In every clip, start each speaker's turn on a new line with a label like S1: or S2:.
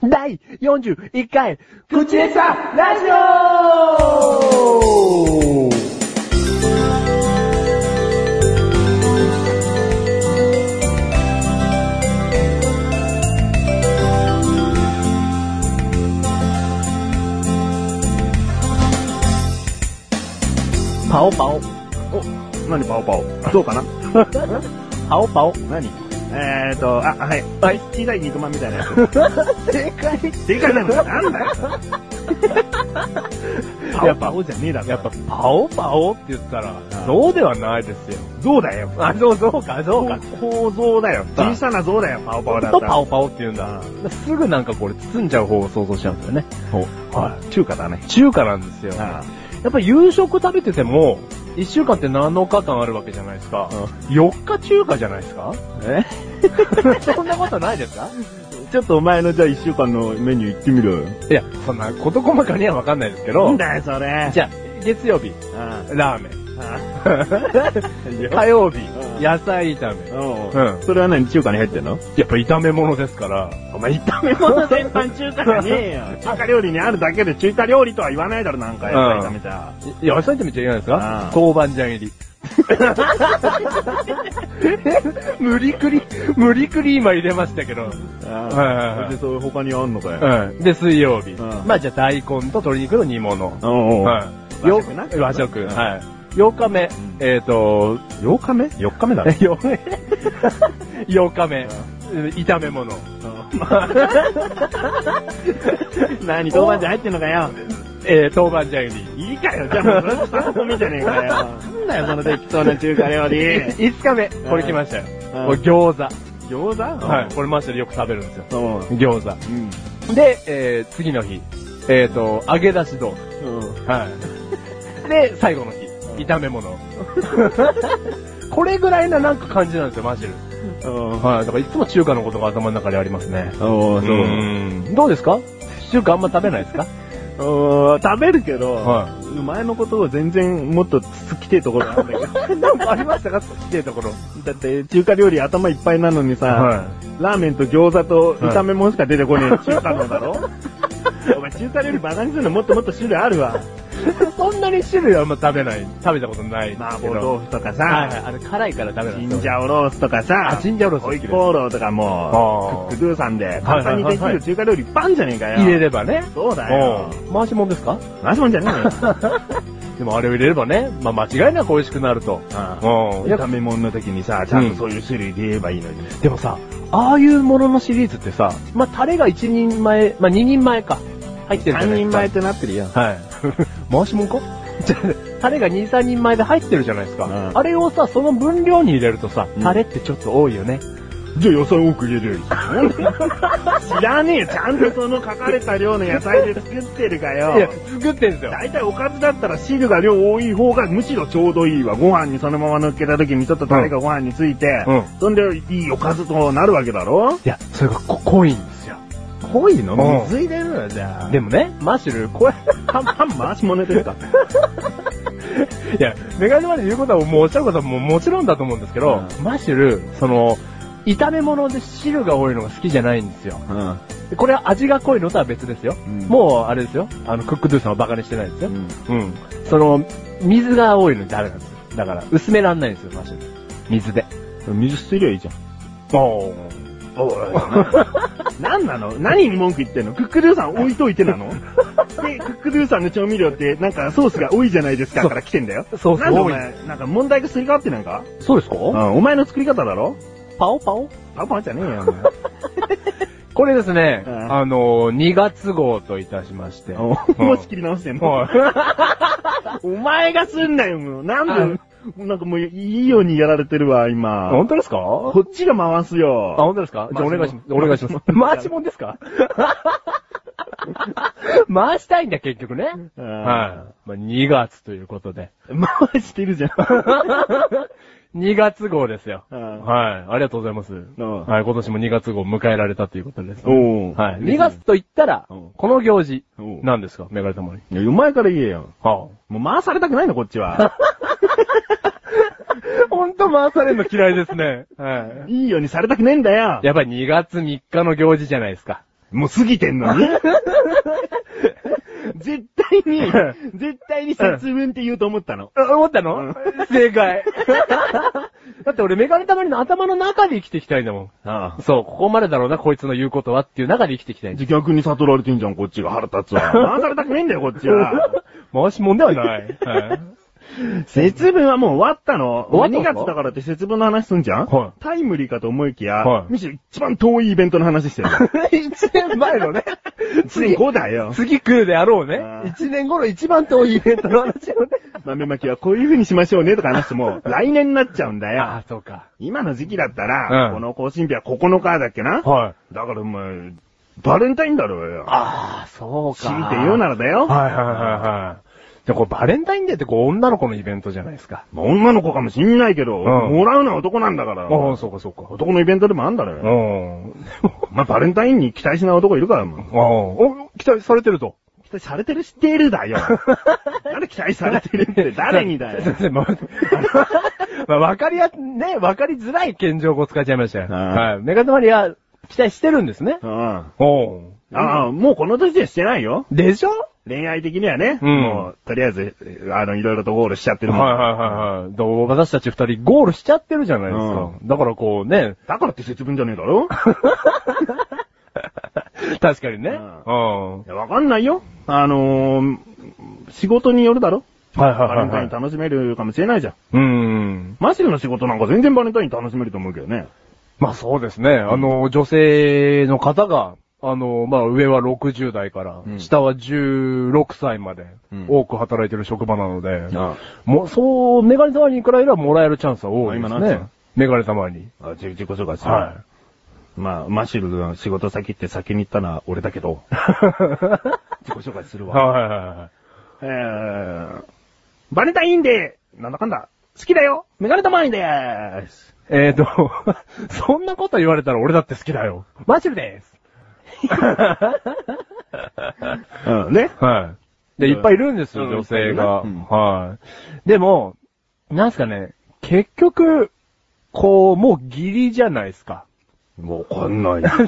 S1: 第41回、口でさ、ラジオパオパオ。
S2: 何パオパオどうかな
S1: パオパオ。
S2: 何えーと、あ、はい。
S1: はい
S2: 小さい肉まんみたいなやつ。
S1: 正解
S2: でかいなのなんだ よ。
S1: やっぱ
S2: パオじゃねえだろ。
S1: やっぱ、パオパオって言ったら、そうではないですよ。
S2: 象だよ。
S1: あ、そう、そうか、そうか。
S2: 構造だよ。
S1: あ
S2: 小さな象だよ、パオパオだ
S1: と
S2: った
S1: パ
S2: ら。
S1: オパオって言うんだ。すぐなんかこれ包んじゃう方を想像しちゃうんだよね。は
S2: 中華だね
S1: い。。中華なんですよ。や
S2: あ
S1: っぱ夕食食べてても、1週間って7日間あるわけじゃないですか。4日中華じゃないですか
S2: え
S1: そんなことないですか
S2: ちょっとお前のじゃあ一週間のメニュー行ってみろよ。
S1: いや、そんなこと細かにはわかんないですけ
S2: な
S1: ど
S2: ん、だよ、それ。
S1: じゃあ、月曜日、
S2: あ
S1: ラーメン。
S2: ああいや
S1: 火曜日
S2: う、ん
S1: 野菜炒め。
S2: おう
S1: うん
S2: それは何、中華に入ってんの
S1: やっぱ炒め物ですから。
S2: お前、炒め物全般中華じゃねえよ。中華料理にあるだけで中華料理とは言わないだろ、なんか、野菜炒めちゃ。
S1: いや、野菜炒めちゃいけないで
S2: う
S1: すか
S2: ん
S1: 豆板醤 入り。無理くり、無理くり今入れましたけど。はいはい
S2: で、そういう他にあんのかよ。
S1: うん。で、水曜日。
S2: うん
S1: まあじゃあ大根と鶏肉の煮物。
S2: おうおう
S1: はい。
S2: 和食な
S1: よ和食。
S2: うん
S1: はい。8日目。えっと、
S2: 8日目 ?4 日目 だね。
S1: 8日目。8日目。炒め物。
S2: 何、豆板醤入ってんのかよ。
S1: えー、豆板醤入り。
S2: いいかよ、じゃあもう、それも3個目じゃねえかよ。なんだよ、その適当な中華料理。
S1: 5日目。これ来ましたよ。これ餃子。
S2: 餃子
S1: はい。。これマジでよく食べるんですよ。
S2: そう。
S1: 餃子。
S2: うん。
S1: で、えー、次の日、えーと、揚げ出し豆腐。
S2: うん。
S1: はい。で、最後の日、炒め 物。これぐらいななんか感じなんですよ、マジで。はい。だからいつも中華のことが頭の中にありますね。
S2: おう、そうう。
S1: んどうですか中華あんま食べないですか
S2: おー食べるけど、
S1: は
S2: 前のことを全然もっとつきてえところあるんだけど。
S1: なんかありましたかっていうところ。
S2: だって、中華料理頭いっぱいなのにさ、
S1: はい。
S2: ラーメンと餃子と
S1: はい
S2: 炒め物しか出てこねえ中華のだろ お前中華料理バカにするのもっともっと種類あるわ。
S1: そんなに種類あんま食べない。食べたことない。
S2: 麻婆豆腐とか
S1: はいはい。
S2: さ、
S1: あれ辛いから食べない。
S2: チンジャオロースとかさ、
S1: あチンジャオロース好
S2: ホ
S1: き
S2: イ
S1: です
S2: コーローとかも
S1: あー
S2: う、クックドゥさんで簡単にでき
S1: はいはいはい
S2: る
S1: はい
S2: 中華料理バンじゃねえかよ。
S1: 入れればね。
S2: そうだよ。
S1: うん。回しもんですか
S2: マジもんじゃねえ よ。
S1: でもあれを入れればね、まあ間違いなく美味しくなると。うん
S2: 炒め物の時にさ、ちゃんとそういう種類で言えばいいのに。
S1: でもさ、ああいうもののシリーズってさ、まあ、タレが一人前、まあ、二人前か。入ってるじゃ
S2: 3
S1: ない
S2: 人
S1: ですか。
S2: 前ってなってるよ。
S1: 前。はい。 回しもんか じゃあタレが2、3人前で入ってるじゃないですか。
S2: うん
S1: あれをさ、その分量に入れるとさ、
S2: うん
S1: タレってちょっと多いよね。
S2: じゃあ野菜多く入れるよ。知らねえよ。ちゃんとその書かれた量の野菜で作ってるかよ。
S1: いや、作ってんすよ。
S2: 大体おかずだったら汁が量多い方がむしろちょうどいいわ。ご飯にそのまま乗っけた時にちょっとタレがご飯について、
S1: うん。い
S2: そんでいいおかずとなるわけだろ
S1: や、それがこ濃いんですよ。
S2: 濃い
S1: の
S2: 水入れるよ、じゃ
S1: で
S2: でも、
S1: もね、マッシュル、これ、
S2: パン、パン回しもねですか
S1: いや、メガネまで言うことはもうおっしゃることはもうもちろんだと思うんですけど、
S2: う
S1: マッシュル、その、炒め物で汁が多いのが好きじゃないんですよ。
S2: う
S1: でこれは味が濃いのとは別ですよ。
S2: うん
S1: もう、あれですよ。あの、クックドゥさんはバカにしてないですよ。
S2: ん。
S1: うん。その、水が多いのダメなんですよ。だから、薄めらんないんですよ、マジで。水で。
S2: 水捨てりゃいいじゃん。
S1: お
S2: おい。何なの何に文句言ってんのクックドゥさん置いといてなので、クックドゥさんの調味料ってなんかソースが多いじゃないですかから来てんだよ。
S1: そう
S2: なんでお
S1: 多い。
S2: 前、なんか問題がすり替わってなんか
S1: そうですか
S2: ん、お前の作り方だろ
S1: パオパオ
S2: パパじゃねえよ、
S1: これですね、
S2: うん
S1: あのー、2月号といたしまして。
S2: お前もう仕切り直してんの
S1: はい
S2: お前がすんなよ、もう。なんで、なんかもういいようにやられてるわ、今。
S1: 本当ですか
S2: こっちが回す
S1: あ、
S2: よ。
S1: 本当ですか
S2: マジ
S1: じゃあ
S2: モ
S1: お
S2: ン
S1: 願いします。お願いします。回しもんですか回したいんだ、結局ね。はい。
S2: は
S1: まあ、2月ということで。
S2: い。回してるじゃん。
S1: 2月号ですよ。
S2: うん
S1: はい。ありがとうございます。
S2: ん
S1: はい。今年も2月号を迎えられたということです。は
S2: おう
S1: い。2月と言ったら、
S2: うん
S1: この行事、
S2: うん
S1: 何ですかメガネ様に。
S2: いや、お前から言えよ。
S1: は
S2: もう回されたくないの、こっち は。
S1: あ。ほんと回されるの嫌いですね。はい
S2: いようにされたくねえんだよ。
S1: い。やっぱり2月3日の行事じゃないですか。
S2: もう過ぎてんのに。 絶対に、絶対に節分って言うと思ったの。
S1: あ思ったの、
S2: うん
S1: 正解。 だって俺メガネたまりの頭の中で生きていきたいんだも
S2: あ
S1: ん。そう、ここまでだろうな、こいつの言うことはっていう中で生きていきたいんだ。
S2: じゃ逆に悟られてんじゃん、こっちが腹立つわ。回されたくねえんだよ、こっち は。
S1: 回しもんではない。はい
S2: 節分はもう終わったの。
S1: 終わったの
S2: 2月だからって節分の話すんじゃん
S1: は
S2: タイムリーかと思いきや、
S1: はい
S2: むしろ一番遠いイベントの話 してる。
S1: 一年前のね、
S2: 次、こうだよ。
S1: 次来るであろうね
S2: あ。ー
S1: 一年後の一番遠いイベントの話をね。
S2: 豆まきはこういう風にしましょうねとか話しても、来年になっちゃうんだ
S1: あ
S2: よ。
S1: あ、そうか。
S2: 今の時期だったら、
S1: うん
S2: この更新日は9日だっけな、
S1: はい。
S2: だからお前、バレンタインだろうよ。
S1: ああ、そうか。
S2: 強いて言うならだよ。
S1: はいはいはいはい。で、これバレンタインデーってこう女の子のイベントじゃないですか。
S2: まあ女の子かもしんないけど、
S1: ん
S2: もらうのは男なんだから。
S1: ああ、そうかそうか。
S2: 男のイベントでもあんだろ
S1: う
S2: よ。
S1: ん。
S2: お前バレンタインに期待しない男いるから、お前
S1: ああ、お期待されてると。
S2: 期待されてるしてる だよ。誰期待されてるって誰にだ
S1: すい
S2: よ
S1: ま。せん、まあ、 まあ、わかりや、ね、わかりづらい謙譲語使っちゃいましたよ。
S2: はい
S1: はい。メガネマリは期待してるんですね
S2: う。ん。あ
S1: おう
S2: あ、もうこの年でしてないよ。
S1: でしょ
S2: 恋愛的にはね、
S1: うん
S2: もう、とりあえず、あの、いろいろとゴールしちゃって
S1: はい
S2: る
S1: はい
S2: もん
S1: はいはい。で私たち二人ゴールしちゃってるじゃないですか。だからこうね、
S2: だからって節分じゃねえだろ
S1: 確かにね。
S2: う
S1: う。
S2: ん
S1: はい
S2: や、わかんないよ。あのー、仕事によるだろ
S1: はい
S2: バレン
S1: は
S2: タイ
S1: い
S2: ン
S1: はい。
S2: 楽しめるかもしれないじゃん。
S1: うん。
S2: マシルの仕事なんか全然バレンタイン楽しめると思うけどね。
S1: まあそうですね。あの、女性の方が、あの、まあ上は60代から、
S2: うん
S1: 下は16歳まで
S2: うん、
S1: 多く働いてる職場なので、
S2: あ
S1: もう、そう、メガネ様に比べればもらえるチャンスは多いで
S2: あ
S1: す
S2: 今なんつう
S1: ね
S2: の。
S1: メガネ様に。
S2: あ、自自己紹介する。。
S1: はい
S2: まあ、マシルの仕事先って先に行ったのは俺だけ ど。自己紹介する
S1: い。
S2: わ。
S1: はいはいはい。
S2: えー、バレンタインデーなんだかんだ好きだよメガネたまにでーす
S1: えーと、 そんなこと言われたら俺だって好きだよ。マジルです。
S2: うん、ね
S1: はい。で、
S2: うん
S1: いっぱいいるんですよ、
S2: うん
S1: 女
S2: い
S1: 性が。
S2: っぱいいるね
S1: はい。でも、なんすかね、結局、こう、もう義理じゃないですか。
S2: わかんない。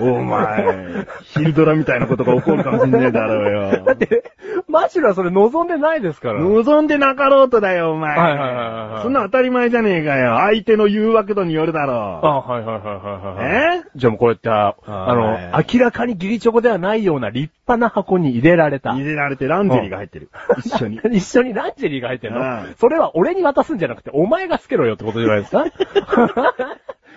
S2: お前、ヒルドラみたいなことが起こるかもしんねえだろうよ。
S1: だって、マジルはそれ望んでないですから。
S2: 望んでなかろうとだよ、お前。
S1: はいはいはいはい
S2: そんな当たり前じゃねえかよ。相手の誘惑度によるだろ
S1: あ、はいはいはいはいはい。
S2: え
S1: じゃあもうこうやって、ああの、
S2: はい
S1: 明らかに義理チョコではないような立派な箱に入れられ
S2: う。
S1: た
S2: 入。れられてランジェリーが入ってる。一緒に。
S1: 一緒にランジェリーが入ってん
S2: うん
S1: のそれは俺に渡すんじゃなくて、お前がつけろよってことじゃないです か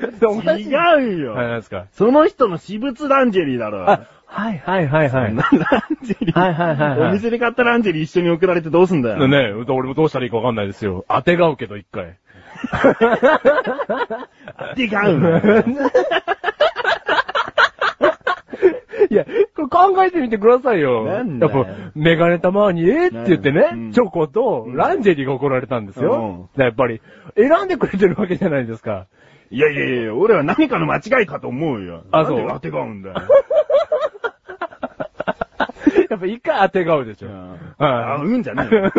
S1: で同じ
S2: 違うよ、
S1: はい、なんですか。
S2: その人の私物ランジェリーだろう。
S1: あ、はいはいはいは
S2: ラ
S1: い。
S2: ン
S1: ね
S2: ジェリー。
S1: はいはいはいはい
S2: お店で買ったランジェリー一緒に送られてどうすんだよ。
S1: 俺もどうしたらいいかわかんないですよ。当てがうけど一回。
S2: 違う の。
S1: いや、これ考えてみてくださいよ。
S2: なんだよ
S1: やっぱ、メガネたまに、えーって言ってね、
S2: うん
S1: チョコとランジェリーが怒られたんですよ。やっぱり、選んでくれてるわけじゃないです か。
S2: いやいやいや、俺は何かの間違いかと思うよ。
S1: あそう
S2: なんで当てがうんだよ。
S1: やっぱ一回当てがうでしょ。
S2: あ、
S1: はい
S2: うんじゃねえよ。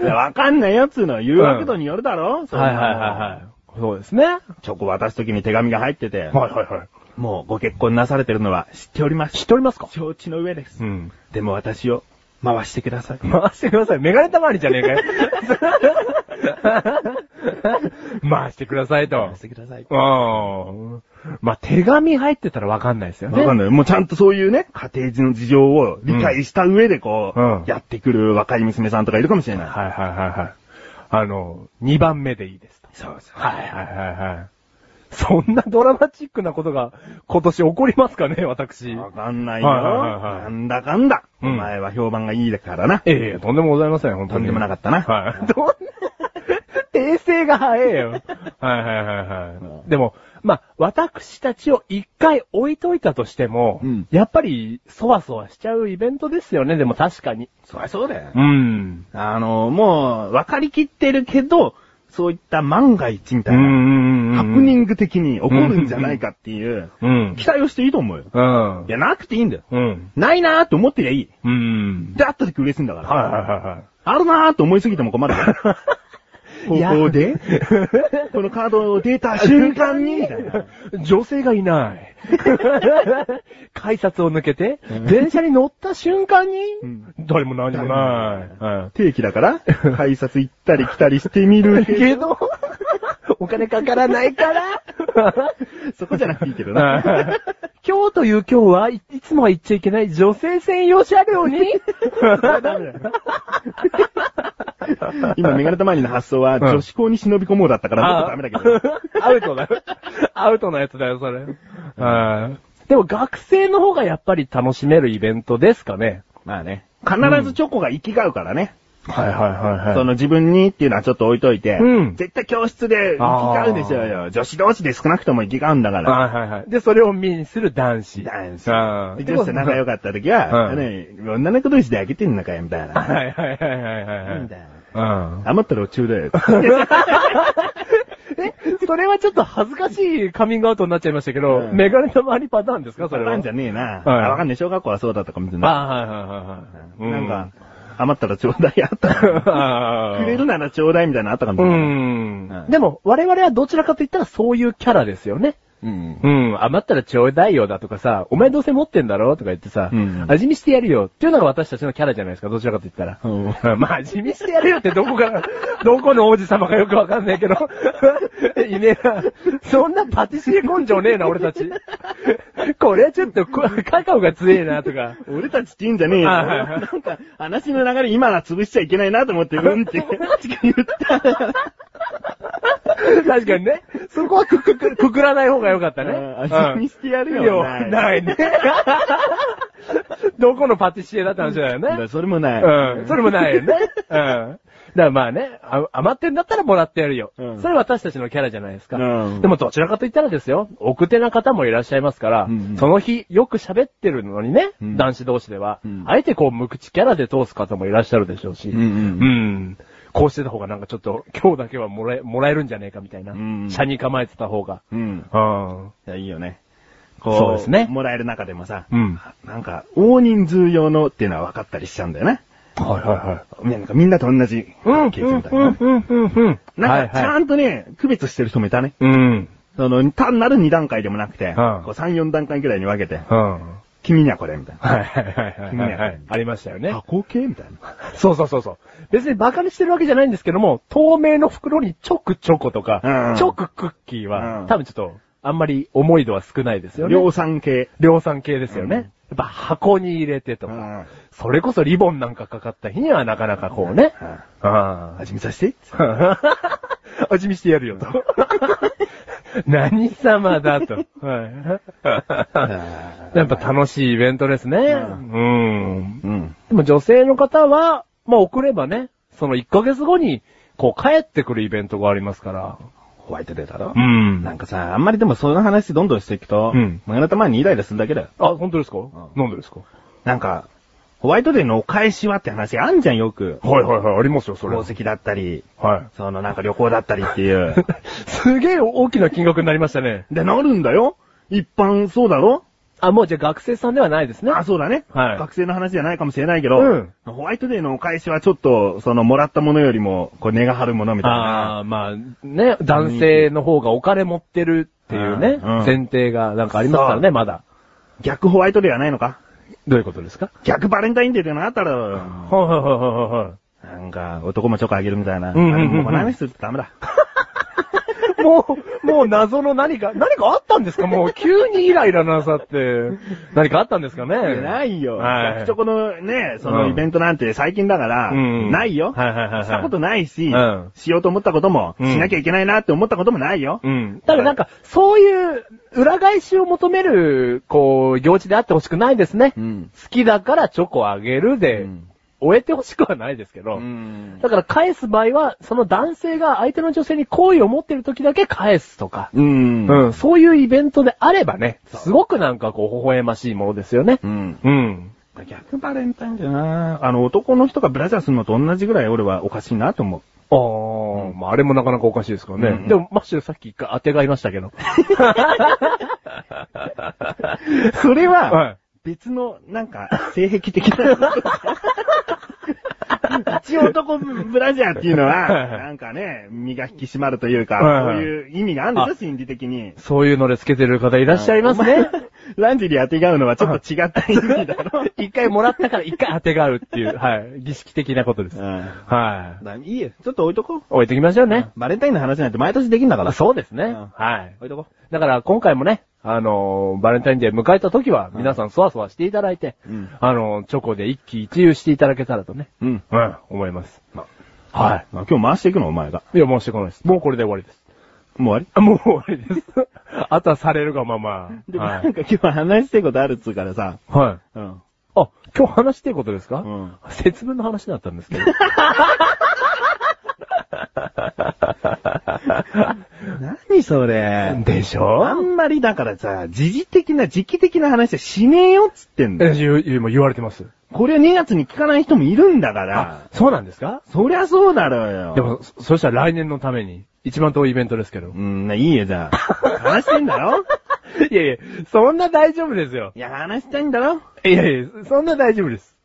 S2: いやわかんないやつの誘惑度によるだろ、そんな
S1: は
S2: の
S1: いはいはいはい。そうですね。はい
S2: チョコ渡すときに手紙が入ってて、
S1: はいはい。
S2: もうご結婚なされてるのは知っております。
S1: 知っておりますか
S2: 承知の上です。
S1: ん。
S2: でも私を回してください。
S1: 回してください。メガネたまりじゃねえかよ。 回してくださいと。
S2: 回してください。
S1: うん。まあ、手紙入ってたらわかんないですよね。
S2: わかんない。もうちゃんとそういうね、家庭の事情を理解した上でこう、
S1: うん
S2: やってくる若い娘さんとかいるかもしれない。
S1: はいはいはいはい。あの、2番目でいいですと。
S2: そうそ
S1: はいはいはいはい。そんなドラマチックなことが今年起こりますかね、私。
S2: わかんないよ。
S1: はいはいはいはい
S2: なんだかんだ。
S1: うん
S2: お前は評判がいいだからな。
S1: ええとんでもございません、本当
S2: と
S1: に。
S2: んでもなかったな。
S1: はい。どんな、訂正が早えよ。はいはいはいは
S2: う
S1: い。でも、まあ、私たちを一回置いといたとしても、
S2: うん
S1: やっぱり、そわそわしちゃうイベントですよね、でも確かに。
S2: そりゃそうだよ。
S1: ん。
S2: あの、もう、分かりきってるけど、そういった万が一みた
S1: う
S2: いな、
S1: ん。
S2: ハプニ
S1: ン
S2: ング的に起こるんじゃないかっていう、
S1: グ。うん。
S2: 期待をしていいと思うよ。
S1: うん
S2: い。や、なくていいんだよ。
S1: うん。
S2: ないなーって思ってりゃいい。
S1: うん。
S2: で、あった時嬉しいんだから。
S1: はいはいはいはい。
S2: あるなーって思いすぎても困るから。方向で、このカードを出た瞬間 に、みたいな。
S1: 女性がいない。改札を抜けて、電車に乗った瞬間に、
S2: うん
S1: 誰も何もない。はい
S2: 定期だから、改札行ったり来たりしてみるけ
S1: け
S2: ど、
S1: ど、 お金かからないから。
S2: そこじゃなくていいけど な。
S1: 今日という今日はい、いつもは言っちゃいけない女性専用車両に、
S2: ダメだよ 今、メガネたまりの発想は、女子校に忍び込もうだったから、もっとダメだ けど。
S1: アウトだよ。アウトなやつだよ、それ。はいでも学生の方がやっぱり楽しめるイベントですかね。
S2: まあね。必ずチョコが行き交うからね。
S1: はいはいはい
S2: その自分にっていうのはちょっと置いといて、
S1: うん
S2: 絶対教室で行き交うでしょうよ。女子同士で少なくとも行き交うんだから。
S1: はいはいはい。で、それを見にする男子。
S2: 男子
S1: あ
S2: で
S1: ー
S2: 女子と仲良かった時は、
S1: うん
S2: ね、女の子同士で開けてんのかよ、みたいな。
S1: はいはいはいはいはい。
S2: みたいな
S1: うん。
S2: 余ったら落ちる だよ。
S1: え、それはちょっと恥ずかしいカミングアウトになっちゃいましたけど、
S2: うん
S1: メガネたまりパターンですかそれは。
S2: なんじゃねえな。あ、
S1: はい
S2: わかんない。小学校はそうだったかもしれない。
S1: ああー、はいはいはいはい。
S2: なんか、余ったらちょうだい あった
S1: う
S2: か
S1: ん、
S2: も。 くれるならちょうだいみたいなのあったかもし
S1: う
S2: れない。
S1: ん
S2: う。ん
S1: でも、我々はどちらかといったらそういうキャラですよね。
S2: うん。
S1: うん、余ったらちょうだいよだとかさ、お前どうせ持ってんだろとか言ってさ、
S2: うん
S1: 味見してやるよっていうのが私たちのキャラじゃないですか、どちらかといったら。
S2: う
S1: まあ、味見してやるよってどこ から、どこの王子様かよくわかんないけど、 いねえな。そんなパティシエ根性ねえな、俺たち。これはちょっとこ、カカオが強えな、とか。
S2: 俺たちって言うんじゃねえよ。
S1: あはいはい
S2: なんか、話の流れ今は潰しちゃいけないなと思って、うんって言った。
S1: 確かにね。そこはくくく、くく らない方がよかったね。
S2: あ味見してやるよ
S1: うんないね。 どこのパティシエだって話だよね。
S2: それもない。
S1: うん。それもない よね。うん。だからまあね、あ余ってんだったらもらってやるよ。
S2: うん
S1: それ私たちのキャラじゃないですか。
S2: うん
S1: でもどちらかと言ったらですよ、奥手な方もいらっしゃいますから、
S2: うんうん
S1: その日よく喋ってるのにね、
S2: うん
S1: 男子同士では、
S2: うん
S1: あえてこう無口キャラで通す方もいらっしゃるでしょうし、
S2: うんうん
S1: うんこうしてた方がなんかちょっと今日だけはもらえ、もらえるんじゃねえかみたいな。
S2: うん
S1: 車に構えてた方が。
S2: うん。
S1: うん。
S2: いや、いいよね。こう、
S1: そうですね
S2: もらえる中でもさ、
S1: うん
S2: なんか、大人数用のっていうのは分かったりしちゃうんだよね。
S1: はいはいはい。
S2: なんかみんなと同じ
S1: うん、
S2: ケースみたいなね。
S1: うん、うん、うん。
S2: なんか、ち
S1: は
S2: ゃ
S1: いはい
S2: んとね、区別してる人もいたね。
S1: うん。
S2: その、単なる2段階でもなくて、
S1: うん
S2: こう3、4段階ぐらいに分けて、
S1: うん。
S2: 君にはこれ、みたいな。
S1: はいはいはいはい、はい。ありましたよね。
S2: 箱系みたいな。
S1: そうそうそうそう。別に馬鹿にしてるわけじゃないんですけども、透明の袋にチョクチョコとか、
S2: うん
S1: チョククッキーは、
S2: うん
S1: 多分ちょっと、あんまり思い度は少ないですよね。
S2: 量産系。
S1: 量産系ですよね。
S2: うん
S1: やっぱ箱に入れてとか、
S2: うん
S1: それこそリボンなんかかかった日にはなかなかこうね。あ
S2: 味見させて。
S1: あ。 味見してやるよと。 何様だと。 はいやっぱ楽しいイベントですね。うん
S2: うん。
S1: でも女性の方は、まあ送ればね、その1ヶ月後に、こう帰ってくるイベントがありますから。
S2: ホワイトデーだろ
S1: ん
S2: な
S1: あ
S2: ん、かさ、あんまりでもその話どんどんしていくと、
S1: うん
S2: マグナにイライラするだけだよ。
S1: 本当ですか、
S2: ん
S1: なんでですか
S2: なんか、ホワイトデーのお返しはって話あんじゃんよく。
S1: はいはいはい、ありますよ、そ
S2: 宝石だったり、
S1: は
S2: そのなんか旅行だったりっていう。
S1: い。すげえ大きな金額になりましたね。
S2: で、なるんだよ一般そうだろ
S1: あ、もうじゃあ学生さんではないですね。
S2: あ、そうだね。
S1: はい
S2: 学生の話じゃないかもしれないけど、
S1: うん
S2: ホワイトデーのお返しはちょっと、そのもらったものよりも、こう根が張るものみたい
S1: あ
S2: な。
S1: あ、まあ、ね、男性の方がお金持ってるっていうね、
S2: うんうん
S1: 前提がなんかありますから
S2: そ
S1: ね、
S2: う
S1: まだ。
S2: 逆ホワイトデーはないのか
S1: どういうことですか
S2: 逆バレンタインデーっていうのがあったら、
S1: はいはいはいはい
S2: な
S1: は
S2: んか、男もチョコあげるみたいな。
S1: うんうんうんうん
S2: あでももう何するとダメだ。
S1: い。 もう、もう謎の何か、何かあったんですかもう急にイライラなさって。何かあったんですかね
S2: ないよ。
S1: はい
S2: 逆チョコのね、そうの
S1: ん
S2: イベントなんて最近だから、
S1: うん
S2: ないよ。
S1: はいはいはいはい
S2: したことないし、
S1: うん
S2: しようと思ったことも、
S1: うん
S2: しなきゃいけないなって思ったこともないよ。
S1: うん。ただなんか、そういう、裏返しを求める、こう、行事であってほしくないですね。
S2: うん
S1: 好きだからチョコあげるで、
S2: うん
S1: 終えてほしくはないですけど。
S2: ん。
S1: だから返す場合は、その男性が相手の女性に好意を持ってる時だけ返すとか。
S2: うん。
S1: うん、そういうイベントであればね、すごくなんかこう、微笑ましいものですよね。
S2: うん。
S1: うん。
S2: 逆バレンタインだよなあの、男の人がブラジャーするのと同じぐらい俺はおかしいなと思う。
S1: あー、まあ、あれもなかなかおかしいですからね。
S2: うん
S1: でも、マッシュルさっき一回当てがいましたけど。
S2: それは、
S1: はい
S2: 別の、なんか、性癖的な。チ男ブラジャーっていうのは、
S1: はいはい
S2: なんかね、身が引き締まるというか、
S1: はいはい
S2: そういう意味があるんですよ、心理的に。
S1: そういうのでつけてる方いらっしゃいますね。
S2: ランジェリー当てがうのはちょっと違った意味だろ。
S1: 一回もらったから一回当てがうって いう、はい。儀式的なことです。
S2: うん
S1: はい。
S2: だいいよ。ちょっと置いとこう。
S1: 置いときましょうね。
S2: バレンタインの話なんて毎年できんだから。
S1: そうですね。
S2: うん
S1: はい。
S2: 置いとこ
S1: だから今回もね、あのーバレンタインデー迎えた時は、皆さんそわそわしていただいて、
S2: うん
S1: あのーチョコで一喜一憂していただけたらとね、
S2: う。うん。
S1: うん、思います。
S2: ま
S1: は
S2: まあ今日回していくの、お前が。
S1: い。いや、もうしてこないです。もうこれで終わりです。
S2: もう終わり
S1: あもう終わりです。 あとはされるがまま。
S2: で、
S1: は
S2: なん
S1: い。
S2: か今日話したいことあるっつうからさ。
S1: はい。
S2: うん。
S1: あ、今日話していいことですか
S2: うん
S1: 節分の話だったんで すけど。
S2: 何それ。
S1: でしょ
S2: あんまりだからさ、時事的な、時期的な話はしねえよっつってんだよ。
S1: え、言う言う言われてます。
S2: これは2月に聞かない人もいるんだから。
S1: そうなんですか
S2: そりゃそうだろうよ。
S1: でも、そそしたら来年のために、一番遠いイベントですけど
S2: う。ん、いいよ、じゃあ。話してんだ ろ
S1: いやいや、そんな大丈夫ですよ。
S2: いや、話したいんだ ろ
S1: いやいや、そんな大丈夫です。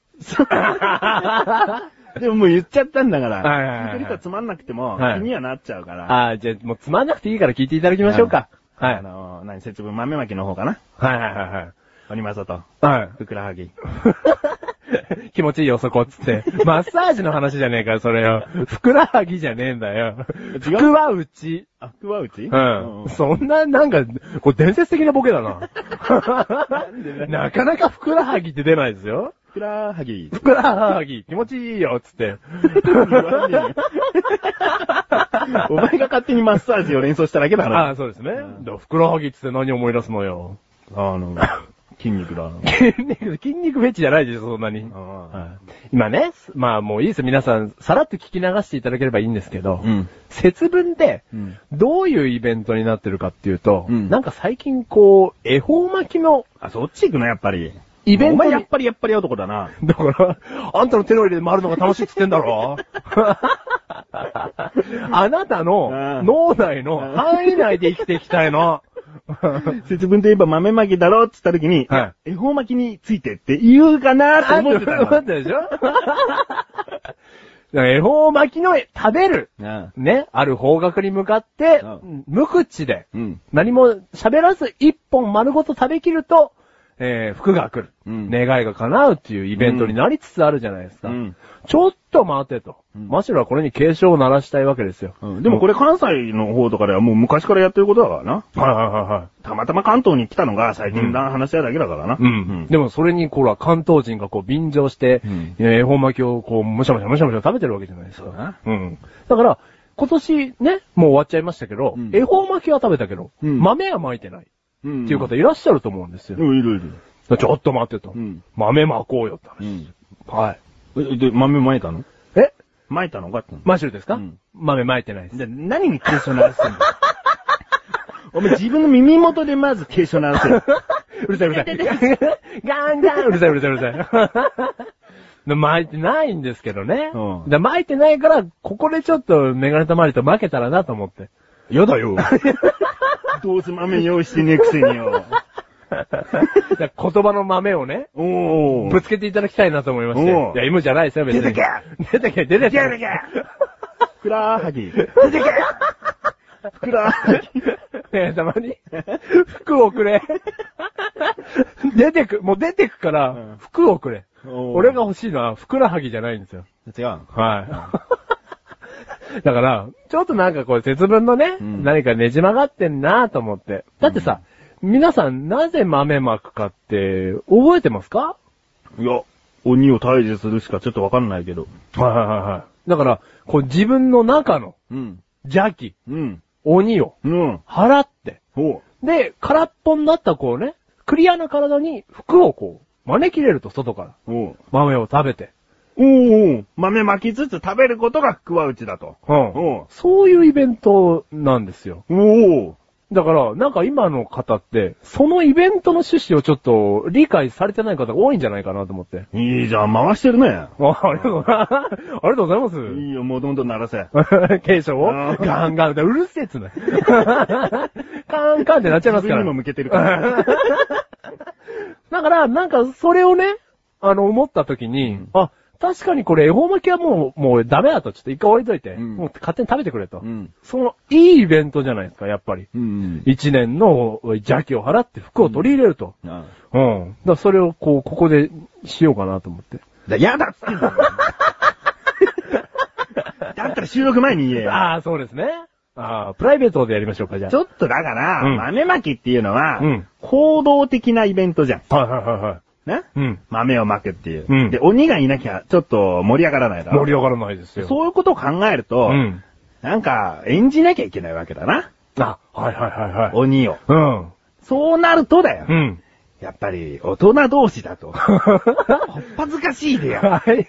S2: でももう言っちゃったんだから。
S1: はいはいはいはい
S2: 聞いてる人はつまんなくても、
S1: はい
S2: 気にはなっちゃうから。
S1: ああ、じゃあ、もうつまんなくていいから聞いていただきましょうか。はい。
S2: あの、何、節分豆まきの方かな
S1: はいはいはいはい。
S2: 鬼まさと、
S1: は
S2: ふくらはぎ。
S1: い。気持ちいいよ、そこ、つって。 マッサージの話じゃねえか、それよ。ふくらはぎじゃねえんだよ。
S2: 違う
S1: 服は内。
S2: あ、ふわうち
S1: うん。そんな、なんか、これ伝説的なボケだな。 なかなかふくらはぎって出ないですよ。
S2: ふくらはぎ。
S1: ふくらはぎ、気持ちいいよ、つって。
S2: お前が勝手にマッサージを連想しただけだ
S1: あ
S2: ろ。
S1: あ、そうですね。だふくらはぎっつって何思い出すのよ。
S2: あの、筋肉だ。
S1: 筋肉、 筋肉フェチじゃないでしょ、そんなに。はい今ね、まあもういいです。皆さん、さらっと聞き流していただければいいんですけど、
S2: うん
S1: 節分って
S2: うん、
S1: どういうイベントになってるかっていうと、
S2: うん
S1: なんか最近こう、恵方巻きの、
S2: あ、そっち行くの、やっぱり。
S1: イベントに
S2: お前やっぱりやっぱり男だな。
S1: だから、 あんたの手の入れで回るのが楽しいって言ってんだ ろあなたの
S2: うん
S1: 脳内の範囲内で生きていきたい の。
S2: 節分といえば豆まきだろって言った時に、
S1: は
S2: 恵方巻きについてって言うかなと思ってた
S1: 思っ
S2: の。
S1: てたでしょだから恵方巻きの食べる。
S2: な
S1: ね、ある方角に向かって
S2: う、
S1: 無口で、
S2: うん。
S1: 何も喋らず一本丸ごと食べきると、えー、福が来る、
S2: うん
S1: 願いが叶うっていうイベントになりつつあるじゃないですか。
S2: うん
S1: ちょっと待てと。
S2: うん
S1: マシュルはこれに警鐘を鳴らしたいわけですよ。
S2: うんでもこれ関西の方とかではもう昔からやってることだからな。
S1: れ、はいはいはいはい。
S2: たまたま関東に来たのが最近な話し合うだけだからな。
S1: うん。でもそれに、こら、関東人がこう便乗して
S2: うん、
S1: えー恵方巻きをこう、むしゃむしゃむしゃむしゃ食べてるわけじゃないです
S2: そう
S1: か。
S2: だな。
S1: うん。だから、今年ね、もう終わっちゃいましたけど
S2: うん、
S1: 恵方巻きは食べたけど、
S2: うん
S1: 豆は巻いてない。
S2: うん
S1: っていう方いらっしゃると思うんですよ。
S2: うん、いるいる。
S1: ちょっと待ってと。
S2: うん
S1: 豆まこうよって話。
S2: ん。
S1: はい。
S2: え、で、豆まいたの
S1: え
S2: まいたのかっての。
S1: マシュルですか、
S2: うん
S1: 豆まいてないです。
S2: じゃ、何に警鐘鳴ら してんのお前自分の耳元でまず警鐘鳴らせる。
S1: うるさいうるさい。ガンガンうるさいうるさいうるさい。 巻いてないんですけどね。
S2: うん
S1: で巻いてないから、ここでちょっとメガネたまりと負けたらなと思って。
S2: やだよ。どうせ豆用意してねえくせによ。
S1: だから言葉の豆をね、
S2: おー。
S1: ぶつけていただきたいなと思いまして。い
S2: おう
S1: や、今じゃないですよ、別に。
S2: 出て
S1: 出てけ出
S2: 出て
S1: てけ
S2: けふくらはぎ。出てけふくらはぎ。
S1: ねえ、たまに。服をくれ。出てく、もう出てくか
S2: う
S1: ら
S2: ん、
S1: 服をくれ。
S2: おー
S1: 俺が欲しいのは、ふくらはぎじゃないんですよ。
S2: 違う。
S1: はい。だから、ちょっとなんかこう、節分のね、
S2: うん
S1: 何かねじ曲がってんなと思って。だってさ、皆さんなぜ豆まくかって、覚えてますか
S2: いや、鬼を退治するしかちょっとわかんないけど。
S1: はいはいはいはい。だから、こう自分の中の
S2: うん。
S1: 邪気、
S2: うん。
S1: 鬼を
S2: うん。
S1: 払って、
S2: ほ
S1: で、空っぽになったこうね、クリアな体に服をこう、招き入れると外から、
S2: う。おう。
S1: 豆を食べて。
S2: おーおー豆巻きつつ食べることが福は内だと。
S1: うん。そういうイベントなんですよ。
S2: おお
S1: だから、なんか今の方って、そのイベントの趣旨をちょっと理解されてない方が多いんじゃないかなと思って。
S2: いいじゃん、回してるね。
S1: あありがとうござい ます。ありがとうございます。
S2: いいよ、もうどんどん鳴らせ。
S1: 継承を
S2: うん
S1: ガンガン、うるせえっつう の。カンカンってなっちゃいますか
S2: 自分にも
S1: ら。
S2: 向けてるから。
S1: だから、なんかそれをね、あの、思った時に、あ、確かにこれ、恵方巻きはもう、もうダメだと、ちょっと一回置いといて、
S2: うん
S1: もう勝手に食べてくれと。
S2: うん。
S1: その、いいイベントじゃないですか、やっぱり。
S2: うん。
S1: 一年の邪気を払って服を取り入れると。
S2: あ
S1: うん。だからそれをこう、ここでしようかなと思って。
S2: だ、嫌だっつって んだよだったら収録前に言えよ。
S1: ああ、そうですね。ああ、プライベートでやりましょうか、じゃ
S2: ちょっとだから、
S1: うん
S2: 豆まきっていうのは、
S1: うん
S2: 行動的なイベントじゃん。
S1: あ。はいはいはいはい。
S2: ね
S1: うん。
S2: 豆をまくっていう、
S1: うん
S2: で、鬼がいなきゃ、ちょっと盛り上がらないだろ。
S1: 盛り上がらないですよ。
S2: そういうことを考えると、
S1: うん。
S2: なんか、演じなきゃいけないわけだな。
S1: あ、はいはいはいはい。
S2: 鬼を。
S1: うん。
S2: そうなるとだよ。
S1: うん。
S2: やっぱり、大人同士だ と。ほっぱずかしいでや。
S1: はい。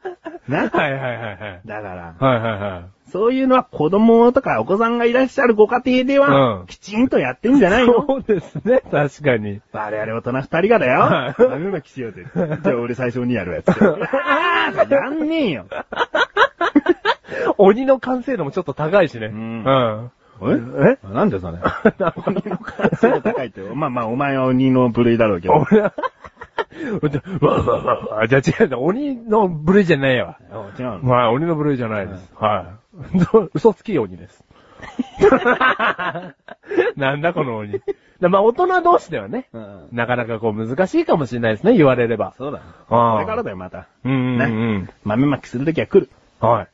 S2: な。
S1: はいはいはいはい。
S2: だから、
S1: はいはいはい。
S2: そういうのは子供とかお子さんがいらっしゃるご家庭では、
S1: うん
S2: きちんとやってんじゃないの
S1: そうですね、確かに。
S2: 我々大人二人がだよ。
S1: はい
S2: 豆まきしようぜ。じゃあ俺最初にやるやつ。あ あやんねえよ。
S1: 鬼の完成度もちょっと高いしね。うんうん。
S2: ええなんでそれ鬼の感性が高いって。まあまあ、お前は鬼の部類だろうけど。
S1: 俺は、わわわわじゃあ違うんだ、鬼の部類じゃないわ。
S2: お違うの。
S1: はい、鬼の部類じゃないです。はい。ど 嘘つき鬼です。なんだこの鬼。だまあ大人同士ではね、
S2: うん
S1: なかなかこう難しいかもしれないですね、言われれば。
S2: そうだ。
S1: あ
S2: これからだよ、また。
S1: うんうんうん。
S2: 豆まきするときは来る。
S1: はい。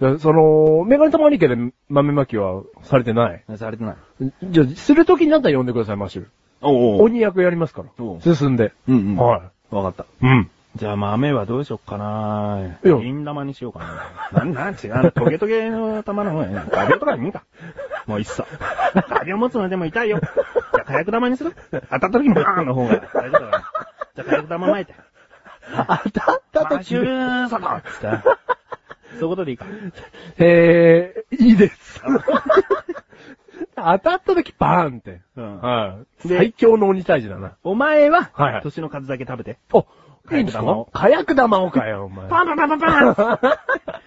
S1: でその、メガネ玉兄家で豆まきはされてない。
S2: されてない。
S1: じゃあ、するときになったら呼んでください、マッシュル。
S2: おうおう。
S1: 鬼役やりますから
S2: お。う
S1: 進んで。
S2: うんうん。
S1: は
S2: わかった。
S1: い。うん。
S2: じゃあ豆はどうしよっかない
S1: や
S2: 銀玉にしようかな。なん、なん、違う。トゲトゲの玉の方 がいいな。画鋲とかでもいいか。もういっそ。画鋲持つのでも痛いよ。じゃあ火薬玉にする当たった時もバーンの方が大丈夫だから。じゃあ火薬玉巻いて。
S1: 当たった
S2: マ
S1: と
S2: シューサトつって。そういうことでいいか。
S1: えー、いいです。 当たったときバーンって。
S2: うん
S1: はい。
S2: で
S1: 最強の鬼退治だな。
S2: お前は、
S1: はいはい
S2: 年の数だけ食べて。
S1: お、
S2: 火薬玉を
S1: いいんですか火薬玉をかよ、お前。
S2: パンパンパンパンパ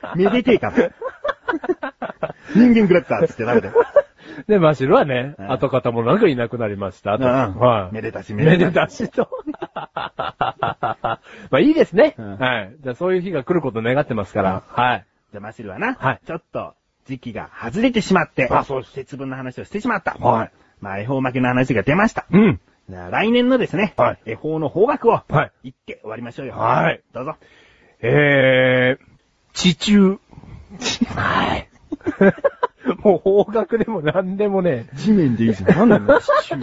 S2: ンめでてえから。人間クラッカーつって食べて。
S1: で、マシルはね、
S2: うん
S1: 跡形もなくいなくなりました。と
S2: うんうん
S1: はい。
S2: めでたしめ
S1: め
S2: で
S1: で
S2: た
S1: たしと。 まあいいですね。
S2: うん
S1: はい。じゃあそういう日が来ることを願ってますから。はい。
S2: じゃあマシルはな、
S1: はい
S2: ちょっと時期が外れてしまって、
S1: あそうです
S2: 節分の話をしてしまった。
S1: はい。
S2: まあ、恵方巻きの話が出ました。
S1: うん。
S2: じゃあ来年のですね、
S1: はい
S2: 恵方の方角を、
S1: はい。
S2: 言って終わりましょうよ。
S1: はい。
S2: どうぞ。
S1: えー、地中。はい。 もう方角でも何でもね、
S2: 地面でいいじゃん。なんだ よ、地中。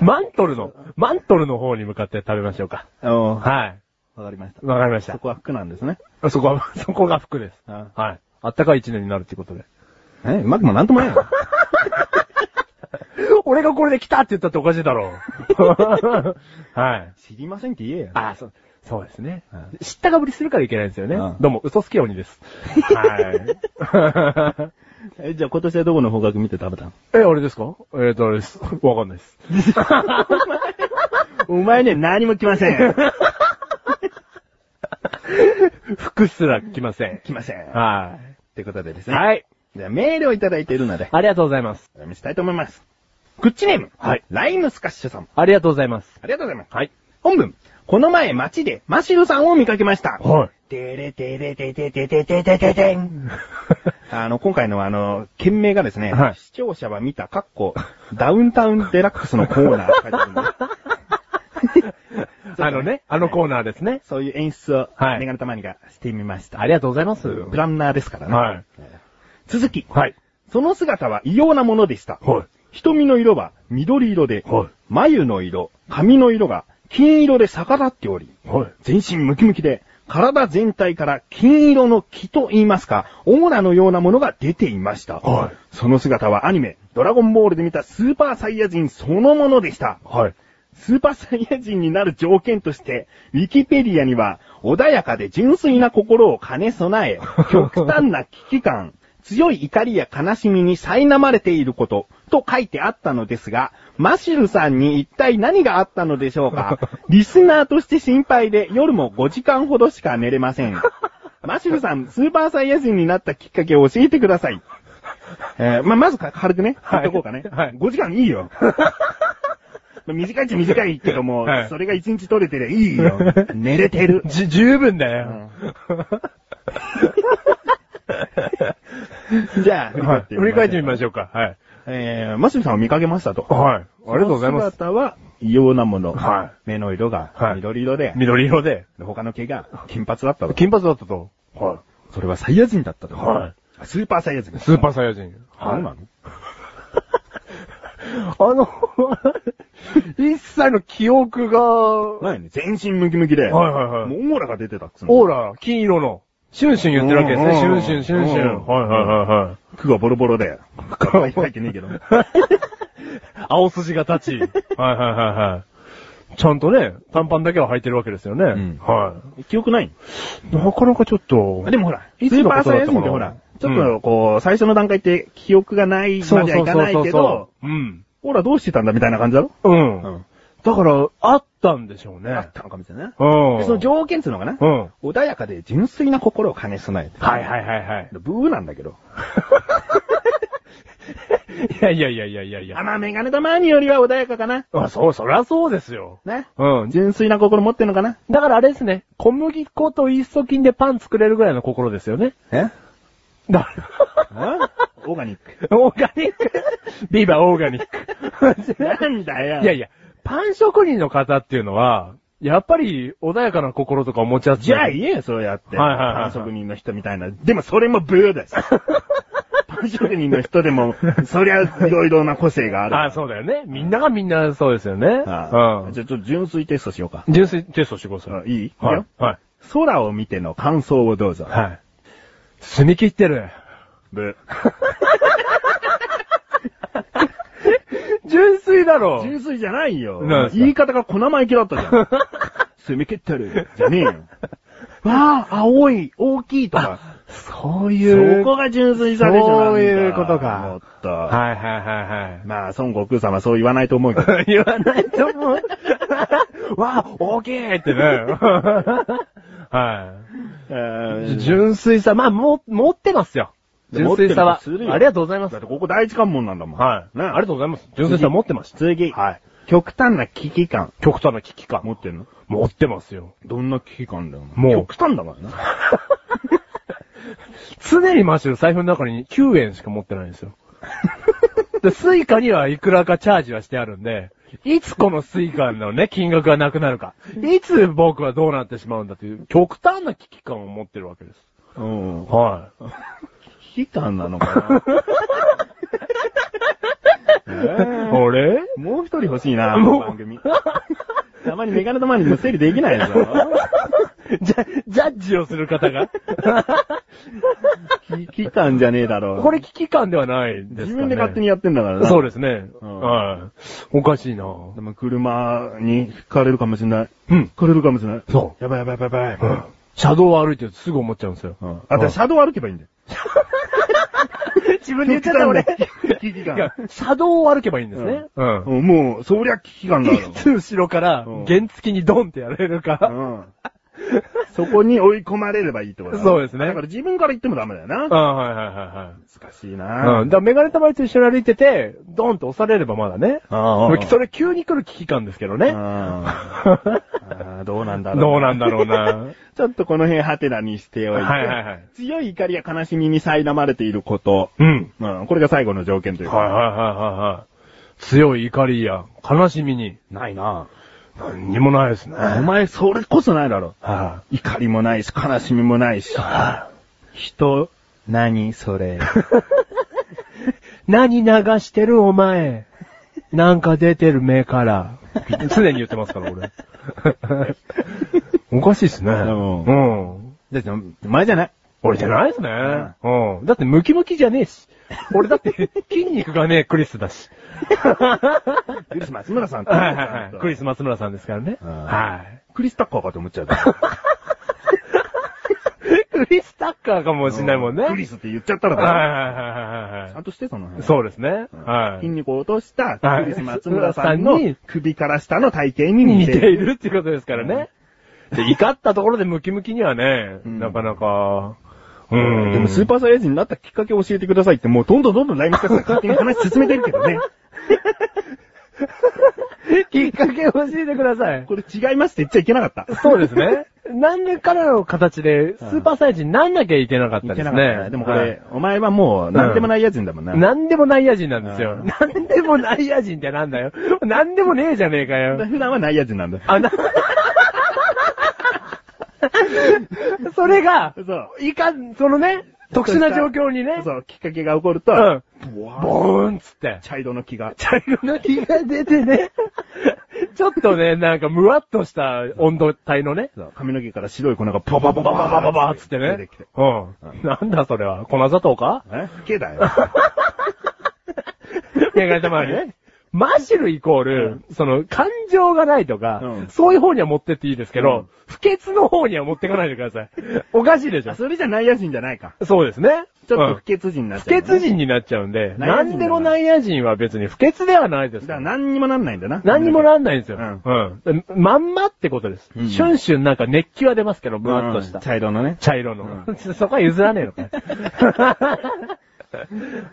S1: マントルの、マントルの方に向かって食べましょうか。
S2: おは。
S1: はい
S2: わかりまし。
S1: い。わかりました
S2: そこは服なんですね。
S1: た。そこは、そこが服です。
S2: あ
S1: はい。あったかい一年になるってことで。
S2: え、うまくもなんともないよ。
S1: 俺がこれで来たって言ったっておかしいだろう。 はい。
S2: 知りませんって言えよ。
S1: あ、そう、そうですね
S2: うん。
S1: 知ったかぶりするからいけないんですよね
S2: うん。
S1: どうも、嘘つき鬼です。は
S2: え、じゃあ今年はどこの方角見て食べたの
S1: い。え、あれですかえーと、あれです。わかんないです。
S2: お前ね、何も来ませ ん。
S1: 服すら来ません。
S2: 来ません。っ
S1: は
S2: てことでです
S1: い。
S2: ね。
S1: はい。
S2: じゃあメールをいただいているので、
S1: ありがとうございます。
S2: お読みしたいと思います。クッチネーム。
S1: はい。
S2: ライムスカッシュさん。
S1: ありがとうございます。
S2: ありがとうございます。
S1: はい。
S2: 本文。この前街でマシルさんを見かけました。
S1: はい。
S2: てれてれててててててててん。あの、今回のあの、件名がですね、
S1: はい
S2: 視聴者は見た、かっこ、ダウンタウンデラックスのコーナーって書いてあるんで。
S1: あのね、 あのコーナーですね。
S2: そういう演出を、
S1: はい
S2: メガネたまにがしてみました。
S1: ありがとうございます。
S2: プランナーですからね。
S1: はい
S2: 続き。
S1: はい。
S2: その姿は異様なものでした。
S1: はい。
S2: 瞳の色は緑色で、
S1: はい
S2: 眉の色、髪の色が金色で逆立っており、
S1: はい。
S2: 全身ムキムキで、体全体から金色の木と言いますか、オーラのようなものが出ていました。
S1: はい
S2: その姿はアニメ、ドラゴンボールで見たスーパーサイヤ人そのものでした。
S1: はい。
S2: スーパーサイヤ人になる条件として、ウィキペディアには、穏やかで純粋な心を兼ね備 え、極端な危機感、強い怒りや悲しみに苛まれていること、と書いてあったのですが、マシルさんに一体何があったのでしょう かリスナーとして心配で夜も5時間ほどしか寝れません。マシルさん、スーパーサイヤ人になったきっかけを教えてください。えーまあ、まずか軽くね、
S1: は
S2: 言っ
S1: い
S2: とこうかね。
S1: はい
S2: 5時間いいよ。短いっちゃ短いけども、
S1: はい
S2: それが一日取れてりゃいい よ。寝れてる。
S1: じ、十分だよ。
S2: じゃあ、振り返
S1: は
S2: っ
S1: い。
S2: て
S1: 振り返ってみ
S2: し
S1: ま
S2: ょ
S1: しょうか。はい。
S2: う。えー、マスミさんを見かけましたと。
S1: はい。ありがとうございます。
S2: その姿は異様なもの。
S1: は
S2: 目の色が
S1: はい
S2: 緑色で、
S1: 緑色で。
S2: 他の毛が金髪だったと。
S1: 金髪だったと。は
S2: それはサイヤ人だったと。
S1: は
S2: スーパーサイヤ人
S1: い。。スーパーサイヤ人。
S2: そうなの
S1: あの、 一切の記憶が、オ
S2: ないね。全身ムキムキで。
S1: はいはいはい
S2: もうオーラが出てたっつうの。
S1: ーラ、金色の、シュンシュン言ってるわけですね。シ
S2: う
S1: ュ
S2: ん
S1: ンシュン、シュンシュ
S2: うん
S1: ン。はいはいはいはい。
S2: 服がボロボロで。かわいいけねえけど。
S1: 青筋が立ち。 はいはいはいはい。ちゃんとね、短パンだけは履いてるわけですよね。
S2: ん
S1: は
S2: 記憶ない
S1: い。なかなかちょっと。
S2: でもほら、ス
S1: いつ
S2: ー
S1: の
S2: パ
S1: こ
S2: ー
S1: と
S2: サイヤ
S1: だったか
S2: 人
S1: な
S2: ってほら、ちょっとこう、最初の段階って記憶がないまではいかないけど、
S1: う。うん。
S2: オーラどうしてたんだみたいな感じだろ
S1: うん。
S2: ん。
S1: だから、あったんでしょうね。
S2: あったのかもしれないね。
S1: うん。
S2: でその条件っていうのがな
S1: う、ん。はい
S2: 穏やかで純粋な心を兼ね備えて。
S1: はいはいはい。
S2: ブーなんだけど。
S1: いやいやいやいやいやいや。
S2: あ、まあメガネ玉によりは穏やかかな。
S1: あ、そう、そりゃそうですよ。
S2: ね。
S1: うん。
S2: 純粋な心持ってんのかな
S1: だからあれですね。小麦粉と一足金でパン作れるぐらいの心ですよね。
S2: え
S1: だ、
S2: オーガニック。
S1: オーガニック。ビバオーガニック。
S2: なんだよ。
S1: いやいや、パン職人の方っていうのは、やっぱり穏やかな心とかを持ち合って。
S2: じゃあ言えよ、そうやって。
S1: はいはいはい
S2: パン職人の人みたいな。でもそれもブー です。パン職人の人でも、そりゃいろいろな個性がある。
S1: あ、そうだよね。みんながみんなそうですよね。
S2: あ
S1: う
S2: あ
S1: ん
S2: じ。ゃあちょっと純粋テストしようか。
S1: 純粋テストしてくださ
S2: あ
S1: い。
S2: いいいく
S1: は
S2: よ
S1: い。はい。
S2: 空を見ての感想をどうぞ。
S1: はい。澄み切ってる。
S2: ブ
S1: 純粋だ
S2: ー。
S1: ろ
S2: 純粋じゃないよ
S1: なん。ですか
S2: 言い方が小生意気だったじゃ ん。攻め切ってる。じゃねえよ。わあ、青い、大きいとか。
S1: そ
S2: そ
S1: ういう。
S2: こが純粋さでしょ。なんだ
S1: そういうことか
S2: もっと。
S1: はいはいはいはい。
S2: まあ、孫悟空様はそう言わないと思うけ ど。
S1: 言わないと思う。 わあ、大きいってね。 は
S2: え
S1: い。
S2: ー
S1: 純粋さ、まあ、も、持ってますよ。純粋さは。
S2: 持ってるとするよ
S1: ありがとうございます
S2: だっ。てここ第一関門なんだもん。
S1: はい。
S2: ね
S1: ありがとうございます。純粋さ持ってました。
S2: 次。
S1: はい。
S2: 極端な危機感。
S1: 極端な危機感。
S2: 持ってんの
S1: 持ってますよ。
S2: どんな危機感だよ。お前
S1: もう
S2: 極端だからな。
S1: 常にマジで財布の中に9円しか持ってないん ですよ。で、スイカにはいくらかチャージはしてあるんで、いつこのスイカのね、金額がなくなるか。いつ僕はどうなってしまうんだという、極端な危機感を持ってるわけです。
S2: うん。
S1: はい。
S2: 危機感なのかなえ
S1: あれ
S2: ー もう一人欲しいな、
S1: もう
S2: 番組。 たまにメガネ玉にも整理できないでしょ。
S1: じゃ、ジャッジをする方 が。
S2: 危機感じゃねえだろう。
S1: これ危機感ではないですかね。
S2: 自分で勝手にやってんだからな。
S1: そう
S2: で
S1: ですね。
S2: うん
S1: はい。おかしいな
S2: す。でも車に引かれるかもしれない。
S1: うん。
S2: 引かれるかもしれない。
S1: そ
S2: やばいやばいやばいやばい。
S1: 車道を歩いてるとすぐ思っちゃうんですよ。
S2: うん。あ、じゃあ車道歩けばいいんだよ。
S1: 自分
S2: 危機
S1: いや
S2: 感。、
S1: 車道を歩けばいいんですね。うん。
S2: うんもう、そりゃ危機感だよ
S1: い。つ後ろから
S2: うん、
S1: 原付きにドンってやられる
S2: う
S1: か。
S2: ん。そこに追い込まれればいいってことだな
S1: そうですね
S2: だから自分から言ってもダメだよな。
S1: ああ、はいはいは
S2: 難しい
S1: いはい。
S2: な
S1: うん。だからメガネたまりと一緒に歩いてて、ドンって押されればまだね。
S2: ああ
S1: それ急に来る危機感ですけどね。
S2: ああ、どうなんだろう。
S1: どうなんだろ うな。
S2: ちょっとこの辺ハテナにしておいて。
S1: はいはいはい
S2: 強い怒りや悲しみに苛まれていること。
S1: うん。
S2: うん、これが最後の条件というか。
S1: はいはいはいはいはい。強い怒りや悲しみに、
S2: ないな
S1: 何にもないですね。
S2: お前、それこそないだろ。
S1: は
S2: 怒りもないし、悲しみもないし
S1: い。。は
S2: 人、何そ れ。
S1: い何流してるお前。なんか出てる目から。常に言ってますから、俺。 おかしいっすね。
S2: うん
S1: うん。
S2: だって、お前じゃない。
S1: 俺じゃないですね。うん。だってムキムキじゃねえし。俺だって筋肉がねえクリスだし。
S2: クリス松村さんって。
S1: はいはいはい。クリ
S2: ス。
S1: ス松村さんですからね。
S2: うん
S1: はい。
S2: クリスタッカーかと思っちゃう。
S1: クリスタッカーかもしんないもんね。
S2: クリスって言っちゃったら
S1: はいはい
S2: だろ。
S1: はいはい
S2: ち
S1: は
S2: ゃんとして、その
S1: い。
S2: 辺。
S1: そうですね。
S2: うん
S1: は
S2: 筋
S1: い。
S2: 肉を落とした、
S1: はい
S2: クリス松村さん
S1: さ
S2: の
S1: んに
S2: 首から下の体型に似
S1: 似て
S2: てる。
S1: いるっていうことですからね。で、怒ったところでムキムキにはね、
S2: うん
S1: なかなか、う
S2: でもスー
S1: ん。
S2: パーサイヤ人になったきっかけを教えてくださいって、もうどんどんどんどんライムスタッフが勝手に話進めてるけどね。
S1: きっかけを教えてください。
S2: これ違いますって言っちゃいけなかった。
S1: そうですね。 何らかの形で、スーパーサイジになんなきゃいけなかった
S2: い
S1: で
S2: け
S1: す
S2: なかった
S1: ね。
S2: ね。でもこれ、お前はもう、なんでもないやつんだもんな。
S1: はい、なんでもない野人なんですよ。
S2: う
S1: なんでもない野人ってなんだよ。なんでもねえじゃねえかよ。
S2: 普段はないやつなんだ。
S1: あ、な、それが
S2: そ、う。
S1: いかん、そのね、特殊な状況にね、
S2: そう、きっかけが起こると、
S1: うん
S2: ブワー
S1: ボーンっつって、
S2: 茶色の木が。
S1: 茶色の気が出てね、ちょっとね、なんかムワっとした温度帯のね、
S2: そう髪の毛から白い粉がパパパパ
S1: ババババ
S2: パ
S1: バ
S2: パ
S1: バ
S2: っ
S1: っつって
S2: 出
S1: ね。
S2: てきて。
S1: うん。なんだそれは粉砂糖か
S2: え毛だよ。
S1: メガネたまわりね。マシルイコール、その、感情がないとか、
S2: うん
S1: そういう方には持ってっていいですけど、
S2: うん
S1: 不潔の方には持ってかないでください。おかしいでしょ
S2: あ、。それじゃ内野人じゃないか。
S1: そうですね。
S2: ちょっ
S1: う
S2: と
S1: ん
S2: 不潔人になっ
S1: 不
S2: ちゃう、
S1: 潔。人になっちゃうんで、
S2: 内野人だな
S1: なんでも内野人は別に不潔ではないです
S2: だ
S1: か
S2: から
S1: ら。
S2: 何にもなんないんだな。
S1: 何にもなんないんですよ。
S2: うん
S1: うん。まんまってことです。
S2: うん
S1: シュンシュンなんか熱気は出ますけど、
S2: う
S1: ブ
S2: ん
S1: ワッとした。
S2: 茶色のね。
S1: 茶色の。 そこは譲らねえのかよ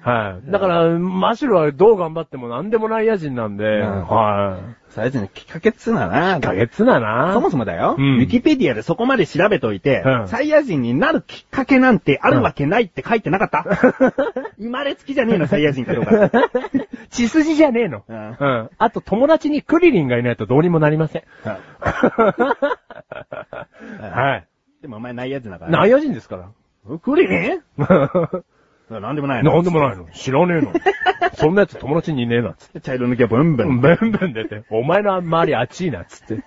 S1: はい。だから、マシュルはどう頑張っても何でもない野人なんで、
S2: ん
S1: は。
S2: 最初のきっかけっつうのはいな
S1: かげつだな
S2: そもそもだよ、
S1: うん
S2: ウィキペディアでそこまで調べといて、
S1: うん
S2: サイヤ人になるきっかけなんてあるわけないって書いてなかった、 生まれつきじゃねえの、サイヤ人かどうか。
S1: 血筋じゃねえの。
S2: う
S1: うんん。あと友達にクリリンがいないとどうにもなりません。はい。
S2: でもお前内野人だから、
S1: 内野人ですから。
S2: クリリンなんでもないの。
S1: なんでもないの。知らねえの。そんなやつ友達にいねえな、つって。
S2: 茶色の毛はブンブ
S1: ブン
S2: ン。
S1: ブン出て、お前の周り暑いな、つって。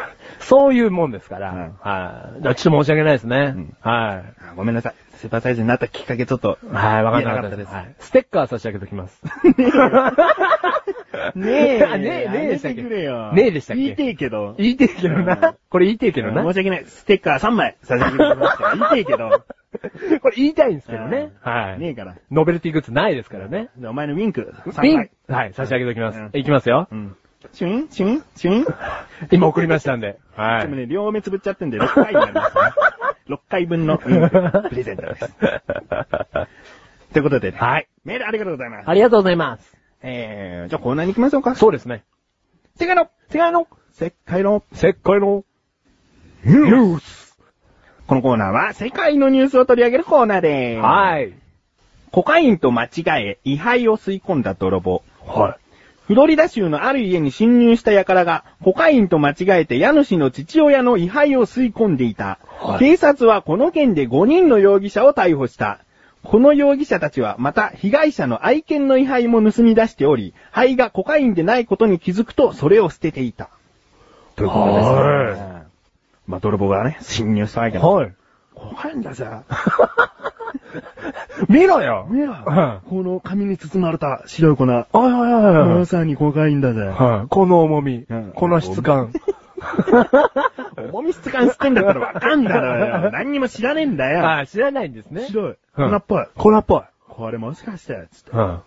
S1: そういうもんですから、
S2: うん
S1: はい。だからちょっと申し訳ないですね。
S2: ん
S1: は
S2: あごめんなさい。スーパーサイズになったきっかけちょっと。
S1: い。はい、わかんなかったです。
S2: 言え
S1: はいステッカー差し上げときます。
S2: ね え、
S1: あ ねえねえでしたっけ
S2: やめてくれよ
S1: ねえでしたっけ
S2: 言いてえけど。
S1: 言いてえけど
S2: うん
S1: な。これ言いてえけどな。
S2: 申し訳ない。ステッカー3枚差し上げてください。言いてえけど。
S1: これ言いたいんですけどね。
S2: うん
S1: はい。
S2: ねえから。
S1: ノベルティグッズないですからね。
S2: でお前のウィンク3
S1: ピ
S2: 枚
S1: ン。はい、差し上げときます。
S2: うん
S1: いきますよ
S2: う。ん。シュインシュインシュイン
S1: 今送りましたんで。は
S2: でも
S1: い。
S2: ね、両目つぶっちゃってんで、6回になりますね。6回分のウィン クプレゼントです。ということでね、
S1: はい。
S2: メールありがとうございます。
S1: ありがとうございます。
S2: えー、じゃあコーナーに行きましょうか。
S1: そうですね。
S2: 世界の、世界の、世界の
S1: 世界の
S2: ニ
S1: ニュース。
S2: このコーナーは世界のニュースを取り上げるコーナーでーす。
S1: はい。
S2: コカインと間違え、位牌を吸い込んだ泥棒。
S1: はい。
S2: フロリダ州のある家に侵入した輩が、コカインと間違えて家主の父親の位牌を吸い込んでいた。
S1: はい
S2: 警察はこの件で5人の容疑者を逮捕した。この容疑者たちはまた被害者の愛犬の位牌も盗み出しており、肺がコカインでないことに気づくとそれを捨てていた。ということですね。
S1: は
S2: まあ、泥棒がね、侵入したわけなんで
S1: はい。
S2: コカインだ ぜ。
S1: 見ろよ
S2: 見ろこの紙に包まれた白い粉。ま
S1: うん。はいはいはいはい。
S2: さにコカインだぜ。
S1: はい。この重み
S2: うん。
S1: この質感。
S2: 重み質感吸ってんだったらわかんだろよ。何にも知らねえんだよ。
S1: あ、知らないんですね。
S2: 白い。
S1: うん
S2: 粉っぽい。
S1: 粉っぽい。
S2: これもしかして、つって。
S1: うん。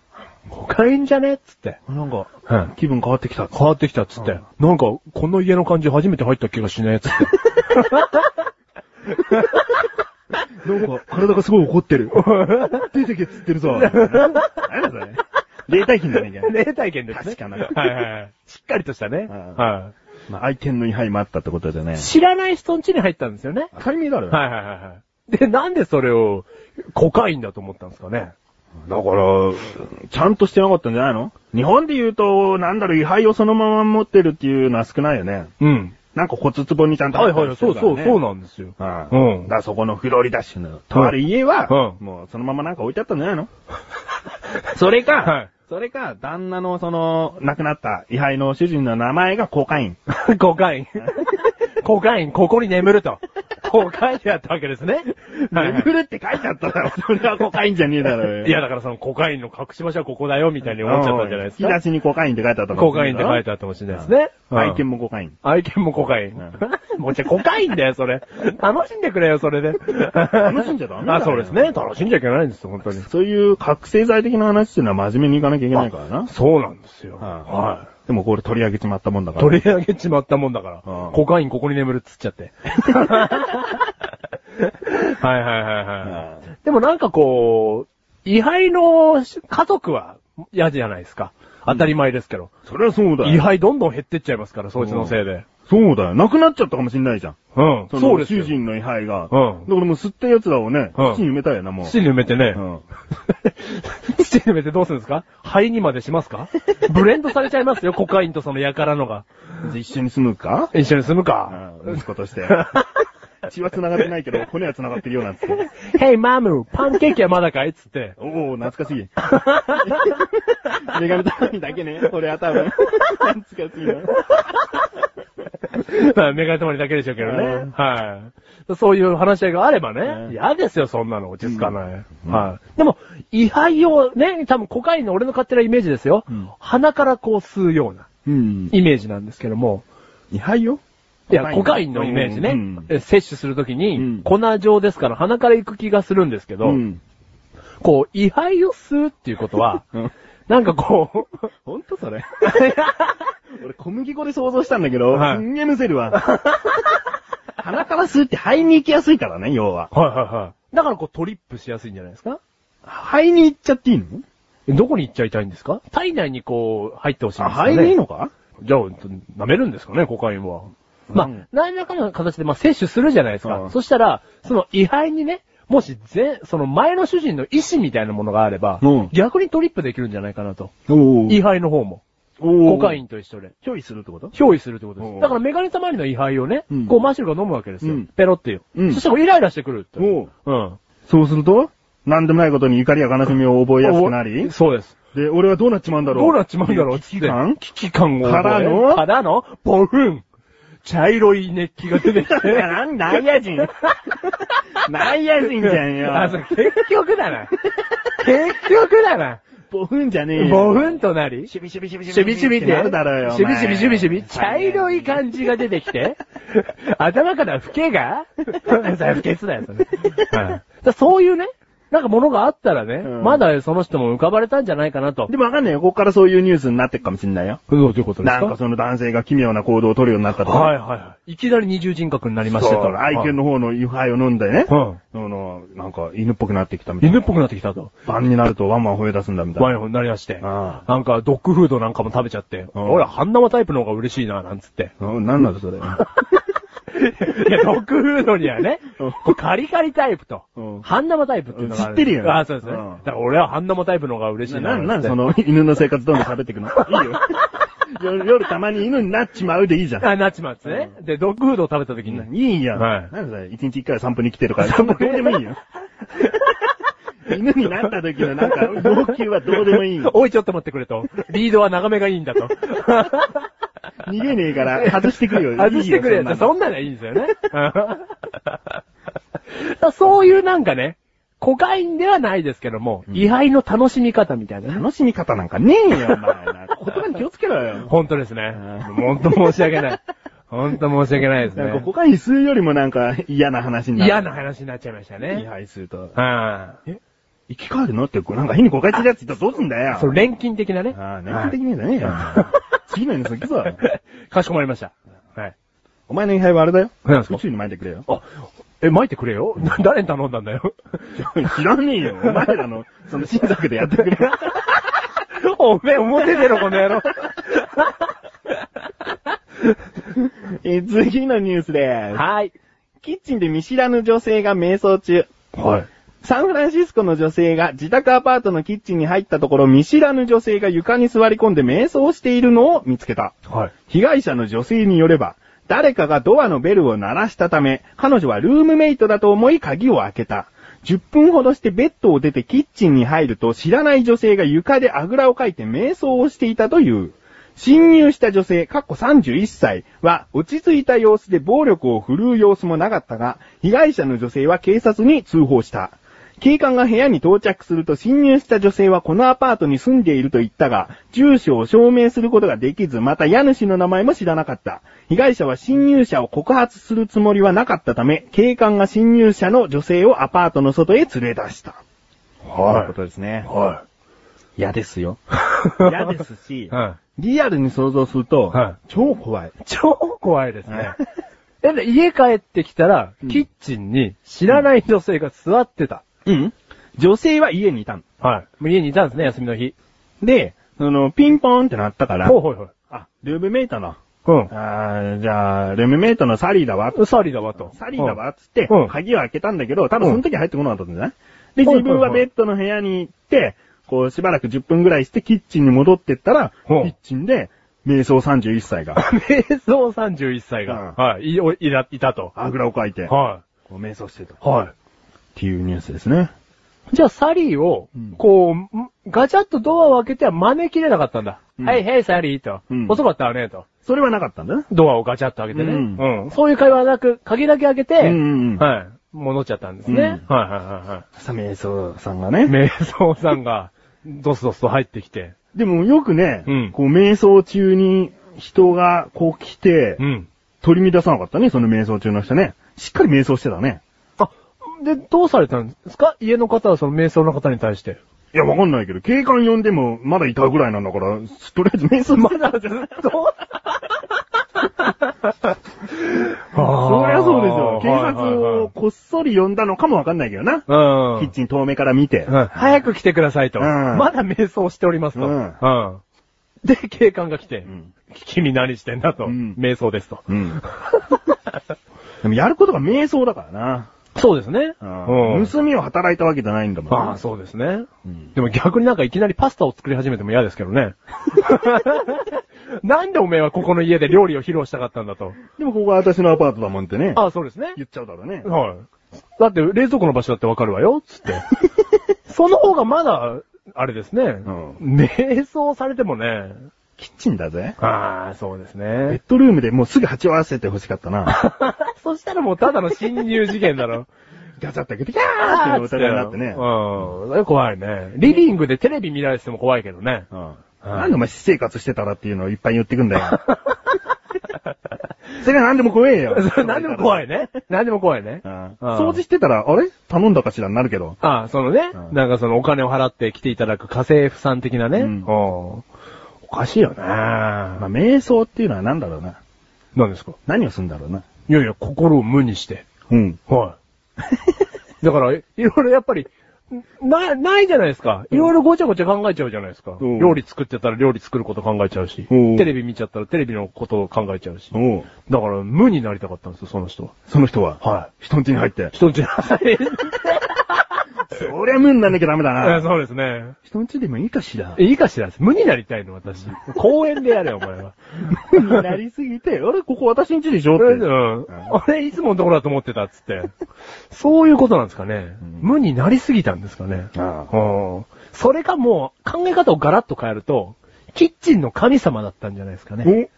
S1: コカインじゃねっつって。
S2: なんか、
S1: うん。
S2: 気分変わってきた。
S1: 変わってきたっつって。
S2: うん
S1: なんか、この家の感じ初めて入った気がしねえっつ って。
S2: なんか、体がすごい怒ってる。出てけっつってるぞ。何だそれ。霊体品だねえか。
S1: 霊体験です
S2: ね
S1: 確かな。はいはいはい。しっかりとしたね。
S2: うん
S1: は
S2: まあ、愛犬の位牌もあったってことでね
S1: い。。知らない人ん家に入ったんですよね。
S2: 当たり前だろ。
S1: はいはいはいはい。で、なんでそれを、コカインだと思ったんですかね。
S2: だから、ちゃんとしてなかったんじゃないの日本で言うと、なんだろう、位牌をそのまま持ってるっていうのは少ないよね。
S1: うん。
S2: なんか骨壺にちゃんと
S1: は
S2: 入
S1: い
S2: って
S1: は
S2: る
S1: い、そうそう、そう
S2: の。
S1: なんですよ。
S2: うん。
S1: うん
S2: だからそこのフロリダ州のとある家は、
S1: う
S2: もうそのままなんか置いてあったんじゃないのそれか、
S1: はい
S2: それか、旦那のその、亡くなった位牌の主人の名前がコカイン。
S1: コカイン。コカイン、ここに眠ると。コカインやったわけですね。はいはい
S2: 眠るって書いてあっただろ。それはコカインじゃねえだろ。
S1: いや、だからそのコカインの隠し場所はここだよ、みたいに思っちゃったんじゃないです
S2: うん引き
S1: か
S2: 出。しにコカインって書いてあった
S1: コカインって書い
S2: て
S1: てあったかもしれないですね。
S2: 愛犬
S1: も。
S2: もコカイン。
S1: 愛犬もコカイン。もうじゃコカインだよ、それ。楽しんでくれよ、それで。楽
S2: しんじゃダメだよ
S1: あ、そうですね。楽しんじゃいけないんですよ、本当に。
S2: そういう覚醒剤的な話っていうのは真面目にいかなきゃいけないからな。
S1: そうなんですよ。
S2: は。
S1: はい
S2: でもこれ取り上げちまったもんだ
S1: い。
S2: から。
S1: 取り上げちまったもんだから
S2: うん。
S1: コカインここに眠るっつっち ゃって。はいはいはいはい。でもなんかこう、位牌の家族は嫌じゃないですか。当たり前ですけど。
S2: そりゃそうだ
S1: 位
S2: よ。
S1: 牌どんどん減ってっちゃいますから、そいつのせいで。
S2: そうだよ。なくなっちゃったかもしんないじゃん。
S1: うん。
S2: の
S1: そうです
S2: 主
S1: よ。
S2: 人の位牌が。
S1: うん
S2: だからもう吸った奴らをね、
S1: うん
S2: 土に埋めたいよな、もう。
S1: 土に埋めてね。
S2: うん。
S1: 土に埋めてどうするんですか肺にまでしますかブレンドされちゃいますよ、コカインとそのやからのが。
S2: じゃあ一緒に住むか
S1: 一緒に住む
S2: う
S1: か。
S2: ん、息子と して。血は繋がってないけど、骨は繋がってるようなんつ って。
S1: Hey, mom, パンケーキはまだかいつって。
S2: おお懐かし い。女神たまにだけね、それは多 分。懐かしいな。
S1: まあ、メガネたまりだけでしょうけど
S2: うん
S1: ね。はい。そういう話し合いがあれば
S2: う
S1: ね
S2: ん。
S1: 嫌ですよ、そんなの。落ち着かない。
S2: うん
S1: はい。でも、位牌をね、多分コカインの俺の勝手なイメージですよ。
S2: うん
S1: 鼻からこう吸うような
S2: うん。
S1: イメージなんですけども。
S2: 位牌よ
S1: いや、コカインのイメージね。
S2: うん
S1: え摂取するとき
S2: う
S1: に
S2: ん、
S1: 粉状ですから鼻から行く気がするんですけど、
S2: うん。、
S1: こう、位牌を吸うっていうことは
S2: うん
S1: なんかこう、
S2: ほんとそれ。 俺小麦粉で想像したんだけど、
S1: はい
S2: すんげえむせるわ。鼻から吸うって肺に行きやすいからね、要は。
S1: はいはい はい。だからこうトリップしやすいんじゃないですか
S2: 肺に行っちゃっていいの
S1: えどこに行っちゃいたいんですか体内にこう、入ってほしいん
S2: あ、
S1: ですかね。
S2: 肺でいいのか
S1: じゃあ、舐めるんですかね、コカインは。まあ
S2: うん、
S1: 何らかの形で、まあ、摂取するじゃないですか。
S2: うん
S1: そしたら、その位牌にね、もし、ぜ、その前の主人の意思みたいなものがあれば、
S2: うん
S1: 逆にトリップできるんじゃないかなと。
S2: お
S1: 位牌の方も。
S2: お
S1: コカイ
S2: ン。
S1: ンと一緒で。
S2: 憑依するってこと
S1: 憑依するってことで
S2: おう
S1: す。だからメガネたまりの位牌をね、
S2: うん
S1: こうマシュルが飲むわけですよ。
S2: うん
S1: ペロっていう。
S2: うん
S1: そしたらこうイライラしてくるって。
S2: おう
S1: うん。
S2: そうすると、なんでもないことに怒りや悲しみを覚えやすくなり
S1: お、そうです。
S2: で、俺はどうなっちまうんだろう
S1: どうなっちまうんだろう
S2: っていう危機感
S1: 危機感を覚え。
S2: からの
S1: からのボフン茶色い熱気が出てきて。
S2: なん内野 人。内野人じゃん
S1: あ、そう
S2: よ。
S1: 結局だ な。結局だな。
S2: ボフンじゃねえ
S1: ボ
S2: よ。
S1: フンとなり、シ
S2: シュビシュビシュビ
S1: ュビシュビって。
S2: なるだろうよ。
S1: シュビシュビシュビシュビ。
S2: お前
S1: 茶色い感じが出てきて、 頭から老け がそれ不潔だよ、それ。はいだそういうね、なんかものがあったらね、
S2: うん
S1: まだその人も浮かばれたんじゃないかなと。
S2: でもわかんないよ。ここからそういうニュースになってくかもしんないよ。
S1: どういうこと
S2: なんかその男性が奇妙な行動を取るようになったとか。
S1: はいはいはい。いきなり二重人格になりました
S2: そう
S1: と。
S2: 愛犬の方の油肺を飲んでね。
S1: うん。
S2: あの、なんか犬っぽくなってきたみたいな。
S1: 犬っぽくなってきたと。
S2: 晩になるとワンワン吠え出すんだみたい
S1: ワイ
S2: な。
S1: ンになりまして。
S2: あ
S1: なんか、ドッグフードなんかも食べちゃって。
S2: うん
S1: 俺、半生タイプの方が嬉しいな、なんつ って。
S2: あ。うんなんなのそれ。
S1: いや、ドッグフードにはね、
S2: うん
S1: こうカリカリタイプと
S2: うん、
S1: 半生タイプっていうのがあ
S2: 知
S1: る。
S2: ってるよ
S1: あ、そうですね。
S2: うん
S1: だから俺は半生タイプの方が嬉しい
S2: な、
S1: な。ん
S2: な、
S1: つって
S2: そ。の犬の生活どんどん喋ってくの。 いいよ。夜夜たまに犬になっちまうでいいじゃん。
S1: あ、なっちまうんですね。で、ドッグフードを食べた時に、
S2: いいやん。
S1: はい
S2: なんだよ一日一回は散歩に来てるから。そんなどうでもいい よ。犬になった時のなんか、要求はどうでもいいよ。
S1: おい、ちょっと待ってくれと。リードは長めがいいんだと。
S2: 逃げねえから 外してくるよ。
S1: 外してくれ
S2: いい
S1: よ
S2: よ
S1: そんなのはいいんですよね。うん そういうなんかね、コカインではないですけども、位牌の楽しみ方みたいなね。
S2: 楽しみ方なんかねえよ、お前な。言葉に気をつけろよ。
S1: 本当ですね
S2: う。
S1: 本当申し訳ない。本当申し訳ないです
S2: なんか
S1: ね。
S2: 他に吸うよりもなんか嫌な話になる。
S1: 嫌な話になっちゃいました
S2: いい
S1: ね。
S2: 話すると。
S1: は
S2: 生き返るのって、なんか変に誤解するやついたらどうすんだ
S1: い。
S2: よ。
S1: その錬金的なね。
S2: ああ、年的にはねえよ。次の犬行くぞ。
S1: かしこまりました。はい。
S2: お前の位牌はあれだよ。
S1: 何ですか
S2: 宇宙に巻いてくれよ。
S1: あ、え、巻いてくれよ誰に頼んだんだよ。
S2: 知らねえよ。お前らの、その親族でやってく れ。
S1: おめえ、表出ろ、この野郎。
S2: えー次のニュースです。
S1: はい。
S2: キッチンで見知らぬ女性が瞑想中。
S1: はい。
S2: サンフランシスコの女性が自宅アパートのキッチンに入ったところ見知らぬ女性が床に座り込んで瞑想しているのを見つけた。
S1: はい。
S2: 被害者の女性によれば、誰かがドアのベルを鳴らしたため、彼女はルームメイトだと思い鍵を開けた。10分ほどしてベッドを出てキッチンに入ると知らない女性が床であぐらをかいて瞑想をしていたという。侵入した女性、かっこ31歳は落ち着いた様子で暴力を振るう様子もなかったが、被害者の女性は警察に通報した。警官が部屋に到着すると侵入した女性はこのアパートに住んでいると言ったが、住所を証明することができず、また家主の名前も知らなかった。被害者は侵入者を告発するつもりはなかったため、警官が侵入者の女性をアパートの外へ連れ出した。ということですね。
S1: は
S2: 嫌ですよ。
S1: い。
S2: 嫌ですし、
S1: は
S2: リアルに想像すると、
S1: は
S2: 超怖い。
S1: い。超怖いですね。えで家帰ってきたら、キッチンに知らない女性が座ってた。
S2: うん。女性は家にいたの。
S1: はい。もう家にいたんですね、休みの日。
S2: で、その、ピンポーンってなったから、
S1: ほうほいほい。
S2: あ、ルームメイトの、
S1: うん。
S2: あーじゃあ、ルームメイトのサリーだわ、
S1: サリーだわと。
S2: サリーだわ、つって
S1: うん、
S2: 鍵を開けたんだけど、多分その時入ってこなかったんじゃないで、
S1: はい
S2: 自分は
S1: はいは
S2: ベ
S1: い
S2: ッドの部屋に行って、こうしばらく10分ぐらいしてキッチンに戻ってったら、キ
S1: うん
S2: ッチンで、瞑想31歳が、
S1: うん。瞑想31歳が、
S2: う
S1: はい、い、おいら、いたと。
S2: あぐらをかいて、
S1: は
S2: こう瞑想してた。っ
S1: い。は
S2: ていうニュースですね。
S1: い。じゃあ、サリーを
S2: うん、
S1: こう、んガチャッとドアを開けては招きれなかったんだ。
S2: うん
S1: はい、ヘイ、サリーと。
S2: うん
S1: 遅かったわね、と。
S2: それはなかったんだね。
S1: ドアをガチャッと開けてね。
S2: うん
S1: うん。そういう会話はなく、鍵だけ開けて、
S2: うんうん
S1: はい。戻っちゃったんですね。
S2: うん
S1: はいはいはいは
S2: さ、瞑想さんが
S1: い。
S2: ね。
S1: 瞑想さんが、ドスドスと入ってきて。
S2: でもよくね、
S1: うん
S2: こう瞑想中に人がこう来て、
S1: うん。
S2: 取り乱さなかったね、その瞑想中の人ね。しっかり瞑想してたね。
S1: あ、で、どうされたんですか家の方はその瞑想の方に対して。
S2: いや、わかんないけど、警官呼んでも、まだいたぐらいなんだから、とりあえず瞑想
S1: まだずっと
S2: そりゃそうでしょ。警
S1: はいはい
S2: 察
S1: は
S2: をこっそり呼んだのかもわかんないけどな。
S1: い
S2: キッチン遠目から見て。
S1: うん。うん。早く来てくださいと。
S2: うん
S1: まだ瞑想しておりますと。
S2: うん
S1: うんで、警官が来て、
S2: ん
S1: 君何してんだと。
S2: うん
S1: 瞑想ですと。
S2: うん。でもやることが瞑想だからな。
S1: そうですね。
S2: うん。盗みを働いたわけじゃないんだもんな。
S1: ああ、そうですね。
S2: うん
S1: でも逆になんかいきなりパスタを作り始めても嫌ですけどね。 なんでおめえはここの家で料理を披露したかったんだと。
S2: でもここが私のアパートだもんってね。
S1: ああ、そうですね。
S2: 言っちゃうだろうね。
S1: はい。だって冷蔵庫の場所だってわかるわよ、 つって。その方がまだ、あれですね。
S2: ん
S1: 瞑想されてもね。
S2: キッチンだぜ。
S1: ああ、そうです
S2: ベッ
S1: ね。
S2: ドルームでもうすぐ鉢合わせて欲しかった な。
S1: そしたらもうただの侵入事件だろ。
S2: ガチャって開けて、キャーっていうのお互いになって ね。
S1: うん。怖いね。リビングでテレビ見られてても怖いけどね。。
S2: うんなんでお前私生活してたらっていうのをいっぱい言ってくんだよ。 それは何でも怖えよ
S1: 何でも怖いね。何でも怖いね。
S2: うん。
S1: うん
S2: 掃除してたら、あれ頼んだかしらになるけど。
S1: ああ、そのね、
S2: うん
S1: なんかそのお金を払って来ていただく家政婦さん的なね。
S2: うん
S1: おかしいよね。
S2: まあ、
S1: な
S2: 瞑想っていうのは何だろうな。
S1: 何ですか
S2: 何をするんだろうな。
S1: いやいや、心を無にして。
S2: うん。
S1: はい。 だから、いろいろやっぱり、な、ないじゃないですか。いろいろごちゃごちゃ考えちゃうじゃないですか。
S2: うん
S1: 料理作ってたら料理作ること考えちゃうし、
S2: うん
S1: テレビ見ちゃったらテレビのことを考えちゃうし。
S2: おう
S1: だから、無になりたかったんですよ、その人は。
S2: その人は、
S1: は
S2: 人ん家に入って
S1: い。。人んちに入って
S2: そりゃ無になんなきゃダメだ
S1: あ
S2: な。
S1: そうですね。
S2: 人ん家でもいいかしら。
S1: いいかしら無になりたいの、私。公園でやれ、お前 は。
S2: 無に なりすぎて、あれここ私ん家でしょっ
S1: と
S2: て
S1: りあえずうん。あれ、いつものところだと思ってた、つって。そういうことなんですかね。
S2: うん
S1: 無になりすぎたんですかね。
S2: ああ
S1: うんそれかもう、考え方をガラッと変えると、キッチンの神様だったんじゃないですかね。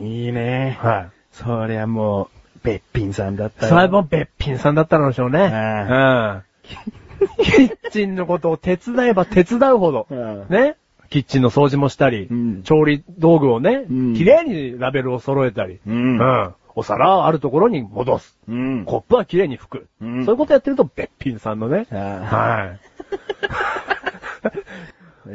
S2: おいいね。
S1: は
S2: そりゃもう、べっぴんさんだっ
S1: い。
S2: た
S1: それはも
S2: よ。
S1: うべっぴんさんだったのでしょうね。
S2: あ
S1: うん。キッチンのことを手伝えば手伝うほど、
S2: うん
S1: ね。キッチンの掃除もしたり、
S2: うん
S1: 調理道具をね、
S2: うん
S1: 綺麗にラベルを揃えたり、
S2: うん
S1: うんお皿はあるところに戻す。
S2: うん。
S1: コップは綺麗に拭く。
S2: うん
S1: そういうことやってると、べっぴんさんのね。
S2: あ
S1: はい。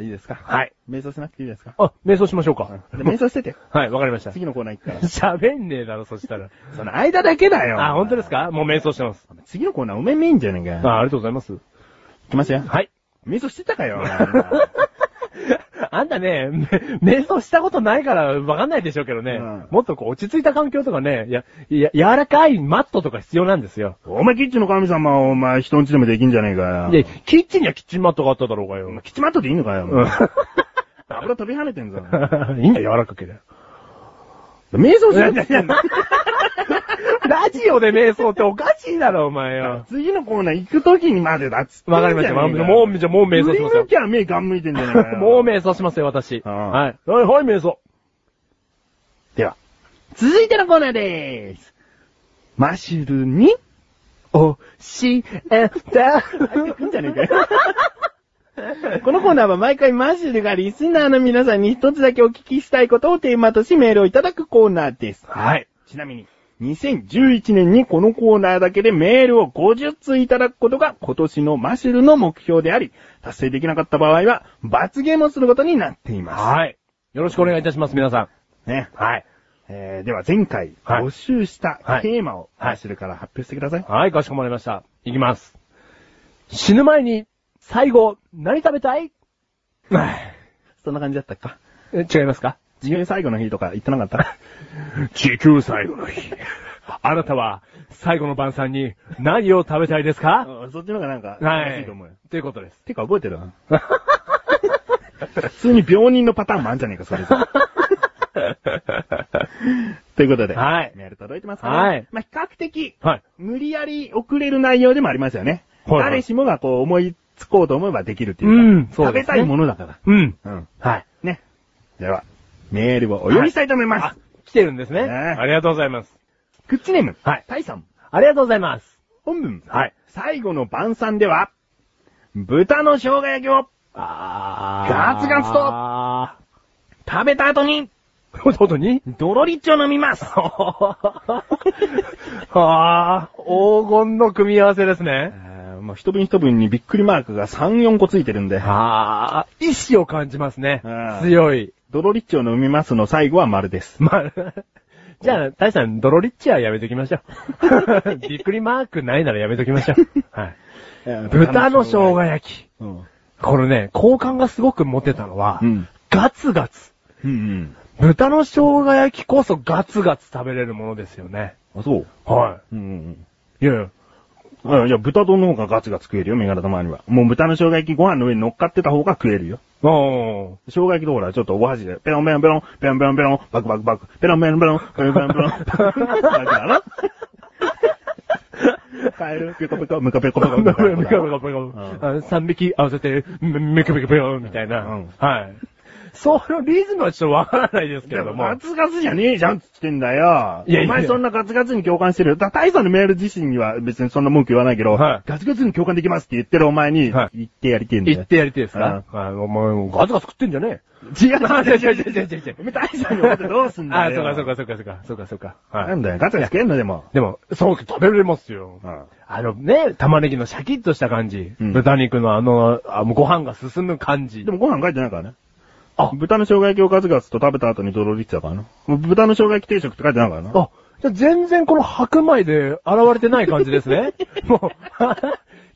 S2: いいですか
S1: はい。
S2: 瞑想しなくていいですか
S1: あ、瞑想しましょうか。
S2: で瞑想してて。
S1: はい、わかりました。
S2: 次のコーナー行くから。
S1: 喋んねえだ ろ、そしたら。
S2: その間だけだよ。
S1: あ、本当です
S2: か
S1: かもう瞑想してます。
S2: 次のコーナーおめんめいんじゃねえ
S1: あ、
S2: か。
S1: ありがとうございます。
S2: 行きますよ。
S1: はい。
S2: 瞑想してたかよ。
S1: あんたね、め瞑想したことないからわかんないでしょうけどね、
S2: うん
S1: もっとこう落ち着いた環境とかね、や、や、柔らかいマットとか必要なんですよ。
S2: お前キッチンの神様、お前人んちでもできんじゃねえかよ。
S1: で、キッチンにはキッチンマットがあっただろうが
S2: お前
S1: よ。
S2: キッチンマットでいいのかよ。
S1: うん。
S2: 油飛び跳ねてんぞ。
S1: いいんだよ、柔らか けりゃ。
S2: 瞑想しなくていいんだ
S1: ラジオで瞑想っておかしいだろ、お前よ。
S2: 次のコーナー行くときにまでだっつってんじゃねえよ。
S1: わかりました。もう、じゃあもう瞑想しま
S2: 振
S1: す
S2: り
S1: よ
S2: 向。きゃ目がんむいてんじゃねえかよ。
S1: もう瞑想しますよ、私。
S2: うん
S1: はい。はい、はい、瞑想。
S2: では、続いてのコーナーでーす。マシュルに
S1: お、し、 え、 だ。
S2: いいんじゃねえかよ。このコーナーは毎回マッシュルがリスナーの皆さんに一つだけお聞きしたいことをテーマとしメールをいただくコーナーです。
S1: はい。
S2: ちなみに、2011年にこのコーナーだけでメールを50通いただくことが今年のマシュルの目標であり、達成できなかった場合は罰ゲームをすることになっていま
S1: はい。よろしくお願いいたします、皆さん。
S2: す。ね。
S1: はい。
S2: えー、では前回
S1: はい
S2: 募集した
S1: はい
S2: テーマを
S1: はい
S2: マッシュルから発表してください。
S1: はい、かしこまりました。いきます。 死ぬ前に、最後、何食べたい
S2: そんな感じだったか。
S1: え違いますか
S2: 地球最後の日とか言ってなかった
S1: 地球最後の日。あなたは、最後の晩餐に何を食べたいですか
S2: うんそっちの方がなんか、
S1: は
S2: 正し
S1: い。
S2: いと思うよ。
S1: ということです。
S2: てか覚えてる普通に病人のパターンもあんじゃねえか、それ さ。ということで。
S1: はい
S2: メール届いてますから
S1: はい
S2: まあ、比較的、
S1: はい。
S2: 無理やり遅れる内容でもありますよね。
S1: はいはい
S2: 誰しもがこう思いつこうと思えばできるっていうか。
S1: うんそう
S2: 食
S1: ですね
S2: べたいものだか
S1: うん。
S2: ら。うん。
S1: はい。
S2: ね。では、メールをお読みしたいと思います。
S1: あ、来てるんですね。
S2: ね
S1: ありがとうございます。
S2: クッチネーム。
S1: はい
S2: タイさん。
S1: ありがとうございます。
S2: 本文。
S1: はい。
S2: 最後の晩餐では、豚の生姜焼きを
S1: あ
S2: ーガツガツと
S1: あ
S2: 食べた後に、
S1: ー。どう に
S2: ドロリッチを飲み ます。
S1: あー、黄金の組み合わせですね。
S2: あーまあ、一分一分にびっくりマークが3、4個ついてるんで、
S1: あー、意志を感じますね
S2: うん。
S1: 強い。
S2: ドロリッチを飲みますの最後は丸です。
S1: ま あ、じゃあ、大さん、ドロリッチはやめときましょ う。びっくりマークないならやめときましょう。はい。豚の生姜焼き。
S2: うん。うん
S1: これね、好感がすごく持てたのは、
S2: うん
S1: ガツガツ。
S2: うん。
S1: 豚の生姜焼きこそガツガツ食べれるものですよね。
S2: あ、そう。
S1: は
S2: うん
S1: い。いやいや、
S2: うんうん。いや、豚丼の方がガツガツ食えるよ、メガネ玉には。もう豚の生姜焼きご飯の上に乗っかってた方が食えるよ。
S1: おー
S2: 生姜焼きとほら、ちょっとお箸で、ペロンペロンペロン、ペロンペロンペロン、バクバクバク、ペロンペロンペロン、ペロンペロンペロン、バクだな。カエル、ペコペコ、ムカペコペコ、
S1: ム
S2: ム
S1: カ
S2: カ
S1: ブ
S2: ペ
S1: カブ
S2: コ。
S1: カブ
S2: ん
S1: あ三匹合わせて、ムムクムクブヨンみたいな。
S2: うん
S1: はい。そのリズムはちょっとわからないですけ
S2: で
S1: れど
S2: も
S1: も。
S2: ガツガツじゃねえじゃんって言ってんだよ。
S1: いやいや
S2: お前そんなガツガツに共感してる。だ大佐のメール自身には別にそんな文句言わないけど、
S1: はい
S2: ガツガツに共感できますって言ってるお前に、
S1: はい
S2: 言ってやりてえんだ
S1: 言っ
S2: よ。
S1: てやりてえですかあお前、ガツガツ食ってんじゃね
S2: 違う
S1: え。あ、違う違う違う違う違う
S2: お。前大佐のことどうすんだ
S1: あ、
S2: よ。
S1: そうかそうかそうかそうか、そうかそうか。
S2: な
S1: はい。
S2: んだよ、ガツガツ食えんのでも。
S1: でも、そう食べれますよ。
S2: うん
S1: あのね、玉ねぎのシャキッとした感じ。
S2: うん
S1: 豚肉のあの、あもうご飯が進む感じ
S2: で。もご飯書いてないからね。
S1: あ
S2: 豚の生姜焼きをガツガツと食べた後にドロリッチだからな。もう豚の生姜焼き定食って書いてないからな。
S1: あ、じゃあ全然この白米で現れてない感じです ね。もう、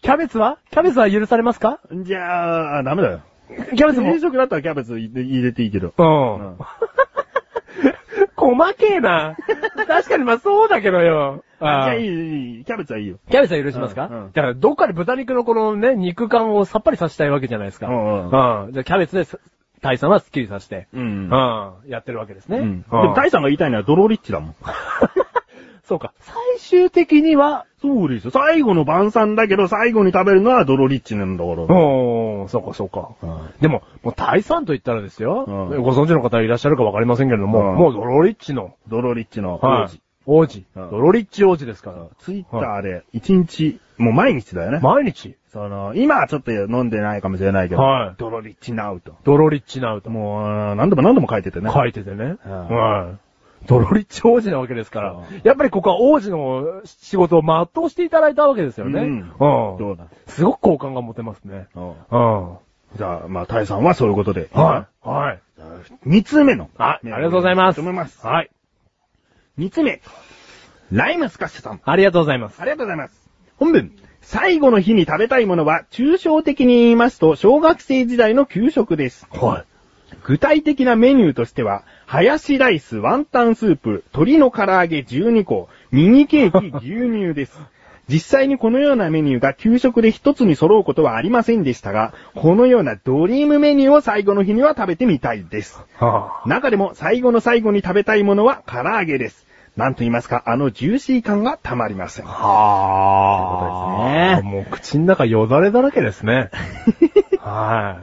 S1: キャベツはキャベツは許されますか
S2: じゃあ、ダメだよ。
S1: キャベツも
S2: 定。食だったらキャベツ入れ入れていいけど。
S1: うん。細けえな。確かにまあそうだけどよ。
S2: あじゃあいい
S1: い。
S2: いい、キャベツはいいよ。
S1: キャベツは許しますか、
S2: うんうん
S1: だからどっかで豚肉のこのね、肉感をさっぱりさせたいわけじゃないですか。
S2: うん
S1: うんじゃあキャベツでさ、大さんはスッキリさせて、
S2: うん
S1: うんやってるわけですね。
S2: う
S1: うんん
S2: でも大さんが言いたいのはドロリッチだもん。
S1: そうか。最終的には、
S2: そうですよ。最後の晩餐だけど、最後に食べるのはドロリッチなんだから。
S1: おー、そうかそうか。
S2: うん
S1: でも、もう大さんと言ったらですよ、
S2: うん
S1: ご存知の方いらっしゃるかわかりませんけれども、
S2: うん
S1: もうドロリッチの、
S2: ドロリッチの王子。
S1: はい王子、
S2: うん
S1: ドロリッチ王子ですから。
S2: ツイッターで、一日、もう毎日だよね。
S1: 毎日、
S2: その、今はちょっと飲んでないかもしれないけど、
S1: はい
S2: ドロリッチナウと。
S1: ドロリッチな歌も
S2: もう、何度も何度も書いててね。
S1: 書いててね。
S2: うん
S1: はい。ドロリッチ王子なわけですか
S2: う
S1: ら
S2: ん、
S1: やっぱりここは王子の仕事を全うしていただいたわけですよね。
S2: うん
S1: う
S2: ど
S1: ん。
S2: うだ
S1: すごく好感が持てますね。うん。
S2: じゃあ、まあ、タイさんはそういうことで。
S1: はい。はい。
S2: い。二通目の。
S1: あ、ありがとうございます。
S2: 思います。
S1: はい。
S2: 二通目。ライムスカッシュさん。
S1: ありがとうございます。
S2: ありがとうございます。本文。最後の日に食べたいものは、抽象的に言いますと、小学生時代の給食です。
S1: はい。
S2: 具体的なメニューとしては、ハヤシライス、ワンタンスープ、鶏の唐揚げ12個、ミニケーキ、 牛乳です。実際にこのようなメニューが給食で一つに揃うことはありませんでしたが、このようなドリームメニューを最後の日には食べてみたいです。
S1: は
S2: 中でも最後の最後に食べたいものは唐揚げです。なんと言いますか、あのジューシー感がたまりません。
S1: は
S2: ということですね
S1: もう口の中よだれだらけで すね。は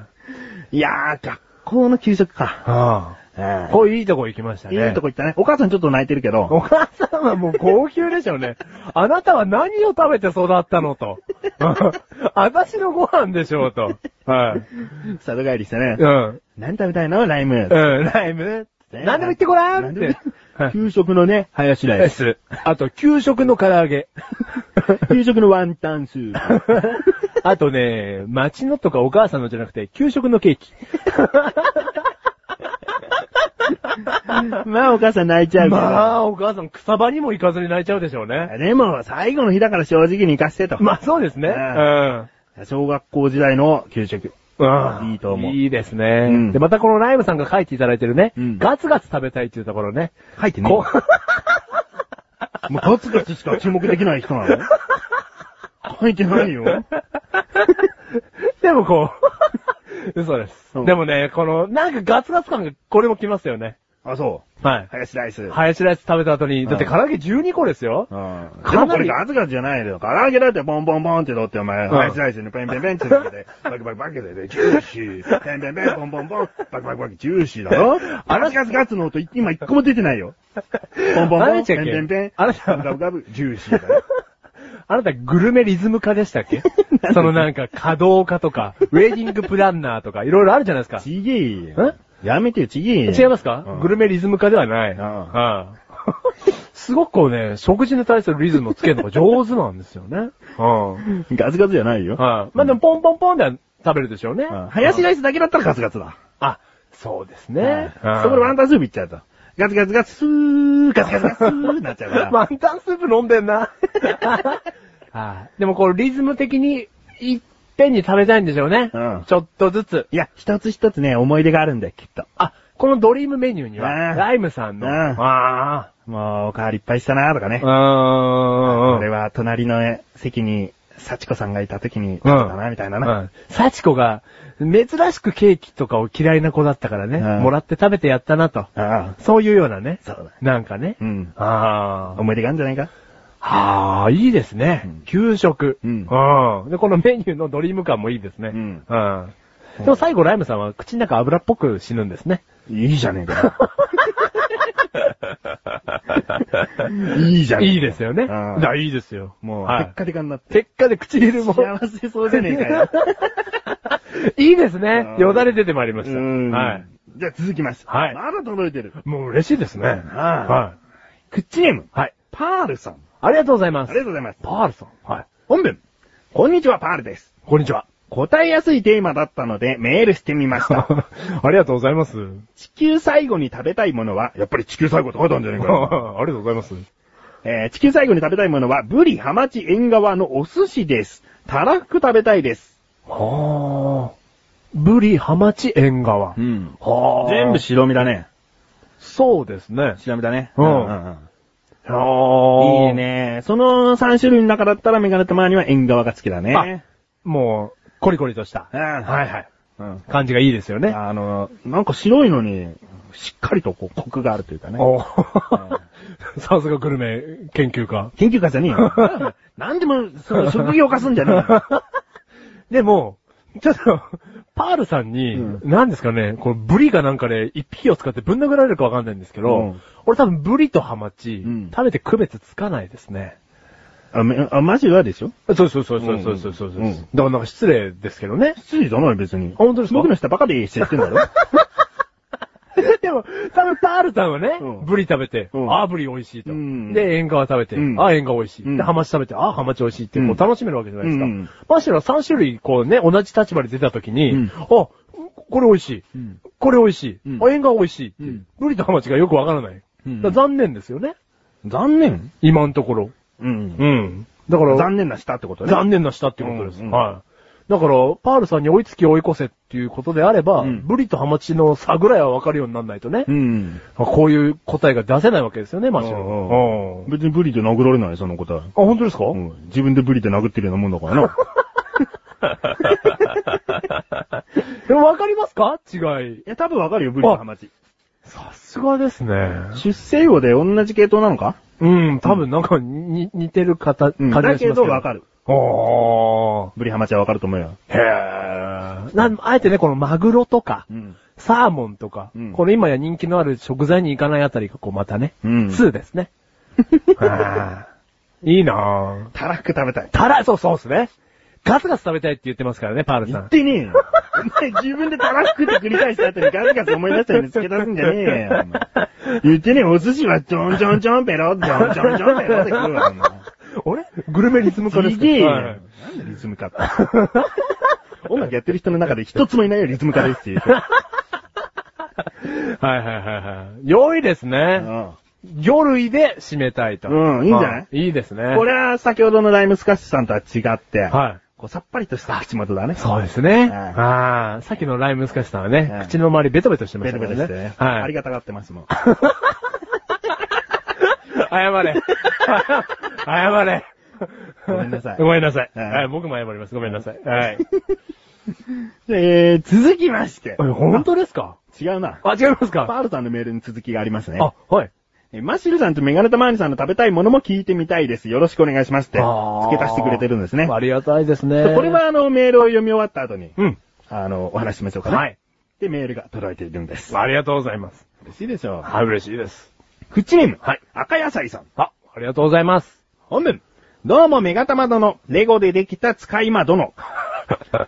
S1: い
S2: やー、学校の給食
S1: い。
S2: か。
S1: は
S2: え
S1: い。
S2: ー
S1: これいいとこ行きましたね。
S2: いいとこ行ったね。お母さんちょっと泣いてるけど、
S1: お母さんはもう号泣でしょうね。あなたは何を食べて育ったのと。 私のご飯でしょうと。はい。
S2: 里帰りしてね
S1: う。ん。
S2: 何食べたいのライム。
S1: うん、ライム。
S2: ね
S1: 何でも言ってごらんっ
S2: 何で
S1: て
S2: も。給食のね、林ライス。
S1: S。あと、給食の唐 揚げ。
S2: 給食のワンタン スープ。
S1: あとね、町のとかお母さんのじゃなくて、給食のケーキ。
S2: まあお母さん泣いちゃうけど。
S1: まあ、お母さん草場にも行かずに泣いちゃうでしょうね。
S2: でも、最後の日だから正直に行かせてと。
S1: まあ、そうですね。
S2: う
S1: うんん。
S2: 小学校時代の給食。
S1: うん。
S2: いいと思う
S1: いいですね。
S2: ん
S1: で、またこのライムさんが書いていただいてるね、
S2: うん
S1: ガツガツ食べたいっていうところね。
S2: 書いてね。
S1: こ
S2: もうガツガツしか注目できない人な の書いてないよ。
S1: う、 でもこ う、嘘です、
S2: うん
S1: でもね、この、なんかガツガツ感が、これもきますよね。
S2: あ、そう。
S1: はい。
S2: 林ライス。い。
S1: ハヤシライス食べた後に、だって唐揚げ12個ですよ。
S2: うん。で
S1: か
S2: も
S1: な
S2: こ
S1: り
S2: れガツガツじゃないよ。唐揚げだってボンボンボンって取って、お前、
S1: ん
S2: 林ライスにペンペンペンって取って、バキバキバキで、ジューシー。ペンペンペン、ボンボンボン、バキバキバキ、ジューシーだろあらガツガツの音、今一個も出てないよ。ボンボン
S1: あ
S2: ボ
S1: れ
S2: ン、
S1: じゃ
S2: ペン
S1: っけ
S2: ペンペン、
S1: あれじゃ
S2: ガブガブ、ジューシーだよ。
S1: あなたグルメリズム化でした っけそのなんか、稼働化とか、ウェディングプランナーとか、いろいろあるじゃないですか。
S2: ちげえよ。やめてよ、ちげえよ。
S1: 違いますか、
S2: うん
S1: グルメリズム化ではない。
S2: うん
S1: はいすごくこうね、食事に対するリズムをつけるのが上手なんですよね。うん。
S2: ガツガツじゃないよ。
S1: はい。まあでも、ポンポンポンでは食べるでしょうね。
S2: うん林ライスだけだったらガツガツだ。
S1: あ、そうです
S2: ね
S1: ね。うん
S2: そこでワンタンスープいっちゃうと。ガツガツガツスー、ガツガツガツスーになっちゃうから。
S1: ワンタンスープ飲んで んな。はい。でもこう、リズム的に、いっぺんに食べたいんでしょうね。
S2: うん
S1: ちょっとずつ。
S2: いや、一つ一つね、思い出があるんだよ、きっと。
S1: あ、このドリームメニューには、
S2: うん
S1: ライムさんの、
S2: うん
S1: あ
S2: もう、おかわりいっぱいしたなーとか
S1: あ、
S2: ね
S1: う。んうんう
S2: 俺
S1: ん。
S2: は、隣の席に、幸子さんがいた時に、だったな、みたいなな。
S1: うん。幸子が、珍しくケーキとかを嫌いな子だったからね、
S2: うん
S1: もらって食べてやったなと。
S2: ああ、
S1: そういうようなね。
S2: そうだ。
S1: なんかね。
S2: うん。
S1: ああ。
S2: 思い出があるんじゃないか
S1: はあ、いいですね。
S2: うん
S1: 給食。
S2: うん
S1: うんで、このメニューのドリーム感もいいですね。
S2: うん
S1: うんでも最後、ライムさんは口の中油っぽく死ぬんですね。
S2: いいじゃねえか。いいじゃねえか
S1: いいですよね。
S2: うん
S1: だからいいですよ。
S2: もう、
S1: は
S2: テ
S1: い
S2: ッカテカになって。
S1: 結果で唇も。
S2: 幸せそうじゃねえかよ。
S1: いいですね
S2: う。ん
S1: よだれ出てまいりました。
S2: うん
S1: はい。。
S2: じゃあ続きます。
S1: はい
S2: まだ届いてる。
S1: もう嬉しいですね。は。
S2: はいクッチネーム、
S1: はい。
S2: パールさん。
S1: ありがとうござい
S2: あ
S1: ま
S2: り
S1: す
S2: が。とうございます。
S1: パールさん。はい。
S2: 本文。こんにちは、パールです。
S1: こんにちは。
S2: 答えやすいテーマだったのでメールしてみました。
S1: ありがとうございます。
S2: 地球最後に食べたいものは、やっぱり地球最後って書いたんじゃねえか よ。
S1: ありがとうございます。
S2: えー地球最後に食べたいものは、ブリ、ハマチ、縁側のお寿司です。たらふく食べたいです。
S1: はあ。ブリ、ハマチ、縁側。
S2: ん。
S1: はあ。
S2: 白身だね。
S1: そうですね。
S2: 白身だね
S1: う
S2: うんんうんうん。
S1: あ
S2: いい。ね。その3種類の中だったらメガネたまには縁側が好きだね。
S1: もう、コリコリとした。
S2: うん
S1: はいはい。
S2: うん。
S1: 感じがいいですよね。
S2: あの、なんか白いのに、しっかりとこう、コクがあるというかね。
S1: お さすがグルメ研究家。
S2: 研究家じゃねえ よ。なんでも、その職業化すんじゃねえ よ。
S1: でも、ちょっと、パールさんに、
S2: う
S1: 何ですかね、このブリかなんかで一匹を使ってぶん殴られるかわかんないんですけど、
S2: うん
S1: 俺多分ブリとハマチ、
S2: うん
S1: 食べて区別つかないですね。
S2: あめ、あ、マジはでしょ
S1: そうそうそうそうそうそうそう、
S2: うんうん
S1: だからなんか失礼ですけどね。
S2: 失礼じゃない別に。
S1: 本当ですか
S2: 僕の下ばかりしてってん だろ
S1: でも、多分パールさんはね、
S2: うん
S1: ブリ食べて、
S2: うん
S1: ああ、ブリ美味しいと。
S2: うん
S1: で、縁側食べて、
S2: うん
S1: ああ、縁側美味しい。
S2: うん
S1: で、ハマチ食べて、ああ、ハマチ美味しいって、
S2: う
S1: こ
S2: ん
S1: う楽しめるわけじゃないですか。
S2: うん
S1: ましてや3種類、こうね、同じ立場で出た時に、
S2: うん
S1: あ、これ美味しい。
S2: うん
S1: これ美味しい。
S2: うん
S1: あ、縁側美味しいって、
S2: うん
S1: ブリとハマチがよくわからない。
S2: うん
S1: だから残念ですよね。
S2: 残念
S1: 今のところ。
S2: うん。
S1: うん。だから、
S2: 残念な下ってことね。
S1: 残念なしたってことです。
S2: うんうん
S1: はい。だから、パールさんに追いつき追い越せっていうことであれば、
S2: うん
S1: ブリとハマチの差ぐらいは分かるようにならないとね、
S2: うん。
S1: まあこういう答えが出せないわけですよね、マシロ。うんあ、
S2: 別にブリで殴られない、そのことは。
S1: 本当ですか、
S2: うん自分でブリで殴ってるようなもんだから な。
S1: でも分かりますか違い
S2: い。や、多分わかるよ、ブリとハマチ。
S1: さすがですね。
S2: 出世魚で同じ系統なのか
S1: うん、多分なんかに、似てる方、感じがしま
S2: だ
S1: すけ
S2: け
S1: ど。
S2: どわかる。
S1: おー。
S2: ブリハマチはわかると思うよ。
S1: へー。なん、あえてね、このマグロとか、
S2: うん。
S1: サーモンとか、
S2: うん
S1: この今や人気のある食材に行かないあたりがこうまたね、
S2: うん。
S1: 2ですね。いいなぁ。
S2: たらふく食べたい。
S1: たら、そうそうですね。ガツガツ食べたいって言ってますからね、パールさ
S2: 言
S1: ん
S2: っ。てねえよ。お前自分でたらふくって繰り返した後にガツガツ思い出したように付け出すんじゃねえよ。お前言ってねえ、お寿司はちょんちょんちょんペロ、ちょんちょんちょんペロって食うわ、
S1: 俺グルメリズム
S2: お
S1: 化
S2: 前。
S1: ですす
S2: げえよ。
S1: は
S2: ないんでリズム化って。音楽やってる人の中で一つもいないよ、リズム化ですっていう 人。
S1: はいはいはいはい。良いです
S2: う
S1: ね。
S2: ん
S1: 魚類で締めたいと。
S2: うんいいんじゃない
S1: いいいですね。
S2: これは先ほどのライムスカッシュさんとは違って、
S1: は
S2: こうさっぱりとした口元だね。
S1: そうですね。
S2: はい
S1: ああ、さっきのライム難しさはね、
S2: はい
S1: 口の周りベトベトしてま
S2: ベ
S1: した
S2: ル
S1: か
S2: ベ
S1: ら
S2: ル
S1: ね。
S2: してね。
S1: はい。
S2: ありがたがってますもん。
S1: 謝れ。 謝れ。
S2: ごめんなさい
S1: ごめんなさい。
S2: はい
S1: はい、僕も謝ります。ごめんなさい。 はい。
S2: えー、続きまして。
S1: 本当ですか
S2: 違うな。
S1: あ、違いますか
S2: パールさんのメールに続きがありますね。
S1: あ、はい。
S2: えマッシュルさんとメガネタマーニさんの食べたいものも聞いてみたいです。よろしくお願いしますって。付け足してくれてるんですね。
S1: ありがたいですね。
S2: これ、はあの、メールを読み終わった後に、
S1: うん。
S2: あの、お話ししましょうかね。
S1: はい。
S2: で、メールが届いているんです。
S1: ありがとうございます。
S2: 嬉しいでしょう。
S1: はい、嬉しいです。
S2: フチネーム。
S1: はい
S2: 赤野菜さん。
S1: あ、ありがとうございます。
S2: 本文。どうも、メガタマ殿。レゴでできた使い魔殿。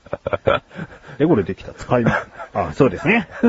S2: レゴでできた使い魔。 あ、そうです ね。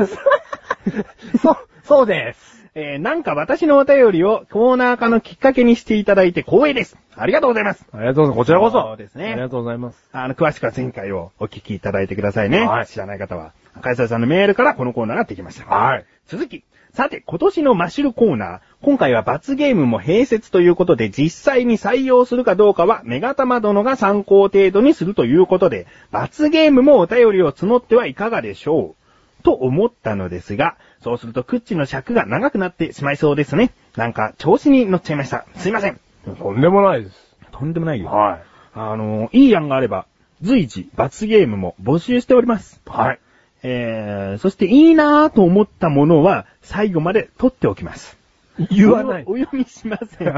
S1: そう、そうです。
S2: えーなんか私のお便りをコーナー化のきっかけにしていただいて光栄です。ありがとうございます。
S1: ありがとうございます。こちらこそ。
S2: そうですね
S1: ありがとうございます。
S2: あの、詳しくは前回をお聞きいただいてくださいね。
S1: はい
S2: 知らない方は。赤井沢さんのメールからこのコーナーができました。
S1: はい。
S2: 続き。さて、今年のマシュルコーナー。今回は罰ゲームも併設ということで、実際に採用するかどうかは、メガタマ殿が参考程度にするということで、罰ゲームもお便りを募ってはいかがでしょうと思ったのですが、そうするとクッチの尺が長くなってしまいそうですね。なんか、調子に乗っちゃいました。すいません。
S1: とんでもないです。
S2: とんでもないよ。
S1: は
S2: あの、いい案があれば、随時、罰ゲームも募集しております。
S1: い。はい。
S2: えー、そしていいなぁと思ったものは、最後まで取っておきます。
S1: 言わない
S2: おお読みしま せん。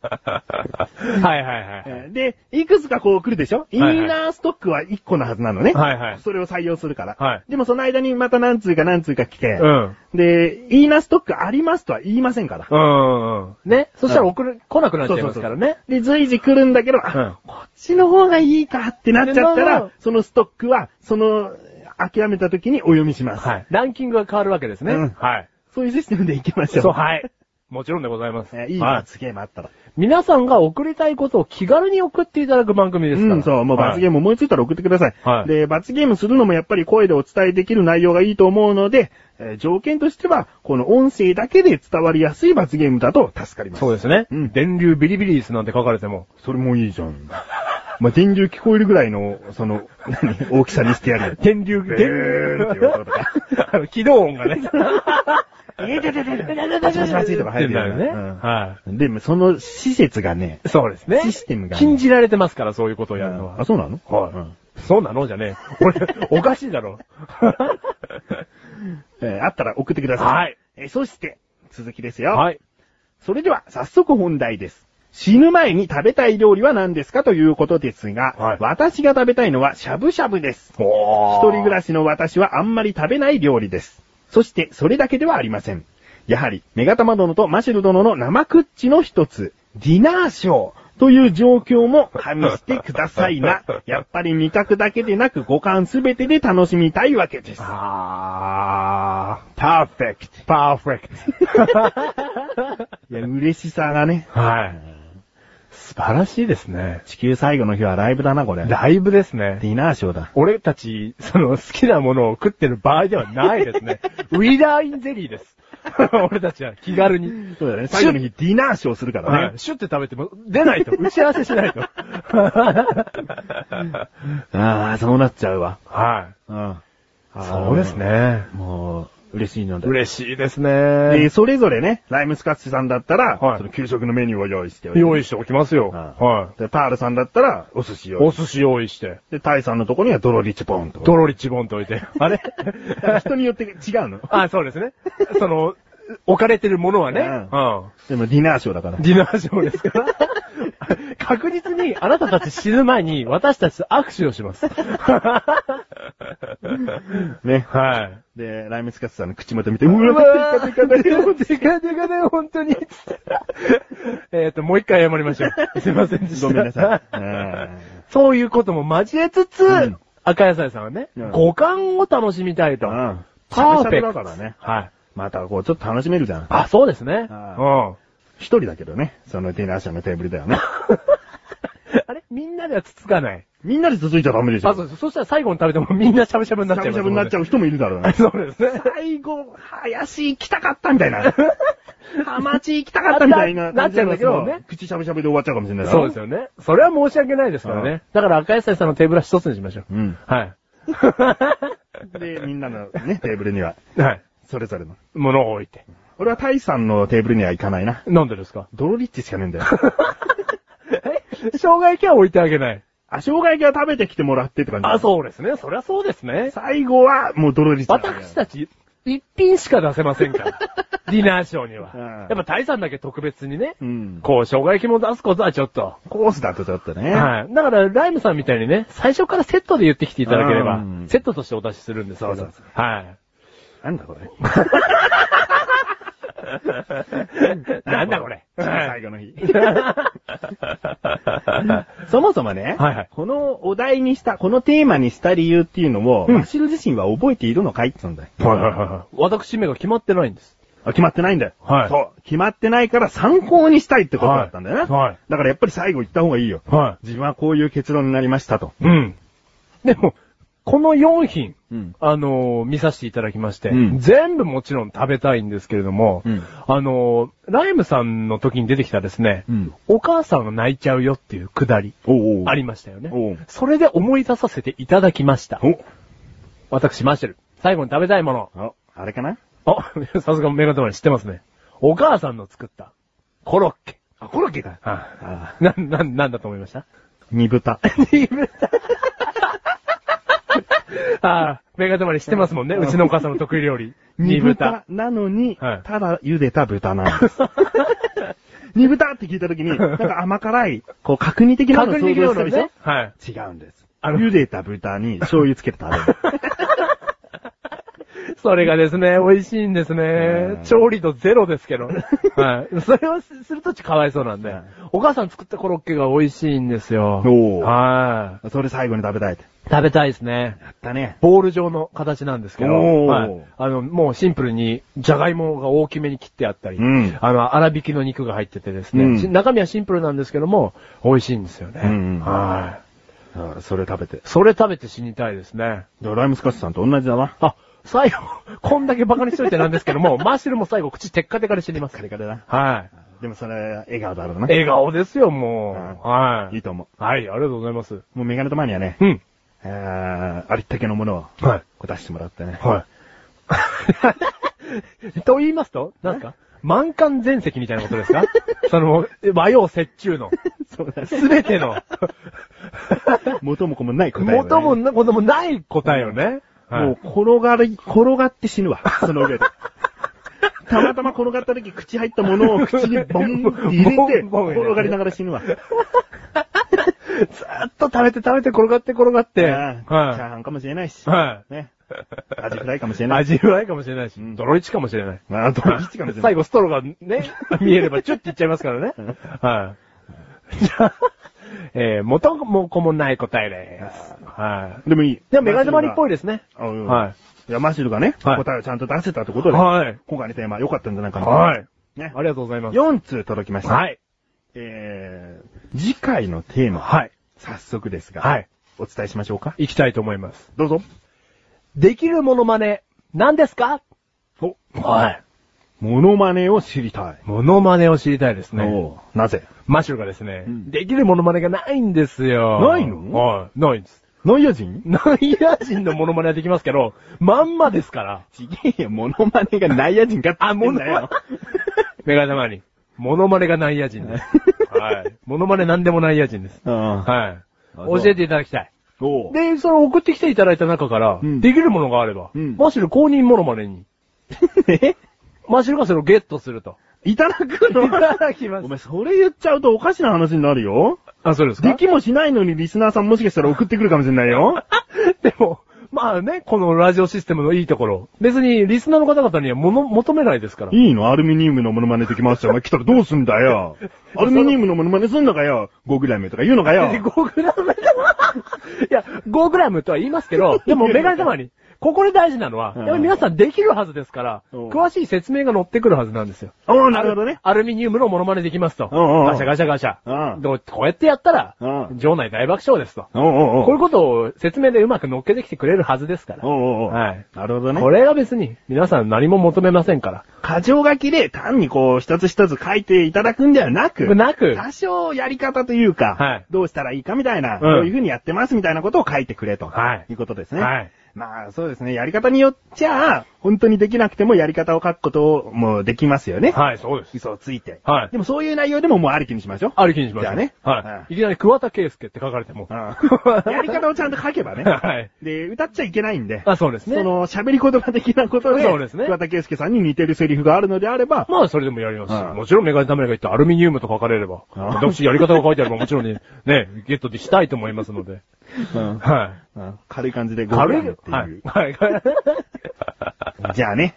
S1: はいはいはい。
S2: えーで、いくつかこう来るでしょいい
S1: はいはい
S2: なぁストックは1個のはずなのね。
S1: はいはい
S2: それを採用するから。
S1: はい
S2: でもその間にまた何通か何通か来て。
S1: うん。
S2: で、いいなストックありますとは言いませんから。
S1: うんうん。ね。そしたら送る、来なくなっちゃいますからね。
S2: で、随時来るんだけど、あ、こっちの方がいいかってなっちゃった
S1: う
S2: ら
S1: ん、
S2: そのストックは、その、諦めた時にお読みします。
S1: はい。ランキングが変わるわけですね。
S2: うん
S1: はい。
S2: そういうシステムでいきましょう。
S1: そう、はい。もちろんでございます。
S2: えーいい
S1: は
S2: 罰ゲームあったら。
S1: 皆さんが送りたいことを気軽に送っていただく番組で
S2: う
S1: すから。
S2: ん、そう、もう罰ゲー
S1: ム。
S2: ム思いついたら送ってください。
S1: はい
S2: で、罰ゲームするのもやっぱり声でお伝えできる内容がいいと思うので、えー条件としては、この音声だけで伝わりやすい罰ゲームだと助かります。
S1: そうですね。
S2: うん
S1: 電流ビリビリスなんて書かれても。
S2: それもいいじゃん。まあ、電流聞こえるぐらいの、その、何大きさにしてやる。
S1: 電流、電
S2: えーっていう音とか。
S1: あの、起動音がね。
S2: えててててバチバチバチとか入ってるよ
S1: ね。
S2: ね。
S1: は
S2: うんでも、その施設がね、
S1: い。そうですね。
S2: システムがね
S1: 禁じられてますから、そういうことをやるのは。
S2: あ、そうなの
S1: はい、
S2: うん
S1: そうなのじゃねえ。俺、おかしい だろ。
S2: えーあったら送ってください。
S1: はい。
S2: えーそして、続きですよ。
S1: はい。
S2: それでは、早速本題です。死ぬ前に食べたい料理は何ですかということですが、
S1: はい
S2: 私が食べたいのはしゃぶしゃぶです。
S1: お
S2: 一人暮
S1: い。
S2: らしの私はあんまり食べない料理です。そして、それだけではありません。やはり、メガタマ殿とマシル殿の生クッチの一つ、ディナーショーという状況も加味してください な。やっぱり味覚だけでなく五感すべてで楽しみたいわけです。
S1: あ
S2: パーフェクト。
S1: ー。パーフェク
S2: いや、嬉しさがね。
S1: ト。はい。素晴らしいですね。
S2: 地球最後の日はライブだな、これ。デ
S1: ライブですね。
S2: ィナーショーだ。
S1: 俺たち、その、好きなものを食ってる場合ではないで すね。ウィダーインゼリーです。 俺たちは気軽に。
S2: そうだね。最後の日ディナーショーするから
S1: は
S2: ね
S1: い。。シュって食べても、出ないと。打ち合わせしないと。
S2: ああ、そうなっちゃうわ。
S1: は
S2: うん。
S1: い。そうです。ね。
S2: もう、嬉しいので。
S1: 嬉しいです
S2: で、
S1: ね。
S2: それぞれね、ライムスカッシュさんだったら、
S1: はい
S2: その給食のメニューを用意しておいて。
S1: 用意しておきます
S2: う
S1: よ。
S2: ん
S1: は
S2: で、パールさんだったら、お寿司
S1: い。
S2: 用
S1: お
S2: 意。
S1: 寿司用意して、
S2: で、タイさんのとこにはドロリチポンと。
S1: ドロリチボンと置いて。あれ
S2: だから人によって違うの
S1: あ、そうですね。その、置かれてるものはね。
S2: うん
S1: うん
S2: でもディナーショーだから。
S1: ディナーショーです から。確実にあなたたち死ぬ前に私たちと握手をします。
S2: ね。
S1: はい。
S2: で、ライムスカッシュさんの口元見て、う
S1: う
S2: わ
S1: わー、でかでかでかでかだよ、本当に。えっと、もう一回謝りましょう。すいませんでした。
S2: ごめんなさいうん
S1: そういうことも交えつつ、
S2: うん
S1: 赤野菜さんはね、
S2: うん
S1: 五感を楽しみたいと。
S2: うん。
S1: パーフ
S2: しゃぶ
S1: ェクト
S2: しゃぶだからね。
S1: はい。
S2: またこう、ちょっと楽しめるじゃん。
S1: あ、そうですね。うん。
S2: は
S1: あ
S2: 一人だけどね。そのディナーショーのテーブルだよね。
S1: れみんなではつつかない。
S2: みんなで続いちゃダメでしょ。
S1: あ、そうです。そしたら最後に食べてもみんなしゃぶしゃぶになっ
S2: し
S1: ち
S2: ゃ
S1: ゃ
S2: ぶしゃ
S1: います
S2: ぶになっちゃう人もいるだろうね。
S1: そうですね。
S2: 最後、林行きたかったみたいな。ハマチ行きたかったみたいな
S1: なっ
S2: 感
S1: ち
S2: じ
S1: ゃうん
S2: な
S1: だ
S2: ん
S1: けどね
S2: 口しゃぶしゃぶで終わっちゃうかもしれないだろ
S1: そうですよね。それは申し訳ないですから
S2: う
S1: ね。だから赤野菜さんの手ぶら一つにしましょう。
S2: うん
S1: はい。
S2: で、みんなのね、テーブルには、
S1: はい。
S2: それぞれの。
S1: 物を置いて。
S2: 俺はタイさんのテーブルには行かないな。
S1: なんでですか
S2: ドロリッチしかねえんだよ。
S1: え障害系は置いてあげない。
S2: あ、生姜焼きは食べてきてもらってって感じ。
S1: あ、そうですね。そりゃそうですね。
S2: 最後は、もうドロリッチだね。
S1: 私たち、一品しか出せません から。ディナーショーには
S2: うん。
S1: やっぱ大さんだけ特別にね、
S2: うん。
S1: こう、障害系も出すことはちょっと。
S2: コースだとちょっとね。
S1: はい。だから、ライムさんみたいにね、最初からセットで言ってきていただければ
S2: うん、
S1: セットとしてお出しするんですけど。
S2: そうそう
S1: はい。
S2: なんだこれ。
S1: なんだこれ。
S2: 最後の日。
S1: は
S2: そもそもね、
S1: はいはい
S2: このお題にした、このテーマにした理由っていうのを、
S1: うん
S2: マシル自身は覚えているのかいって言うんだよ。
S1: いはいはい。私目が決まってないんです。
S2: あ、決まってないんだよ。
S1: はい
S2: そう。決まってないから参考にしたいってことだったんだよね。
S1: はいはい
S2: だからやっぱり最後言った方がいいよ。
S1: は
S2: 自分はこういう結論になりましたと。
S1: い。うん。でも、この4品、
S2: うん
S1: あのー見させていただきまして、
S2: うん
S1: 全部もちろん食べたいんですけれども、
S2: うん
S1: あのーライムさんの時に出てきたですね、
S2: うん
S1: お母さんが泣いちゃうよっていうくだり、
S2: おうおう
S1: ありましたよね
S2: おう。
S1: それで思い出させていただきました。
S2: お
S1: 私、マッシュル。最後に食べたいもの。
S2: あ、あれかな
S1: あ、 さすがメガトマン知ってますね。お母さんの作った、コロッケ。
S2: あ、コロッケか。
S1: は
S2: あ
S1: い。な、な、なんだと思いました
S2: 煮豚。
S1: ああ、メガトマリ知ってますもんね。うちのお母さんの得意料理。
S2: 煮豚。なのに、
S1: はい
S2: ただ茹でた豚なん です。煮豚って聞いた時に、なんか甘辛い、こう角煮的なの
S1: 確
S2: を想
S1: 認料
S2: 像した
S1: 理
S2: で
S1: で
S2: しょ
S1: しょはい。
S2: 違うんです。
S1: あの
S2: 茹でた豚に醤油つけて食べる。
S1: それがですね、美味しいんですね
S2: うん。
S1: 調理度ゼロですけど。はい。 それをすするとちょっとかわいそうなんで
S2: うん。
S1: お母さん作ったコロッケが美味しいんですよ。
S2: おー
S1: は
S2: それ最後に食べたいって。
S1: い。食べたいですね。
S2: やったね。
S1: ボール状の形なんですけど、
S2: おー
S1: はい、あの、もうシンプルに、じゃがいもが大きめに切ってあったり、
S2: うん
S1: あの、粗挽きの肉が入っててですね、
S2: うん
S1: し中身はシンプルなんですけども、美味しいんですよね。
S2: うんうん
S1: はい。
S2: あそれ食べて。
S1: それ食べて死にたいですね。
S2: ドライムスカッシュさんと同じだな。
S1: あ、最後、こんだけバカにしといてなんですけど も、マッシュルも最後口テッカテカで死にます
S2: カ。リカリだな。
S1: はい。
S2: でもそれ、笑顔だろうな。
S1: 笑顔ですよ、もう。
S2: うん
S1: はい
S2: い
S1: い。
S2: と思
S1: はい、ありがとうございます。
S2: う。もうメガネとマニアね、
S1: うん。
S2: えーありったけのものを
S1: はい。
S2: こう出してもらってね。
S1: はい。 と言いますと、何ですか満館全席みたいなこと ですかその、和洋折衷の、
S2: そうだね。
S1: すべての、
S2: 元も子もない答えだね、
S1: 元もな、こともない答えをね。はい
S2: もう転がり、転がって死ぬわ。その上で。たまたま転がった時、口入ったものを口にボンって入れて、
S1: ボンボン入れて
S2: 転がりながら死ぬわ。
S1: ずーっと食べて食べて転がって転がって。
S2: ああチャー
S1: は
S2: ハンかもしれないし。
S1: い。は
S2: ね。アジフライかもしれ
S1: い。
S2: ない。
S1: 味わいかもしれないし
S2: うん、
S1: ドロイチかもしれない。
S2: まあ、どっちかもしれない。
S1: 最後スト ローがね、見えればチュッていっちゃい ますからね
S2: うん。
S1: はい。じゃあ、えー、元も子もない答えです。はい。
S2: でもいい。
S1: でもメガネマリっぽい
S2: で
S1: ですね。
S2: す。うん。。
S1: はい
S2: いや、マシルがね、
S1: はい
S2: 答えをちゃんと出せたってこ
S1: い。
S2: とで、
S1: はい。
S2: 今回のテーマ良かったんじゃないかな。
S1: はい。
S2: ね。
S1: ありがとうございます。
S2: 4通届きました。い。
S1: はい。
S2: えー、次回のテーマ、
S1: はい。
S2: 早速ですが、
S1: はい。
S2: お伝えしましょうか。
S1: 行きたいと思います。
S2: どうぞ。
S1: できるモノマネ、何ですか
S2: お、
S1: はい。
S2: モノマネを知りたい。
S1: モノマネを知りたいですね。
S2: おうなぜ
S1: マシュルがですね
S2: う、ん
S1: できるモノマネがないんですよ。
S2: ないの
S1: はい。ないんです。
S2: ノイア人
S1: ナイア人のモノマネはできますけど、まんまですから。
S2: ちげえよ、モノマネがナイア人かって
S1: あ、モノマネ。メガネマに。モノマネがナイア人です。はい。モノマネなんでもナイア人です。
S2: うん。
S1: はい。
S2: そう
S1: 教えていただきたい。
S2: おう
S1: で、その送ってきていただいた中から、
S2: うん
S1: できるものがあれば、
S2: うん
S1: マシュル公認モノマネに、
S2: え
S1: マシュルがそれをゲットすると。
S2: いただく
S1: い
S2: の
S1: ただきま
S2: お
S1: す。
S2: 前、それ言っちゃうとおかしな話になるよ。
S1: あ、そうですか
S2: できもしないのにリスナーさんもしかしたら送ってくるかもしれない よ。
S1: でも、まあね、このラジオシステムのいいところ。別に、リスナーの方々にはもの、求めないですから。
S2: いいのアルミニウムのモノマネできました。お前来たらどうすんだ よ。アルミニウムのモノマネすんのかよ。5グラムとか言うの かよ。
S1: 5グラムいや、5グラムとは言いますけど、でもメガネ玉に、ここで大事なのは、
S2: うん
S1: やっぱり皆さんできるはずですから、
S2: うん
S1: 詳しい説明が載ってくるはずなんですよ。
S2: おー、なるほどね。
S1: アルミニウムのモノマネできますと。
S2: うんうんうん
S1: ガシャガシャガシャ。
S2: うん
S1: どうこうやってやったら、
S2: うん
S1: 場内大爆笑ですと。
S2: おーお
S1: こういうことを説明でうまく乗っけてきてくれるはずですから。
S2: おおお
S1: はい。
S2: なるほどね。
S1: これが別に皆さん何も求めませんから。
S2: 過剰書きで単にこう、一つ一つ書いていただくんではなく、
S1: なく、
S2: 多少やり方というか、
S1: はい
S2: どうしたらいいかみたいな、
S1: ん
S2: こういう風にやってますみたいなことを書いてくれと、、
S1: はい
S2: うことですね。
S1: はい。
S2: まあそうですね、やり方によっちゃ、本当にできなくてもやり方を書くこともできますよね。
S1: はい、そうです。
S2: 嘘をついて。
S1: はい
S2: でもそういう内容でももうありきにしましょう。
S1: ある気にします。
S2: じゃあね
S1: は
S2: う
S1: い。いきなり桑田圭介って書かれても。
S2: うんやり方をちゃんと書けばね。
S1: はい。
S2: で、歌っちゃいけないんで。
S1: あ、そうですね
S2: そ。の、喋り言葉的なことで、
S1: そうですね
S2: 桑田圭介さんに似てるセリフがあるのであれば、
S1: まあ、それでもやります
S2: はい
S1: し。もちろんメガネためが言ったアルミニウムと書かれれば、
S2: あ
S1: 私やり方が書いてあればもちろんね、ね、ゲットでしたいと思いますので。
S2: うん
S1: は
S2: うん軽い感じで
S1: い。
S2: ゴール
S1: 軽い
S2: って
S1: はい
S2: いう。。
S1: はい。
S2: じゃあね、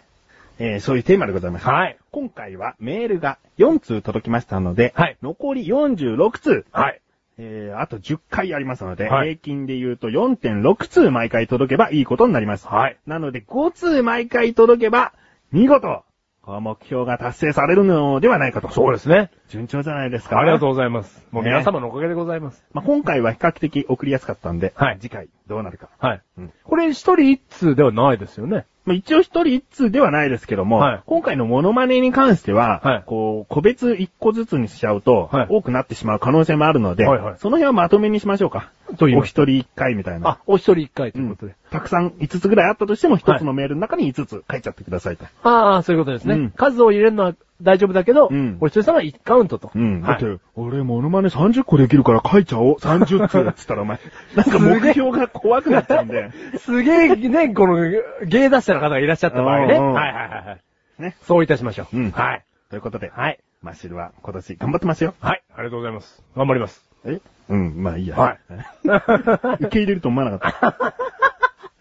S2: えーそういうテーマでございます。
S1: はい。
S2: 今回はメールが4通届きましたので、
S1: はい
S2: 残り46通、
S1: はい。
S2: えー、あと10回ありますので、
S1: はい
S2: 平均で言うと4.6通毎回届けばいいことになります。
S1: はい
S2: なので5通毎回届けば、見事、こう目標が達成されるのではないかと。
S1: そうですね。
S2: 順調じゃないですか。
S1: ありがとう
S2: う。
S1: ございます。もう皆様のおかげでございます。
S2: まあ、今回は比較的送りやすかったんで、
S1: はい
S2: 次回どうなるか。
S1: はい
S2: うん。
S1: これ一人一通ではないですよね。
S2: まあ、一応一人一通ではないですけども、
S1: はい
S2: 今回のモノマネに関しては、
S1: はい
S2: こう、個別一個ずつにしちゃうと、
S1: はい
S2: 多くなってしまう可能性もあるので、
S1: はいはい
S2: その辺はまとめにしましょうか。
S1: と言い
S2: お
S1: ます
S2: 一人一回みたいな。
S1: あ、お一人一回と
S2: う
S1: いうんことで。
S2: たくさん5つぐらいあったとしても、1つのメールの中に5つ書いちゃってくださいと。
S1: ああ、そういうことですね。
S2: うん
S1: 数を入れるのは大丈夫だけど、
S2: うん
S1: お一人様は1カウントと。はい、
S2: 俺、モノマネ30個できるから書いちゃおう。30通っつったらお前、 なんか目標が怖くなっちゃ うんで。
S1: すげえ、ね、この、芸出した方がいらっしゃった場合ね。
S2: うんうん
S1: はいはいはいはい。
S2: ね。
S1: そういたしましょう。
S2: うん
S1: はい。
S2: ということで、
S1: はい。
S2: マッシルは今年頑張ってますよ。
S1: はい。ありがとうございます。頑張ります。
S2: えうん、まあいいや。
S1: はい
S2: 受け入れると思わなかっ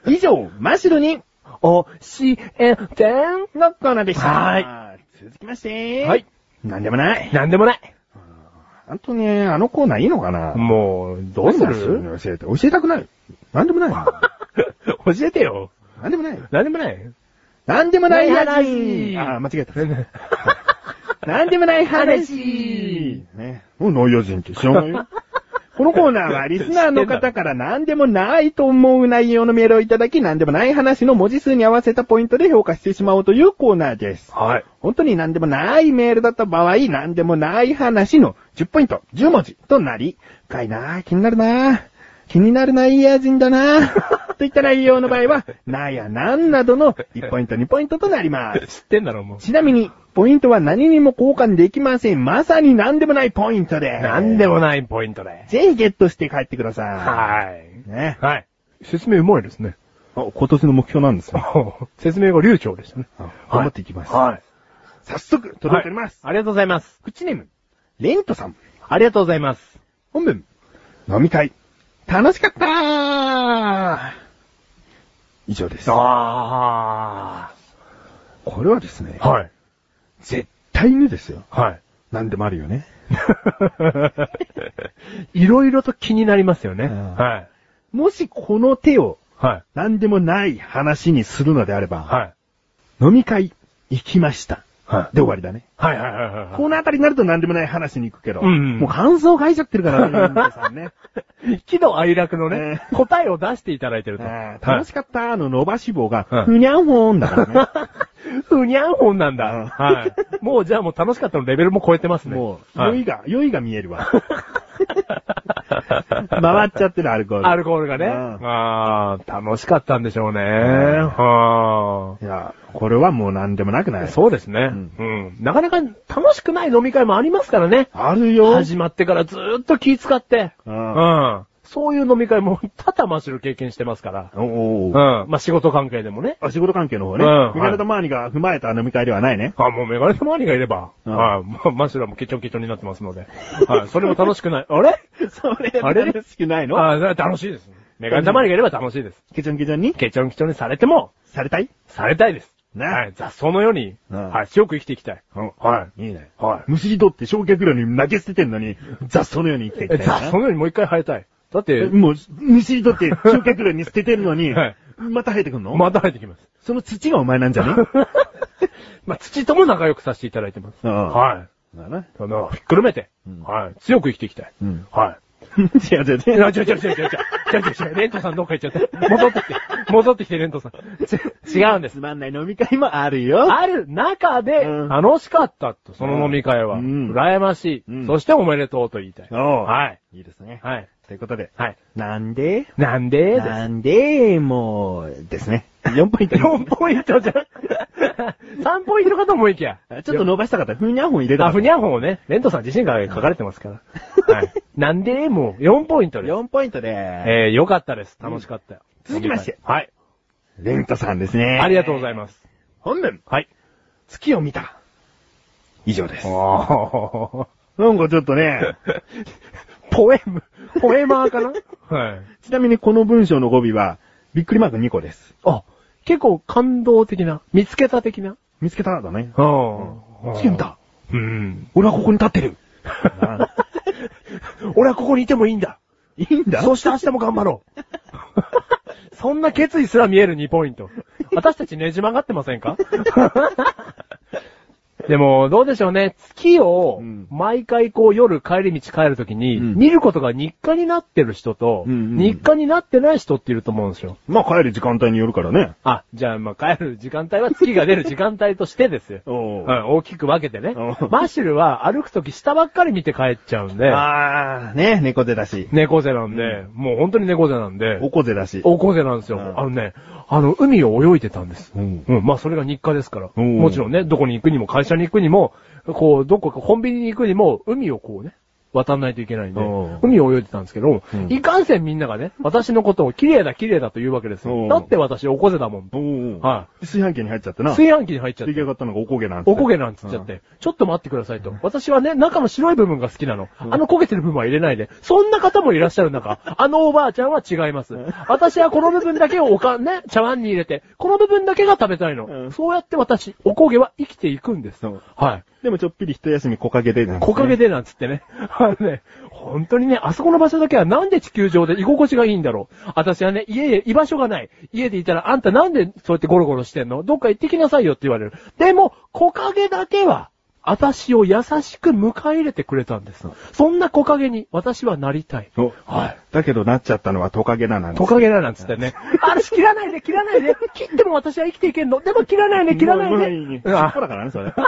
S2: た。以上、マシルに、
S1: お、し、え、てん。
S2: のコーナーでした。
S1: はい
S2: い。続きまして。
S1: はい。
S2: なんでもない。
S1: なんでもない。
S2: あんとね、あのコーナーいいのかな
S1: もう、どうする
S2: 教えて。教えたくない。なんでもない。
S1: 教えてよ。
S2: なんでもない。
S1: なんでも ない。
S2: なんでもない
S1: ない
S2: 話。
S1: 話
S2: あー、間違えた。なんでもない話
S1: 話。
S2: ね。うん、内容人って知らないよ。 このコーナーはリスナーの方から何でもないと思う内容のメールをいただき、何でもない話の文字数に合わせたポイントで評価してしまおうというコーナーです。
S1: はい。
S2: 本当に何でもないメールだった場合、何でもない話の10ポイント、10文字となり、深いなぁ、気になるなぁ、気になるなぁ、いや人だな ぁ、といった内容の場合は、なやなんなどの1ポイント、2ポイントとなります。
S1: 知ってんだろ、もう。
S2: ちなみに、ポイントは何にも交換できません。まさに何でもないポイントで。
S1: なんでもないポイントで。
S2: ぜひゲットして帰ってください。
S1: はい。
S2: ね。
S1: はい。説明うまいです ね。
S2: あ今年の目標なんですよ。
S1: 説明が流暢でしたね。
S2: あ頑張っていきます
S1: はい。
S2: 早速、届いております。
S1: はいありがとうございます。
S2: 口ネーム、レントさん。
S1: ありがとうございます。
S2: 本文、飲み会、楽しかったー以上です。
S1: あ
S2: これはですね、
S1: はい。
S2: 絶対にですよ。
S1: はい。
S2: 何でもあるよね。
S1: いろいろと気になりますよね。
S2: うん
S1: はい。
S2: もしこの手を
S1: はい。
S2: 何でもない話にするのであれば、
S1: はい。
S2: 飲み会行きました。
S1: はい。
S2: で終わりだね。
S1: はいはいはいはいはい
S2: このあたりになると何でもない話に行くけど、
S1: うんうん
S2: もう感想書いちゃってるからね、 レントさんね。
S1: 喜怒哀楽のね、
S2: えー
S1: 答えを出していただいてると。
S2: あー楽し
S1: く。
S2: かったーの伸ばし棒が
S1: うん、
S2: ふにゃんほーんだから
S1: ふにゃんほんなんだ。
S2: うん
S1: はい。もうじゃあもう楽しかったのレベルも超えてます
S2: ね。
S1: ね。
S2: もう、
S1: は
S2: 酔い
S1: い、
S2: が、酔いが見える わ。回っちゃってるアルコール。
S1: アルコールがね。
S2: うん
S1: ああ、楽しかったんでしょうね。
S2: ん
S1: はい
S2: や、これはもう何でもなくない。
S1: そうですね、
S2: ん
S1: うん。なかなか楽しくない飲み会もありますからね。
S2: あるよ。
S1: 始まってからずーっと気使って。
S2: うん
S1: うん。そういう飲み会も多々マシュル経験してますから。
S2: お
S1: う
S2: お。
S1: ん。まあ、仕事関係でもね。
S2: あ、仕事関係の方ね。
S1: うん
S2: ミガルタマーニが踏まえた飲み会ではないね。
S1: あ、もうメガネと周りがいれば。
S2: うん
S1: はい。まあマシュルはもうケチョンケチョンになってますので。はい。 それも楽しくない。あれ
S2: それ
S1: あれ
S2: 楽しくないの
S1: ああ、楽しいです。メガネたまりがいれば楽しいです。
S2: ケチョンケチョンに
S1: ケチョンケチョンにされても、
S2: されたい
S1: されたいです。
S2: ね
S1: はい。雑草のように、
S2: うん
S1: はい。強く生きていきたい。はい。
S2: いいね。
S1: はい。
S2: 虫にとって焼却炉に投げ捨ててんのに、雑草のように生きていきた
S1: え、
S2: いな。
S1: 雑草のようにもう一回生えたい。だって、
S2: もう、虫にとって焼却炉に捨ててるのに、
S1: はい
S2: また生えてくんの
S1: また入ってき ます。
S2: その土がお前なんじゃね
S1: まあ、土とも仲良くさせていただいてます。
S2: ああ
S1: はい。
S2: だな。
S1: その、ひっくるめて、
S2: うん
S1: はい。強く生きていきたい。
S2: うん
S1: は
S2: 違う違う
S1: い。い
S2: 違う。
S1: や、違う違う違う違う違う違う違う違う。レントさんどっか行っちゃった。戻ってきて。戻ってきて、レントさん。ち 違うんです
S2: つ。まんない飲み会もあるよ。
S1: ある中で、
S2: うん
S1: 楽しかったと、その飲み会は。
S2: うん
S1: 羨ましい、
S2: うん
S1: そしておめでとうと言いたい。
S2: おう
S1: はい。
S2: いいですね。
S1: はい。
S2: ということで。
S1: はい。
S2: なんで
S1: なんでです
S2: なんで、もう、です ね。4ポイント。
S1: 4ポイント じゃん。3ポイントかと思いきや。
S2: ちょっと伸ばしたかった。ふにゃほん入れたか
S1: あ、
S2: った。
S1: ふにゃほんをね、レントさん自身が書かれてますから。はい。なんでもう4ポイントです。
S2: 4ポイントで
S1: えー、よかったです。楽しかったよ。
S2: うん続きまして
S1: はい。
S2: す。レントさんですね。
S1: ありがとうござい
S2: ま
S1: ます。
S2: す。本文、
S1: はい。
S2: 月を見た。以上です。
S1: おー。
S2: なんかちょっと ね、
S1: ポエム、ポエマーかなはい。
S2: ちなみにこの文章の語尾は、びっくりマーク2個です。
S1: あ、結構感動的な、見つけた的な。
S2: 見つけただね。
S1: うん
S2: 月を見た。
S1: うん。
S2: 俺はここに立ってる。
S1: 俺はここにいてもいいんだ。
S2: いいんだ
S1: そして明日も頑張ろう。 そんな決意すら見える2ポイント。私たちねじ曲がってませんか でも、どうでしょうね。月を
S2: うん、
S1: 毎回こう夜帰り道帰るときに、
S2: うん
S1: 見ることが日課になってる人と、
S2: うんうん
S1: 日課になってない人っていると思うんですよ。
S2: まあ帰る時間帯によるからね。
S1: あ、じゃあ、まあ、帰る時間帯は月が出る時間帯としてですよ。
S2: お
S1: うん、大きく分けてね
S2: う。ん
S1: マシュルは歩くとき下ばっかり見て帰っちゃうんで、
S2: あー、ね、猫背だし、
S1: 猫背なんで、もう本当に猫背なんで、
S2: おこぜだし。
S1: おこぜなんですよ。
S2: うん
S1: あのね、あの、海を泳いでたんです。
S2: うん
S1: うん、まあそれが日課ですから。
S2: うん
S1: もちろんね、どこに行くにも、会社に行くにも、こう、どこかコンビニに行くにも、海をこうね、渡んないといけないんで
S2: うん、
S1: 海を泳いでたんですけど、
S2: うん
S1: いかんせんみんながね、私のことを綺麗だ綺麗だと言うわけです
S2: う
S1: よ。
S2: ん
S1: だって私おこぜだも
S2: お
S1: ん。
S2: は。
S1: はい
S2: 炊飯器に入っちゃってな。
S1: 炊飯器に入っちゃっ
S2: 出来
S1: て
S2: 上。がったのがおこげなんて。
S1: おこげなんつっちゃって、ちょっと待ってくださいと。私はね、中の白い部分が好きなの。あの焦げてる部分は入れないで。そんな方もいらっしゃる中、あのおばあちゃんは違います。私はこの部分だけをおかんね、茶碗に入れて、この部分だけが食べたいの。
S2: うん
S1: そうやって私、おこげは生きていくんです。
S2: そう
S1: はい。
S2: でもちょっぴり一休み木陰でなんてね
S1: 木陰でなんつってね。 あのね、本当にね、あそこの場所だけはなんで地球上で居心地がいいんだろう。私はね、家へ居場所がない。家でいたらあんたなんでそうやってゴロゴロしてんのどっか行ってきなさいよって言われる。でも、木陰だけは、私を優しく迎え入れてくれたんです。そんな木陰に私はなりたい。
S2: お
S1: はい。
S2: だけどなっちゃったのはトカゲだなんて
S1: トカゲだなんつってね。私切らないで、切らないで。切っても私は生きていけんの。でも切らないで、切らない
S2: もう
S1: で。
S2: もう尻尾
S1: うわ
S2: だからね、それ。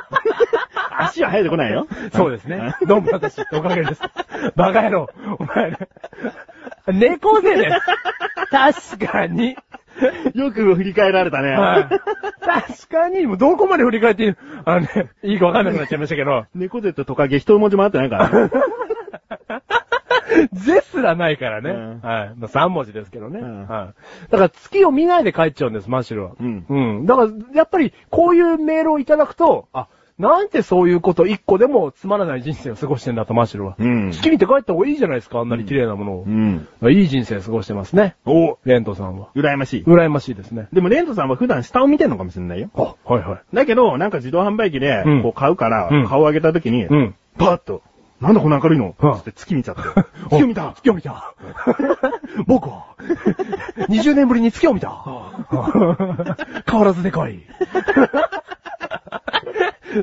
S2: 足は生えてこないよ。
S1: そうですね。どうも私、おかげです。バカ野郎、お前ら。猫背です。確かに。
S2: よく振り返られたね。
S1: はい確かに、もうどこまで振り返っていいあのね、いいかわかんなくなっちゃいましたけど、
S2: 猫背とトカゲ一文字もあってないからね。
S1: ゼすらないからね。
S2: うん
S1: はい。まあ、3文字ですけどね、
S2: うん
S1: はい。だから月を見ないで帰っちゃうんです、マシュルは。
S2: うん
S1: うん。だから、やっぱり、こういうメールをいただくと、あ、なんてそういうこと一個でもつまらない人生を過ごしてんだと、マシュルは。
S2: うん
S1: 月見て帰った方がいいじゃないですか、あんなに綺麗なものを。
S2: ん。
S1: いい人生過ごしてますね。
S2: お
S1: レントさんは。
S2: 羨ましい。
S1: 羨ましいですね。
S2: でもレントさんは普段下を見てんのかもしれないよ。
S1: あ、はいはい。
S2: だけど、なんか自動販売機で
S1: うん、
S2: こう買うから
S1: うん、
S2: 顔を上げた時に
S1: う、ん。
S2: パーッと、なんだこんな明るいの
S1: うん
S2: つって月見ちゃって。 月を見た
S1: 月を見 た僕は、20年ぶりに月を見た変わらずでかい。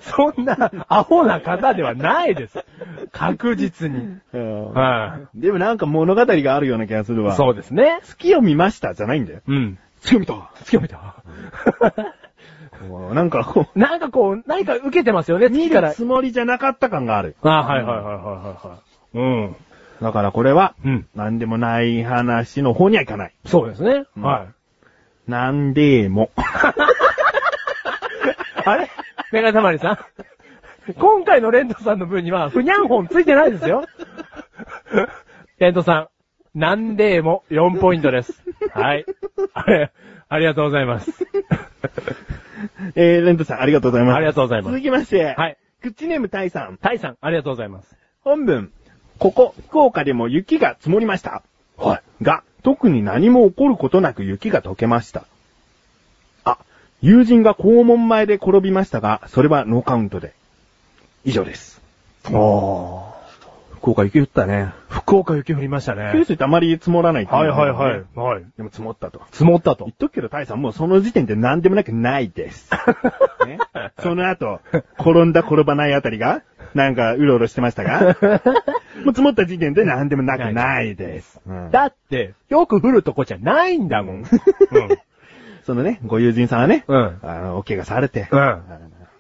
S1: そんな、アホな方ではないです。確実に。
S2: うん
S1: は
S2: でもなんか物語があるような気がする
S1: い。
S2: わ。
S1: そうですね。
S2: 月を見ましたじゃないんだよ。
S1: うん。
S2: 月を見た
S1: 月を見た。
S2: なんかこう、
S1: なんかこう、何か受けてますよね、
S2: 見
S1: 月から
S2: る。つもりじゃなかった感がある。
S1: あ、はいはいはいはいはいはい。うん。
S2: だからこれは、
S1: うん。
S2: なんでもない話の方にはいかない。
S1: そうですね。
S2: うん
S1: はい。
S2: なんでも。
S1: あれメガネたまりさん今回のレントさんの分には、ふにゃんほんついてないですよ。レントさん、なんでも4ポイントです。はい。あれ、ありがとうございます。
S2: えー、レントさんありがとうございます。
S1: ありがとうございます
S2: 続きまして、
S1: はい。
S2: クッチネームタイさん。
S1: タイさん、ありがとうございます。
S2: 本文、ここ、福岡でも雪が積もりました。
S1: はい。
S2: が、特に何も起こることなく雪が溶けました。あ、友人が校門前で転びましたが、それはノーカウントで。以上です。
S1: おー。
S2: 福岡雪降ったね。
S1: 福福岡雪降りましたね。
S2: ペースってあまり積もらないってう
S1: はいはいはい。。はい。
S2: でも積もったと。
S1: 積もったと
S2: 言っ。とくけど、タイさんもうその時点で何でもなくない です。ね、その後、転んだ転ばないあたりが、なんか、うろうろしてました が、もう積もった時点で何でもなくないです。うん
S1: だって、よく降るとこじゃないんだもん。
S2: そのね、ご友人さんはね、
S1: うん
S2: あの、お怪我されて、
S1: うん
S2: あの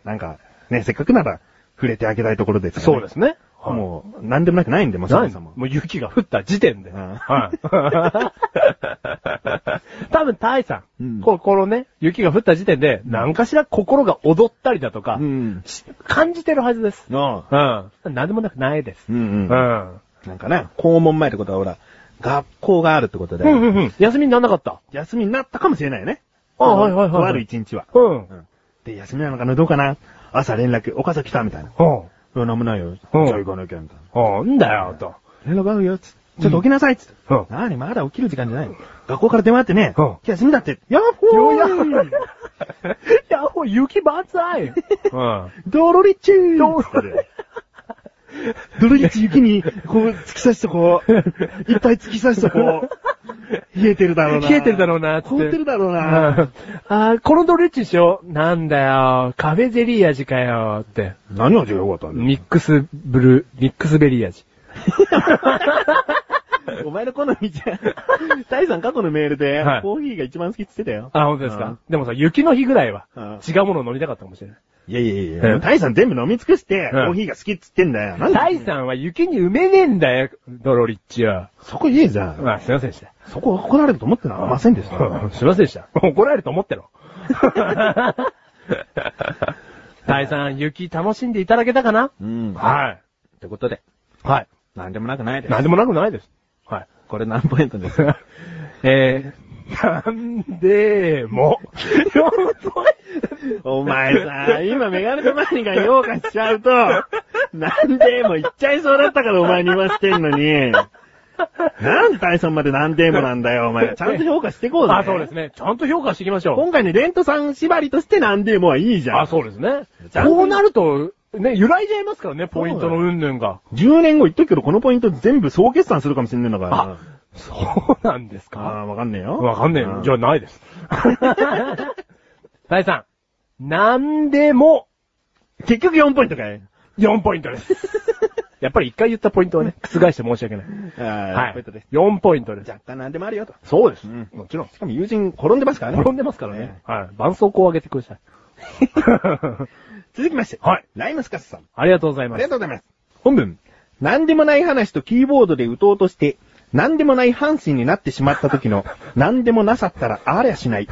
S2: なんか、ね、せっかくなら、触れてあげたいところですよね。
S1: そうですね。も
S2: もう、何でもなくないんで、もう
S1: う、
S2: そ
S1: な
S2: も
S1: い
S2: そも。
S1: もう雪が降った時点で。
S2: うん
S1: はい。多分、タイさん、
S2: うん
S1: ここのね、雪が降った時点で、何かしら心が踊ったりだとか、
S2: うん。
S1: し感じてるはずです。
S2: の、
S1: うん。何でもなくないです。
S2: うんうん
S1: うん。
S2: なんかね、校門前ってことはほら、学校があるってことで、
S1: うんうんうん。休みにならなかった。
S2: 休みになったかもしれないよね。
S1: あはいはいはいはい
S2: とある一日は。
S1: うん。うん。
S2: うんで、休みなのかなどうかな朝連絡、お母さん来たみたいな。いや、なんもないよ。じゃあ行かなきゃ、みたい
S1: うん。なんだよ、と。
S2: な。連絡あるよ、つってちょっと起きなさい、つって。
S1: うん
S2: なに、まだ起きる時間じゃないの学校から電話あってね。
S1: うん
S2: 今日休みだって。やっほーい
S1: やっほ、雪万歳うん。
S2: ドロリッチー
S1: ドロ
S2: ドロリッチ雪に、こう、突き刺しとこう。いっぱい突き刺しとこう。冷えてるだろうな。
S1: 冷えてるだろうなって。
S2: 凍ってるだろう
S1: うん
S2: な。
S1: あーこのドレッチにしよう。なんだよ、カフェゼリー味かよって。
S2: 何味が良かったんだよ
S1: ミックスブルー、ミックスベリー味。
S2: お前の好みじゃん。タイさん過去のメールで、
S1: はい
S2: コーヒーが一番好きって言ってたよ。
S1: あ、本当ですか。でもさ、雪の日ぐらいは
S2: うん、
S1: 違うものを飲みたかったかもしれない。
S2: いやいやい
S1: え
S2: や、タイさん全部飲み尽くして、コ
S1: うん
S2: ーヒーが好きって言ってんだよ。なんだ
S1: ダイさんは雪に埋めねえんだよ、ドロリッチは。
S2: そこいいじゃん。
S1: まあ、すいませんでした。
S2: そこ怒られると思ってなませんでした。
S1: すいませんでした。 怒られると思ってろ。大さん、雪楽しんでいただけたかな
S2: うんい。
S1: はい。
S2: ってことで、
S1: はい。
S2: なんでもなくないです。
S1: なんでもなくないです。はい。
S2: これ何ポイントです
S1: えー、なんでも。4ポイ
S2: お前さ、今メガネとマニが評価しちゃうと、 なんでも言っちゃいそうだったからお前に言わしてんの に。なんでタイさんまで何でもなんだよ、お 前。ちゃんと評価していこうぜ。
S1: あ、そうですね。ちゃんと評価していきましょ
S2: 今回ね、レントさん縛りとして何でもはいいじ
S1: う。
S2: ゃん。
S1: あ、そうですね。
S2: ちゃんと
S1: こうなると、ね、揺らいじゃいますからね、ポイントの云々が。
S2: 10年後言っとくけど、このポイント全部総決算するかもしれないんだからな。
S1: そうなんです
S2: あ
S1: か
S2: あ、わかんねえよ。
S1: わかんねえ
S2: う
S1: よ。じゃあない です。大さん、なんでも、
S2: 結局4ポイントかい
S1: 4ポイントです。 やっぱり一回言ったポイントはね、覆して申し訳ない。
S2: は。
S1: はいい。
S2: ポイントです。
S1: 4ポイントです。
S2: 若干何でもあるよと。
S1: そうです。
S2: うん
S1: もちろん
S2: し。かも友人転んでますからね。
S1: 転んでますからね。はい。絆創膏を上げてください。
S2: 続きまして。
S1: はい。
S2: ライムスカスさん。
S1: ありがとうござい
S2: あ
S1: ま
S2: りが
S1: す。
S2: とうございます。本文。何でもない話とキーボードで打とうとして、何でもない阪神になってしまった時 の、何でもなさったらありゃしない。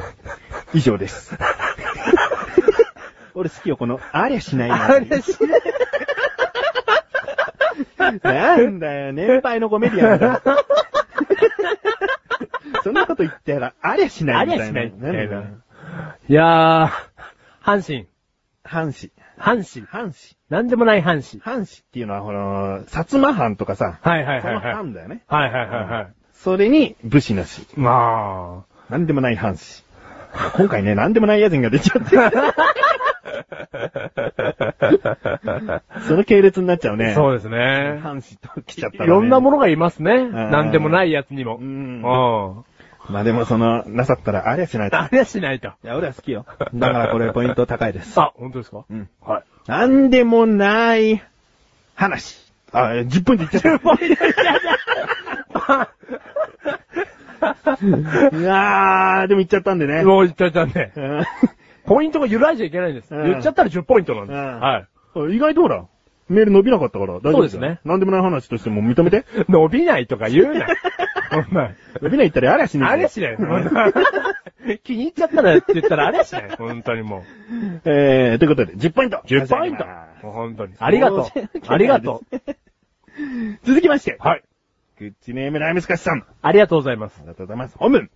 S2: 以上 です。俺好きよ、この、ありゃしないな。なんだよ、年配のコメディアン だ。そんなこと言ったら、ありゃしないみたいな。
S1: ありゃしないみたいなん
S2: だ
S1: いやー、阪神、
S2: 阪神。
S1: 阪神、
S2: 阪神。
S1: なんでもない阪神。
S2: 阪神っていうのは、この、薩摩藩とかさ、
S1: はいはい
S2: そ
S1: はい
S2: の
S1: はい。
S2: 藩だよね。
S1: はいはいはいはい。
S2: それに、武士の士。
S1: ま
S2: なんでもない藩士。今回ね、なんでもない野人が出ちゃって。その系列になっちゃう
S1: あ、
S2: ね。。
S1: そううですね。
S2: 藩士と来ちゃったら、ね。
S1: いろんなものがいますね。
S2: ん
S1: なんでもないやつにも。
S2: う
S1: うんん。あ
S2: まあでもその、なさったら、ありゃしないと。
S1: れはしないと。
S2: いや、俺は好きよ。だからこれポイント高いです。
S1: あ、本当ですか
S2: うん。
S1: はい。
S2: なんでもない、話。あ、10分でいっちゃった。10分でいっ ちゃった。いやー、でもいっちゃったんでね。
S1: もう言っちゃったんで。
S2: うん
S1: ポイントが揺らいじゃいけないんです。
S2: うん
S1: 言っちゃったら10ポイントなんです。
S2: うん
S1: はい。
S2: 意外とほら、メール伸びなかったから大丈夫
S1: そうですね
S2: なんでもない話としても認 めて。
S1: 伸びないとか言う な。お前。
S2: 伸びないったらあれはしない。
S1: あれしない。 気に入っちゃったらって言ったらあれしない。本当にも
S2: えー、ということで、10ポイント
S1: う。10ポイント。もう本当に。ありがとう。ありがとう。
S2: う。続きまして。
S1: はい。
S2: グッチネームライムスカシさん。あ
S1: ありがとうございます。
S2: りがとうございます。本文。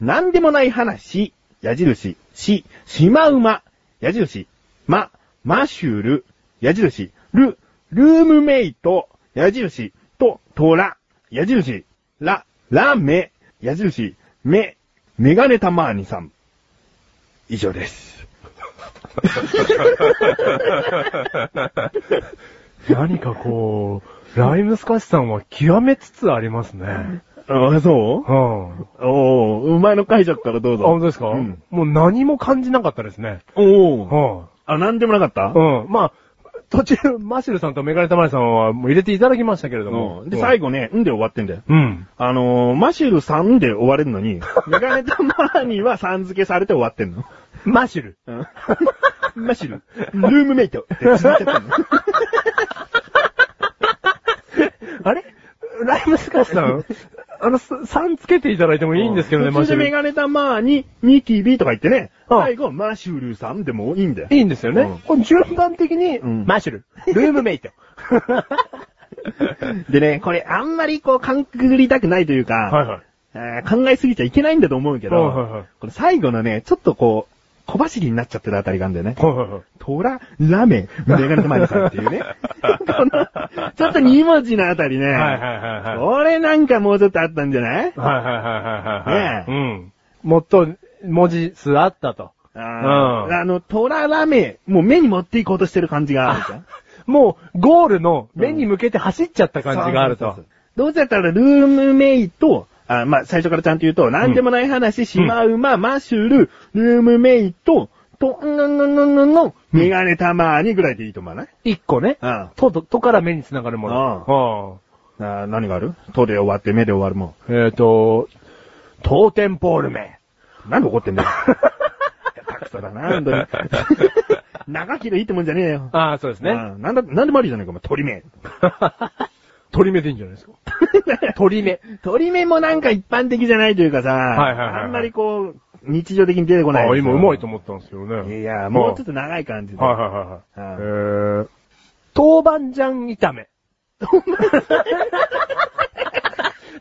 S2: なんでもない話、矢印、し、しまうま、矢印、ま、マシュル、矢印、ル、ルームメイト、矢印、と、トラ、矢印、ラ、ラメ、矢印、メ、メガネたまーにさん。以上です。
S1: 何かこう、ライムスカシさんは極めつつありますね。
S2: ああ、そう
S1: うん。
S2: おお、お前の解釈からどう
S1: あ、
S2: ぞ。
S1: 本当ですか、
S2: うん
S1: もう何も感じなかったですね。
S2: おお、
S1: は
S2: あ、なんでもなかった
S1: い。うん。まあ、途中、マシルさんとメガネタマリさんはもう入れていただきましたけれども。
S2: で、最
S1: 後。
S2: 後ね、んで終わってんだよ。
S1: うん。
S2: あのー、マシュルさんで終われるの に、メガネたまにはさん付けされて終わってんの。
S1: マシル。
S2: うん。 マシュル、ルームメイトってつなっちゃったの。
S1: あれライムスカシさん、あの、ささんつけていただいてもいいんですけどね、
S2: 途
S1: マ
S2: 中
S1: シ
S2: でメ
S1: ル。
S2: ガネたまに、ニキビとか言ってね、
S1: うん
S2: 最後、マシュルさんでもいいんだよ。
S1: いいんですよね。
S2: うん
S1: これ順番的に、
S2: うん
S1: マシル。ルームメイト。
S2: でね、これあんまりこう、勘くぐりたくないというか、
S1: はいはい。
S2: えー考えすぎちゃいけないんだと思うけど、
S1: はいはいはい
S2: これ最後のね、ちょっとこう、小走りになっちゃってるあたりがあるんだよね。
S1: はいはいはい。
S2: トラ、ラメ、メガネとマリさんっていうね。 この、ちょっと2文字のあたりね。
S1: はいはいはいはい。
S2: これなんかもうちょっとあったんじゃない
S1: はいはいはいはいはい。
S2: ねえ
S1: うん。もっと、文字数あったと。
S2: あ
S1: う
S2: ー
S1: ん
S2: あの、トララメ、もう目に持っていこうとしてる感じがあるじゃん。
S1: もう、ゴールの目に向けて走っちゃった感じがある
S2: そうそうそ
S1: と
S2: う。どうせだったらルームメイト、あまあ、最初からちゃんと言うと、なんでもない話、シマウマ、マシュル、ルームメイト、と、んのんのんのんのんの、メガネたまーにぐらいでいいと思わない
S1: 一個ね。
S2: あ
S1: と、と、とから目につながるもの。
S2: あ何があるとで終わって、目で終わるも
S1: うんえっ、と、当店ポール名。
S2: ん。なんで怒ってん だよ。たくそだな、ほん とに。長きりいいってもんじゃねえよ。
S1: ああ、そうですね。
S2: うんなんだ、なんでもありじゃねえか、お前、鳥目。
S1: 鳥目でいいんじゃないですか。鳥目。
S2: 鳥目もなんか一般的じゃないというかさ、
S1: いはいはい
S2: あんまりこう、日常的に出てこない。
S1: ああ、今うまいと思ったんですよね。
S2: いや、もうちょっ
S1: っ
S2: と長い感じで。
S1: はいはいはいはい。
S2: う
S1: えー、豆板醤炒め。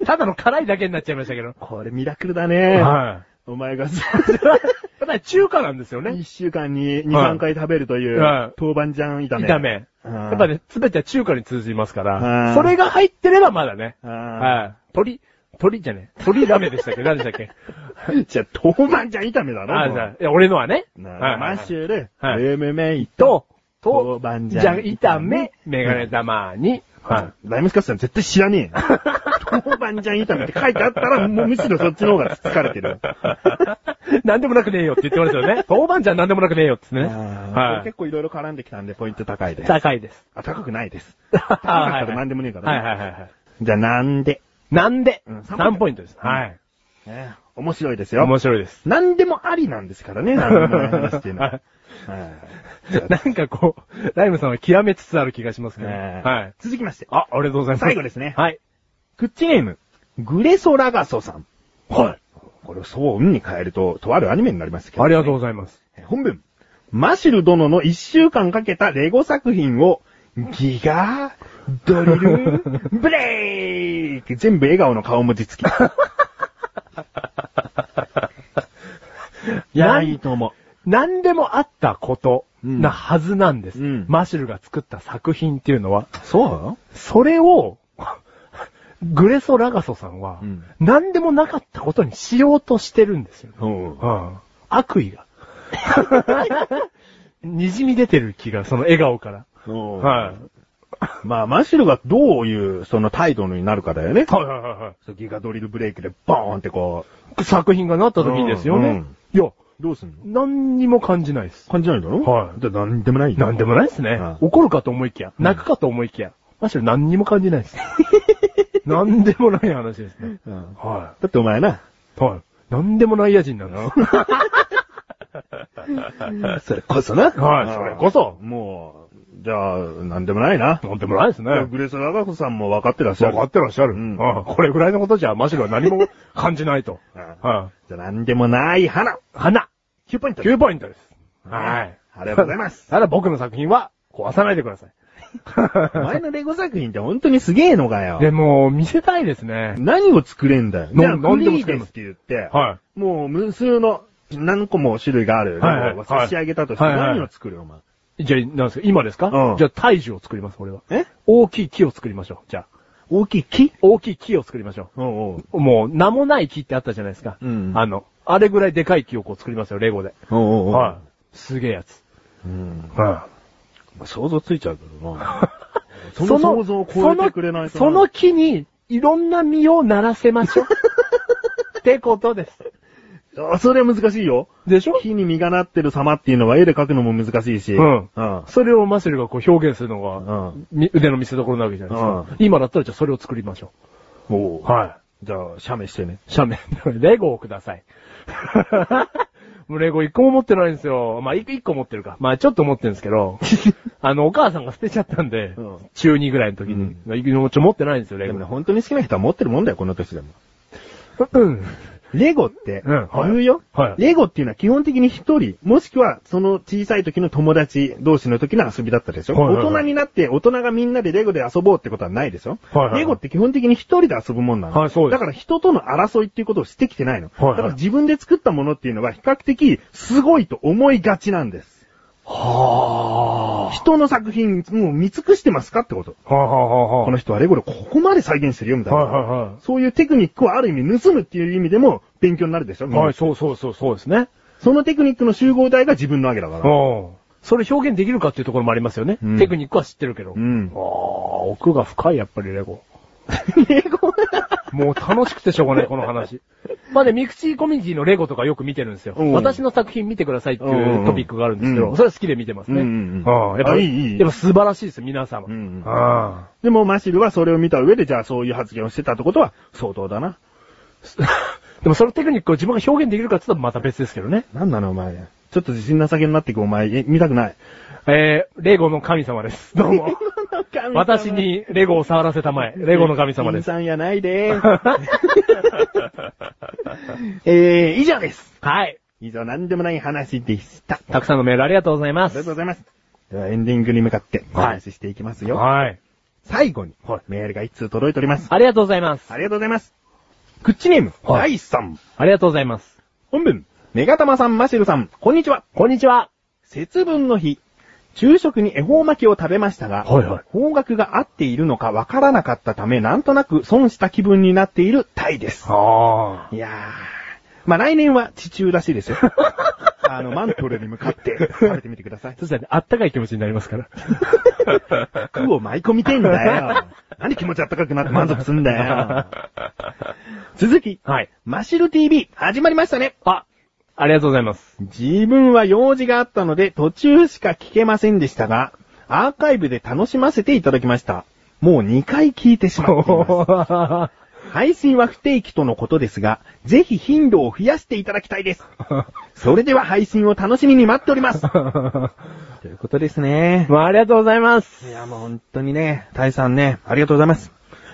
S1: ただの辛いだけになっちゃいましたけど。
S2: これミラクルだね。
S1: は
S2: お前がさ、
S1: い。やっぱり中華なんですよね
S2: 一。週間に2、
S1: はい
S2: 3回食べるという、
S1: はい
S2: 豆板醤炒め。
S1: 炒め。
S2: うん
S1: やっぱね、すべては中華に通じますか
S2: う
S1: ら、
S2: ん
S1: それが入ってればまだね。
S2: あ
S1: はい。鳥、鳥じゃねえ。鳥ラメでしたっけ何でしたっ け
S2: ー。じゃあ、豆板醤炒めだろ。
S1: あ、
S2: も
S1: じ
S2: う
S1: ゃあいや、俺のはね。
S2: な
S1: はいはいは
S2: マ
S1: い
S2: ッシュル、
S1: はい
S2: ルームメイト、
S1: と、と、
S2: 豆板
S1: じ
S2: 醤
S1: ゃん炒め、メガネ玉に、は
S2: ライムスカッシュさん絶対知らねえよ。豆板醤炒めって書いてあったら、 もうむしろそっちの方が疲れてる。
S1: い。なんでもなくねえよって言ってましたよね。豆板醤なんでもなくねえよっつってね。
S2: あーこれ
S1: はい
S2: 結。構いろいろ絡んできたんで、ポイント高いです。
S1: 高いです。
S2: あ、高くない です。
S1: 高
S2: 高かったら何でもねえからね
S1: はいはいはいはい。
S2: じゃあ、なんで、
S1: なんで
S2: うん三
S1: ?3
S2: ポ
S1: ポ
S2: イン
S1: イン
S2: トで
S1: トですす。はい。
S2: ね面白いですよ。
S1: 面白いです。
S2: 何でもありなんですからね、何でもない話っていうのは。はい
S1: なんかこう、ライムさんは極めつつある気がしますけど。
S2: ね
S1: はい。
S2: 続きまして、
S1: あ、ありがとうございます。
S2: 最後ですね
S1: はい。
S2: クッチネーム、グレソラガソさん。
S1: はい。
S2: これをそう、うんに変えると、とあるアニメになりますけど、
S1: ありがとうご
S2: う。
S1: ざいます。
S2: 本文、マシル殿の一週間かけたレゴ作品を、ギガドリ ル、ブレイク全部笑顔の顔文字付 き。
S1: なん
S2: とも。
S1: 何でもあったこと
S2: うん
S1: なはずなんです。
S2: うん
S1: マシュルが作った作品っていうのは、
S2: そ
S1: それを、 グレソ・ラガソさんは
S2: うん、
S1: 何でもなかったことにしようとしてるんですよね。
S2: ううん。
S1: うん悪意が。 滲み出てる気が、その笑顔から。はい。
S2: まあ、マシルがどういう、その態度になるかだよね。
S1: はいはいはいは
S2: そうギガドリルブレイクでボーンってこ
S1: い。作品がなった時にですよね。
S2: うん
S1: いや、
S2: う。どうすんの
S1: 何にも感じないです。
S2: 感じないだろ
S1: はい
S2: じゃあ何でもない
S1: 何でもないですね。
S2: はい
S1: 怒るかと思いきや、泣くかと思いきや、マシュル何にも感じない です。何でもない話ですね。
S2: うんだ
S1: は
S2: ってお前 な、
S1: い。はい。何でもない野人なんです。
S2: それこそな。
S1: はいそれこそ
S2: もう、じゃあ、何でもないな。
S1: 何でもないですね。
S2: グレース・ラガコさんも分かってらっしゃ
S1: 分
S2: る。
S1: かってらっしゃる。
S2: うん
S1: ああこれぐらいのことじゃ、マシュルは何 も感じないと。
S2: うん
S1: は
S2: じゃあ何でもない花
S1: い。花
S2: !9 ポイント
S1: !9 ポイントです。はい。
S2: ありがとうございます。
S1: ただ僕の作品は壊さないでく ださ
S2: お
S1: い。
S2: 前のレゴ作品って本当にすげえのかよ。
S1: でも、見せたいですね。
S2: 何を作れんだよ。
S1: な
S2: じゃあ、
S1: なんでも
S2: グリー
S1: 作れ
S2: で
S1: ます
S2: すって言って、
S1: は
S2: もう無数の何個も種類がある。
S1: はいはい
S2: を差し上げたとして
S1: はいはい
S2: 何を作るお前。
S1: い。じゃあ、なんですか今ですか、
S2: うん
S1: じゃあ、大樹を作ります、俺は。
S2: え
S1: 大きい木を作りましょう。じゃあ、
S2: 大きい木
S1: 大きい木を作りましょ
S2: おう
S1: う。もう、名もない木ってあったじゃないですか。
S2: うん
S1: あの、あれぐらいでかい木をこう作りますよ、レゴで。
S2: おう。おうおう
S1: はい。すげえやつ。
S2: うん。
S1: は
S2: 想像ついちゃうけどな。その想像を超えてくれないとな
S1: その、その木に、いろんな実を鳴らせま しょう。ってことです。
S2: あそれは難しいよ。
S1: でしょ
S2: 木に実がなってる様っていうのは絵で描くのも難しいし。
S1: うん
S2: うん。
S1: それをマシルがこう表現するの
S2: う
S1: が、
S2: ん。
S1: み腕の見せ所なわけじゃないですか。今だったらじゃあそれを作りましょ
S2: お
S1: う。
S2: はい。
S1: はい。
S2: じゃあ、写メしてね。
S1: 写メ、 レゴをください。もうレゴ一個も持ってないんですよ。まあ、い一個持ってるか。まあ、ちょっと持ってるんですけ ど、あの、お母さんが捨てちゃったんで、
S2: うん
S1: 中2ぐらいの時に。
S2: うん
S1: まあいくもうちょ持ってないんですよ、レ
S2: で
S1: ゴ
S2: もね、。本当に好きな人は持ってるもんだよ、この年でも。
S1: うん。
S2: レゴって、
S1: うんはい
S2: 言うよ、
S1: はい
S2: レゴっていうのは基本的に一人、もしくはその小さい時の友達同士の時の遊びだったでしょ、
S1: はいはいはい
S2: 大人になって大人がみんなでレゴで遊ぼうってことはないでしょ、
S1: はいはいはい
S2: レゴって基本的に一人で遊ぶもんなの。
S1: はいそうで
S2: だ
S1: す
S2: から人との争いっていうことをしてきてないの。
S1: はいはい
S2: だから自分で作ったものっていうのは比較的すごいと思いがちなんです。
S1: はぁ
S2: 人の作品もう見尽くしてますかってこと。
S1: はぁは
S2: この人はレゴでここまで再現してるよみたいな。
S1: はいはいはい
S2: そういうテクニックをある意味盗むっていう意味でも勉強になるでしょみんな
S1: はい、そうそうそう、そうですね。
S2: そのテクニックの集合体が自分のわけだか
S1: う
S2: ら。
S1: ん。それ表現できるかっていうところもありますよね。
S2: うん
S1: テクニックは知ってるけど。
S2: う
S1: あ
S2: ん
S1: あ、。奥が深い、やっぱりレゴ。
S2: レゴ
S1: もう楽しくてしょうがない、この話。 まあね、ミクチーコミュニティのレゴとかよく見てるんですよ。
S2: うん
S1: 私の作品見てくださいっていうトピックがあるんですけ
S2: う
S1: ど、
S2: ん
S1: それは好きで見てますね。
S2: うんうんうん
S1: ああやっぱ
S2: あいいいい
S1: やっぱ素晴らしいです、皆様。
S2: うんうん
S1: あ
S2: でもマシルはそれを見た上で、じゃあそういう発言をしてたってことは相当だな。
S1: あ でもそのテクニックを自分が表現できるかって言ったらまた別ですけどね。
S2: なんなのお前。ちょっと自信なさげになっていくお前、え見たくない。
S1: えー、レゴの神様です。どう も。 私、にレゴを触らせたまえ。レゴの神様で
S2: 金
S1: す。
S2: さんやないで。 えー、以上です。
S1: はい。
S2: 以上、なんでもない話でした。あ
S1: たくさんのメールありがとうございま
S2: りがとう
S1: す
S2: ご。ざいます。では、エンディングに向かってお話ししていきますよ。
S1: はい。
S2: 最後に
S1: はい、
S2: メールが一通届いております。
S1: ありがとうございます。
S2: ありがとうございます。クッチネーム、
S1: は
S2: はいい、さん。
S1: ありがとうございます。
S2: 本文、メガタマさん、マシルさん、こんにちは。
S1: こんにちは。
S2: 節分の日、昼食に恵方巻きを食べましたが、
S1: はいはい
S2: 方角が合っているのかわからなかったため、なんとなく損した気分になっているタイです。
S1: ああ。
S2: いやー。まあ、来年は地中らしいです よ。あの、マントルに向かって食べてみてください。
S1: そしたらね、あったかい気持ちになりますから。
S2: 服を舞い込みてんだよ。 なんで気持ちあったかくなって満足すん だよ。続き、
S1: はい。
S2: マシル TV、始まりましたね。
S1: あ、ありがとうござい ます。
S2: 自分は用事があったので途中しか聞けませんでしたが、アーカイブで楽しませていただきました。もう2回聞いてしまってい ます。
S1: あ
S2: 配信は不定期とのことですが、ぜひ頻度を増やしていただきたい です。それでは配信を楽しみに待っており ます。ということですね。
S1: まあ、ありがとうございま
S2: い
S1: す。
S2: や、もう本当にね、タイさんね、ありがとうございます。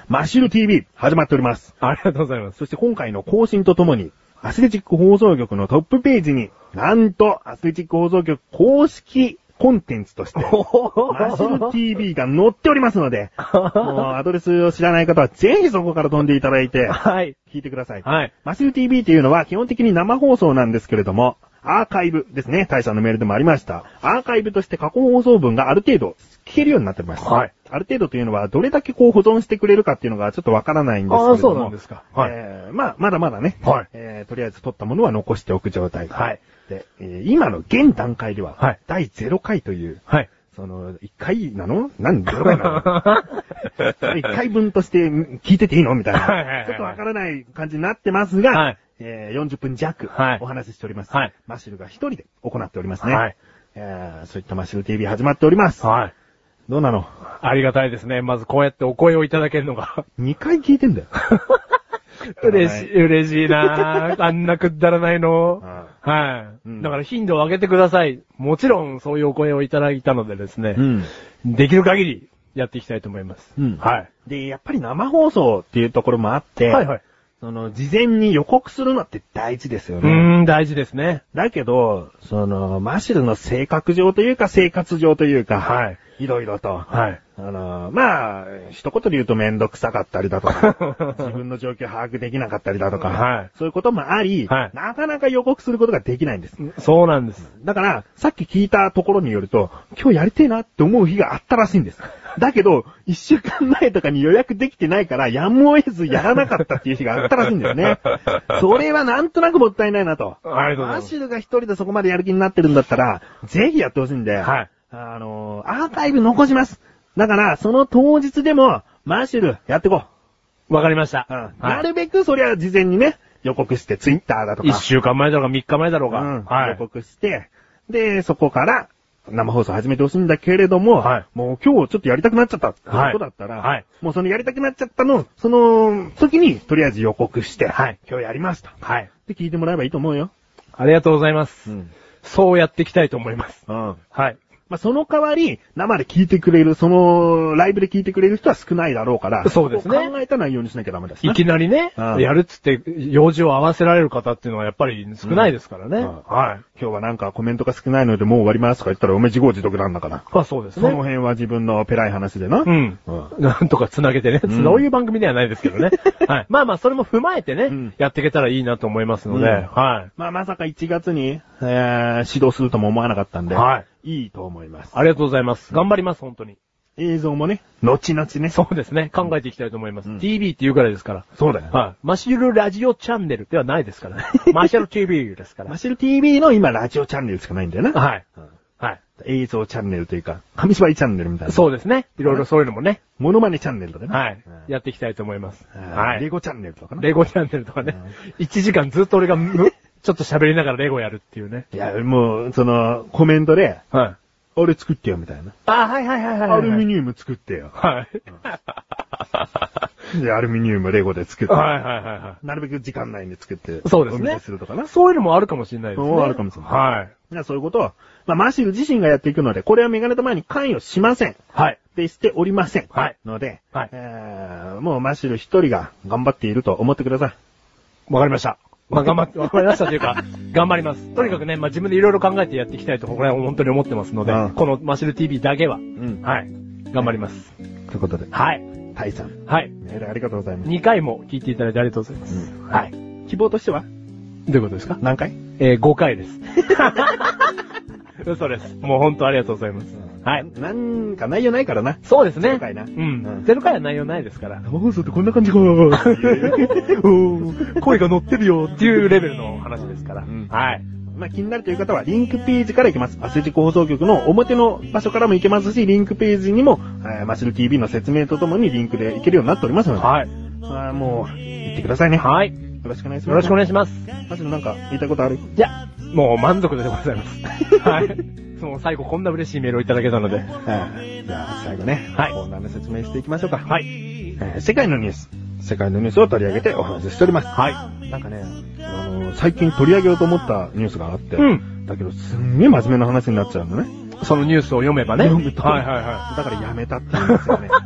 S2: マッシュル TV、始まっております。
S1: ありがとうございます。
S2: そして今回の更新とともに、アスレチック放送局のトップページに、なんと、アスレチック放送局公式コンテンツとして、マシル TV が載っておりますので、もうアドレスを知らない方はぜひそこから飛んでいただいて、
S1: はい。
S2: 聞いてください。
S1: はい。
S2: マシル TV っていうのは基本的に生放送なんですけれども、アーカイブですね。大社のメールでもありました。アーカイブとして過去放送分がある程度聞けるようになっております。
S1: はい。
S2: ある程度というのはどれだけこう保存してくれるかっていうのがちょっとわからないんですけれども。
S1: あーそうなんですかはい
S2: えーまあ、まだまだね。
S1: はい
S2: えーとりあえず取ったものは残しておく状態。
S1: はい。
S2: で、えー今の現段階では、
S1: はい
S2: 第0回という、
S1: はい。
S2: その、1回なの何 ?0 回なの1回分としてん聞いてていいのみたい
S1: はいはいはいは
S2: な。
S1: い
S2: ちょっとわからない感じになってますが、
S1: はい
S2: えー40分弱
S1: はい
S2: お話ししております。
S1: はい
S2: マシルが一人で行っておりますね。
S1: はい
S2: えーそういったマシル TV 始まっております。
S1: はい。
S2: どうなの
S1: ありがたいですね。まずこうやってお声をいただけるのが。
S2: ?2 回聞いてんだよ。
S1: 嬉しい、嬉しいな ぁ。あんなくだらないの。はい、
S2: うん
S1: だから頻度を上げてください。もちろんそういうお声をいただいたのでですね。
S2: うん。
S1: できる限りやっていきたいと思います。
S2: うん
S1: はい。
S2: で、やっぱり生放送っていうところもあって、
S1: はいはい。
S2: その、事前に予告するのって大事ですよ
S1: う
S2: ね。
S1: ーん、大事ですね。
S2: だけど、その、マシルの性格上というか生活上というか、
S1: はい。
S2: いろいろと、
S1: はい。
S2: あの、まあ、一言で言うとめんどくさかったりだと か、自分の状況把握できなかったりだとか、
S1: はい
S2: そういうこともあり、
S1: はい
S2: なかなか予告することができないんです。
S1: そうなんです。
S2: だから、さっき聞いたところによると、今日やりてえなって思う日があったらしいんです。だけど、一週間前とかに予約できてないから、やむを得ずやらなかったっていう日があったらしいんだよね。それはなんとなくもったいないなと。
S1: ありがとうござい
S2: マ
S1: ます
S2: シルが一人でそこまでやる気になってるんだったら、ぜひやってほしいんで、
S1: はい
S2: あのー、アーカイブ残します。だから、その当日でも、マッシュル、やってこ
S1: わかりました。
S2: う。うん。
S1: はい
S2: なるべく、そりゃ、事前にね、予告して、ツイッターだとか。
S1: 一週間前だろうが、三日前だろうが。
S2: うん
S1: は
S2: 予
S1: い。
S2: 告して、で、そこから、生放送始めてほしいんだけれども、
S1: はい
S2: もう今日ちょっとやりたくなっちゃったってこ
S1: はい
S2: とだったら、
S1: はい
S2: もうそのやりたくなっちゃったの、その時に、とりあえず予告して、
S1: はい
S2: 今日やりました。っ
S1: はい。
S2: て聞いてもらえばいいと思うよ。
S1: ありがとうございます。
S2: ん。
S1: そうやっていきたいと思います。
S2: ま
S1: はい。
S2: あ、その代わり、生で聞いてくれる、その、ライブで聞いてくれる人は少ないだろうから、
S1: そうですね
S2: ここ考えた内容にしなきゃダメだし
S1: いきなりね、
S2: うん
S1: やるっつって、用事を合わせられる方っていうのはやっぱり少ないですからね。
S2: うんうん
S1: はい。
S2: 今日はなんかコメントが少ないのでもう終わりますとか言ったら、おめえ自業自得なんだから。
S1: まあそうです
S2: その
S1: ね。
S2: 辺は自分のペライ話でな。
S1: うん。
S2: うん
S1: なんとか繋げてね、
S2: うん
S1: そういう番組ではないです けどね。はい。まあまあ、それも踏まえてね、
S2: ん
S1: やっていけたらいいなと思いますので、
S2: うん
S1: はい。
S2: まあまさか1月に、えー、指導するとも思わなかったんで、。
S1: はい
S2: いいと思います。
S1: ありがとうございます。頑張ります、本当に。
S2: 映像もね、後々ね。
S1: そうですね。考えていきたいと思います。
S2: うん
S1: TV っていうぐらいですから。
S2: そうだよ
S1: はい。マシュルラジオチャンネルではないですか らね。マシュル TV ですから
S2: マ。シル TV の今ラジオチャンネルしかないんだよな。
S1: はい。
S2: うん
S1: はい。
S2: 映像チャンネルというか、紙芝居チャンネルみたいな。う。
S1: そうですね。いろいろそういうのもね。
S2: モノマネチャンネルとかね。
S1: はい。
S2: や、
S1: やっていきたいと思います。
S2: は。
S1: はいい
S2: レ。ゴチャンネルとかな。
S1: レゴチャンネルとかね。1時間ずっと俺がむ、 ちょっと喋りながらレゴやるっていうね。
S2: いや、もう、その、コメントで、
S1: はい。
S2: あれ作ってよみたいな。
S1: あ、はいはいはいはいはい。
S2: アルミニウム作ってよ。
S1: はい。
S2: で、アルミニウムレゴで作って。
S1: はいはいはいは
S2: なるべく時間内に作って。
S1: そうですね。。
S2: お見せするとかない
S1: そういうのもあるかもしれないです
S2: そう
S1: ね。
S2: あるかもしれない
S1: はい。
S2: じゃあそういうことを、まあ、マーシル自身がやっていくので、これはメガネと前に関与しません。
S1: はい。
S2: で、しておりません。
S1: はい
S2: ので、
S1: はい
S2: えー、もうマーシル一人が頑張っていると思ってください。
S1: わかりました。まあ、頑張って、わかりましたというか、頑張ります。とにかくね、まあ、自分でいろいろ考えてやっていきたいと、これは本当に思ってますので、
S2: うん
S1: このマシュル TV だけは、
S2: んは
S1: はい。頑張ります。
S2: い。ということで、
S1: はい。
S2: タイさん、
S1: はい。
S2: メールありがとうございます。
S1: 2回も聞いていただいてありがとうございます。
S2: うん
S1: はい。
S2: 希望としては
S1: どういうことですか
S2: 何回
S1: えー、5回です。嘘です。もう本当ありがとうございます。はい。
S2: なんか内容ないからな。
S1: そうですね。
S2: ゼロ回な
S1: う
S2: うんん。
S1: ゼロ回は内容ないですから。
S2: 生放送ってこんな感じか。 おー
S1: 声が乗ってるよっていうレベルの話ですから。
S2: うん
S1: はい。
S2: まあ、気になるという方は、リンクページから行けます。アスレチック放送局の表の場所からも行けますし、リンクページにも、えーマシル TV の説明とともにリンクで行けるようになっておりますので、
S1: はい。
S2: まあ、もう、行ってくださいね。よ
S1: はい。
S2: ろしくお願いします。
S1: よろしくお
S2: い
S1: 願いします。
S2: マシルなんか言いたいことある
S1: いや、もう満足でございます。はい。その最後こんな嬉しいメールをいただけたので。
S2: はい。じゃあ、最後ね、
S1: はい
S2: コーナーの説明していきましょうか。
S1: はい。
S2: えー世界のニュース。世界のニュースを取り上げてお話ししております。
S1: は
S2: なんかね、あのー最近取り上げようと思ったニュースがあって、
S1: うん。
S2: だけど、すんげえ真面目な話になっちゃうのね。
S1: そのニュースを読めばね。
S2: 読むと
S1: はいはいは
S2: だからやめたって言うんですよね。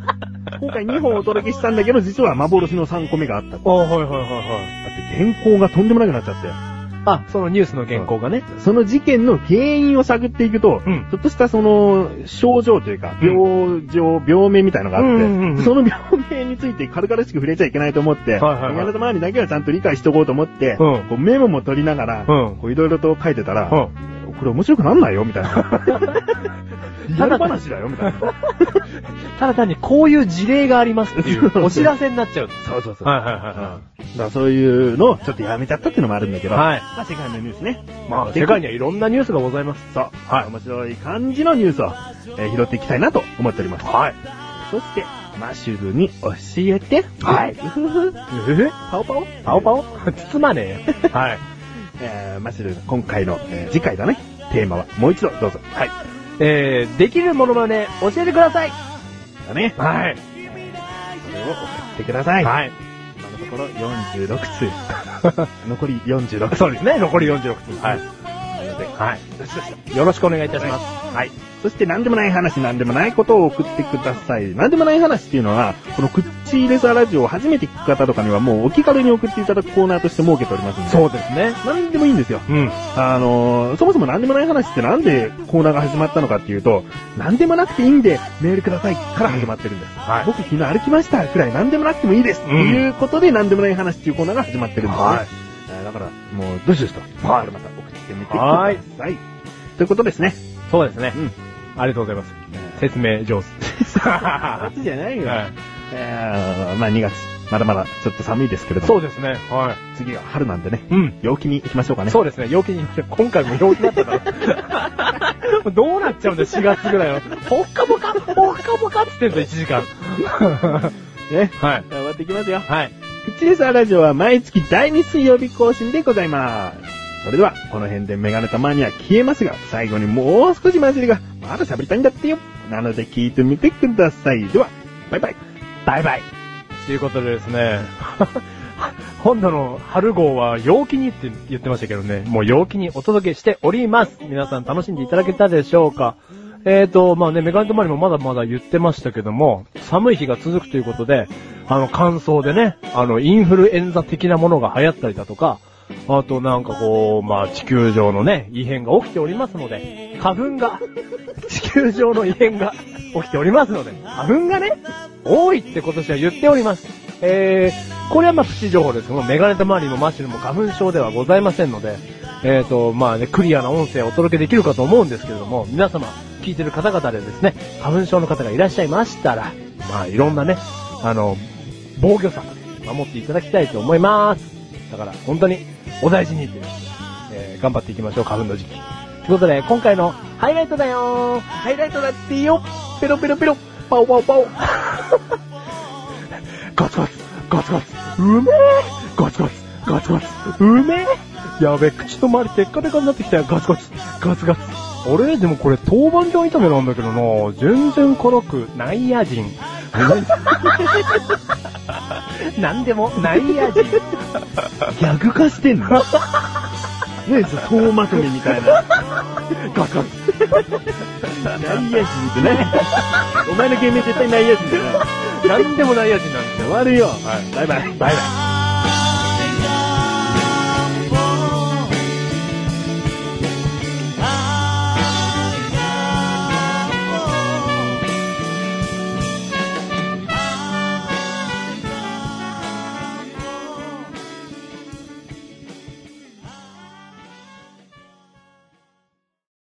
S2: 今回2本お届けしたんだけど、実は幻の3個目があった。だっ
S1: い。あはいはいはいはい。
S2: て原稿がとんでもなくなっちゃって。
S1: あ、そのニュースの原稿がね。
S2: その事件の原因を探っていくと、
S1: うん
S2: ちょっとしたその、症状というか、病状、病名みたいのがあって、
S1: うんうんうん
S2: その病名について軽々しく触れちゃいけないと思って、
S1: はいはいはい
S2: 宮田周りだけはちゃんと理解しとこうと思って、
S1: うん
S2: こうメモも取りながら、
S1: うん
S2: こういろいろと書いてたら、
S1: うん。
S2: これ面白くなんないよみたい な。リアル話だよみたいな。
S1: ただ単にこういう事例がありますってい
S2: そう
S1: うお知らせになっちゃ う。
S2: そうそうそう。
S1: はいはい
S2: だ
S1: は
S2: からそういうのをちょっとやめちゃったっていうのもあるんだけ
S1: い
S2: ど、
S1: はい。はい。
S2: まあ世界のニュースね。
S1: まあ、世界にはいろんなニュースがございます。
S2: そう、
S1: はい
S2: 面白い感じのニュースを、えー拾っていきたいなと思っております。
S1: はい。
S2: そして、マシュルに教えて。
S1: はい
S2: ふふふ
S1: えぇ
S2: パオパオ
S1: パオパオ包まねえよ。はい。
S2: えーマシュル、今回の、えー次回だね。テーマは、もう一度どうぞ。はい。
S1: えー、できるものまね教えてください。
S2: だね。
S1: はい。
S2: それを送ってください。
S1: はい。
S2: 今のところ46通。 残り46通。
S1: そうですね、残り46分。はい。はい。
S2: どしどしと
S1: よろしくお願いいたします。はい。
S2: そして何でもない話、何でもないことを送ってください。何でもない話っていうのは、このクッチーレザーラジオを初めて聞く方とかにはもうお気軽に送っていただくコーナーとして設けておりますので。
S1: そうですね。
S2: 何でもいいんですよ。
S1: うん。
S2: あのーそもそも何でもない話ってなんでコーナーが始まったのかっていうと、何でもなくていいんでメールくださいから始まってるんです。
S1: はい
S2: 僕昨日歩きましたくらい何でもなくてもいいです。と、
S1: うん
S2: いうことで何でもない話っていうコーナーが始まってるんですね。
S1: はい
S2: えーだから、もう、どしどしと、
S1: はい
S2: また送ってみてください。はい。ということですね。
S1: そうですね。
S2: うん。
S1: ありがとうござい ます。説明上手。
S2: 夏じゃないよ。
S1: はい
S2: えーまあ2月まだまだちょっと寒いですけれども。
S1: そうですね。は
S2: 次は春なんでね。
S1: い。うん。
S2: 陽気に行きましょうかね。
S1: そうですね。陽気に、今回も陽気だった から。もうどうなっちゃうんだよ、4月ぐらいは。ほっかぽか、ほっかぽかって言ってんぞ、1時間。
S2: ね。
S1: はい。
S2: 頑張っていきますよ。
S1: はい。
S2: クッチレサーラジオは毎月第2水曜日更新でございます。それでは、この辺でメガネたまには消えますが、最後にもう少しマジでが、まだ喋りたいんだってよ。なので聞いてみてください。では、バイバイ。
S1: バイバイ。ということでですね、 本土の春号は陽気にって言ってましたけどね、もう陽気にお届けしております。皆さん楽しんでいただけたでしょうかえーと、まあね、メガネとマリもまだまだ言ってましたけども、寒い日が続くということで、あの、乾燥でね、あの、インフルエンザ的なものが流行ったりだとか、あとなんかこう、まあ地球上のね、異変が起きておりますので、花粉が、地球上の異変が起きておりますので、花粉がね、多いって今年は言っております。えー、これはまあプチ情報ですけども、メガネた周りもマッシュルも花粉症ではございませんので、えーと、まあね、クリアな音声をお届けできるかと思うんですけれども、皆様、聞いてる方々でですね、花粉症の方がいらっしゃいましたら、まあいろんなね、あの、防御策、守っていただきたいと思います。だから本当にお大事にという、えー頑張っていきましょう、花粉の時期。ということで、今回のハイライトだよーハイライトだってよペロペロペロパオパオパオゴツゴツゴツゴツうめえゴツゴツゴツゴツうめえやべえ、口と周りテッカテカになってきたよ、ゴツゴツゴツゴツあれでもこれ豆板醤炒めなんだけどな全然辛くないや 人。なんでもないや人。
S2: 逆化してんのねえ、そうまとめみたいな。
S1: ガツガツ
S2: 内野人ってね。お前の芸名絶対内野人だよ。
S1: なんでもないや人なんですよ。
S2: 終わるよ。
S1: はい
S2: バイバイ。
S1: バイバイ。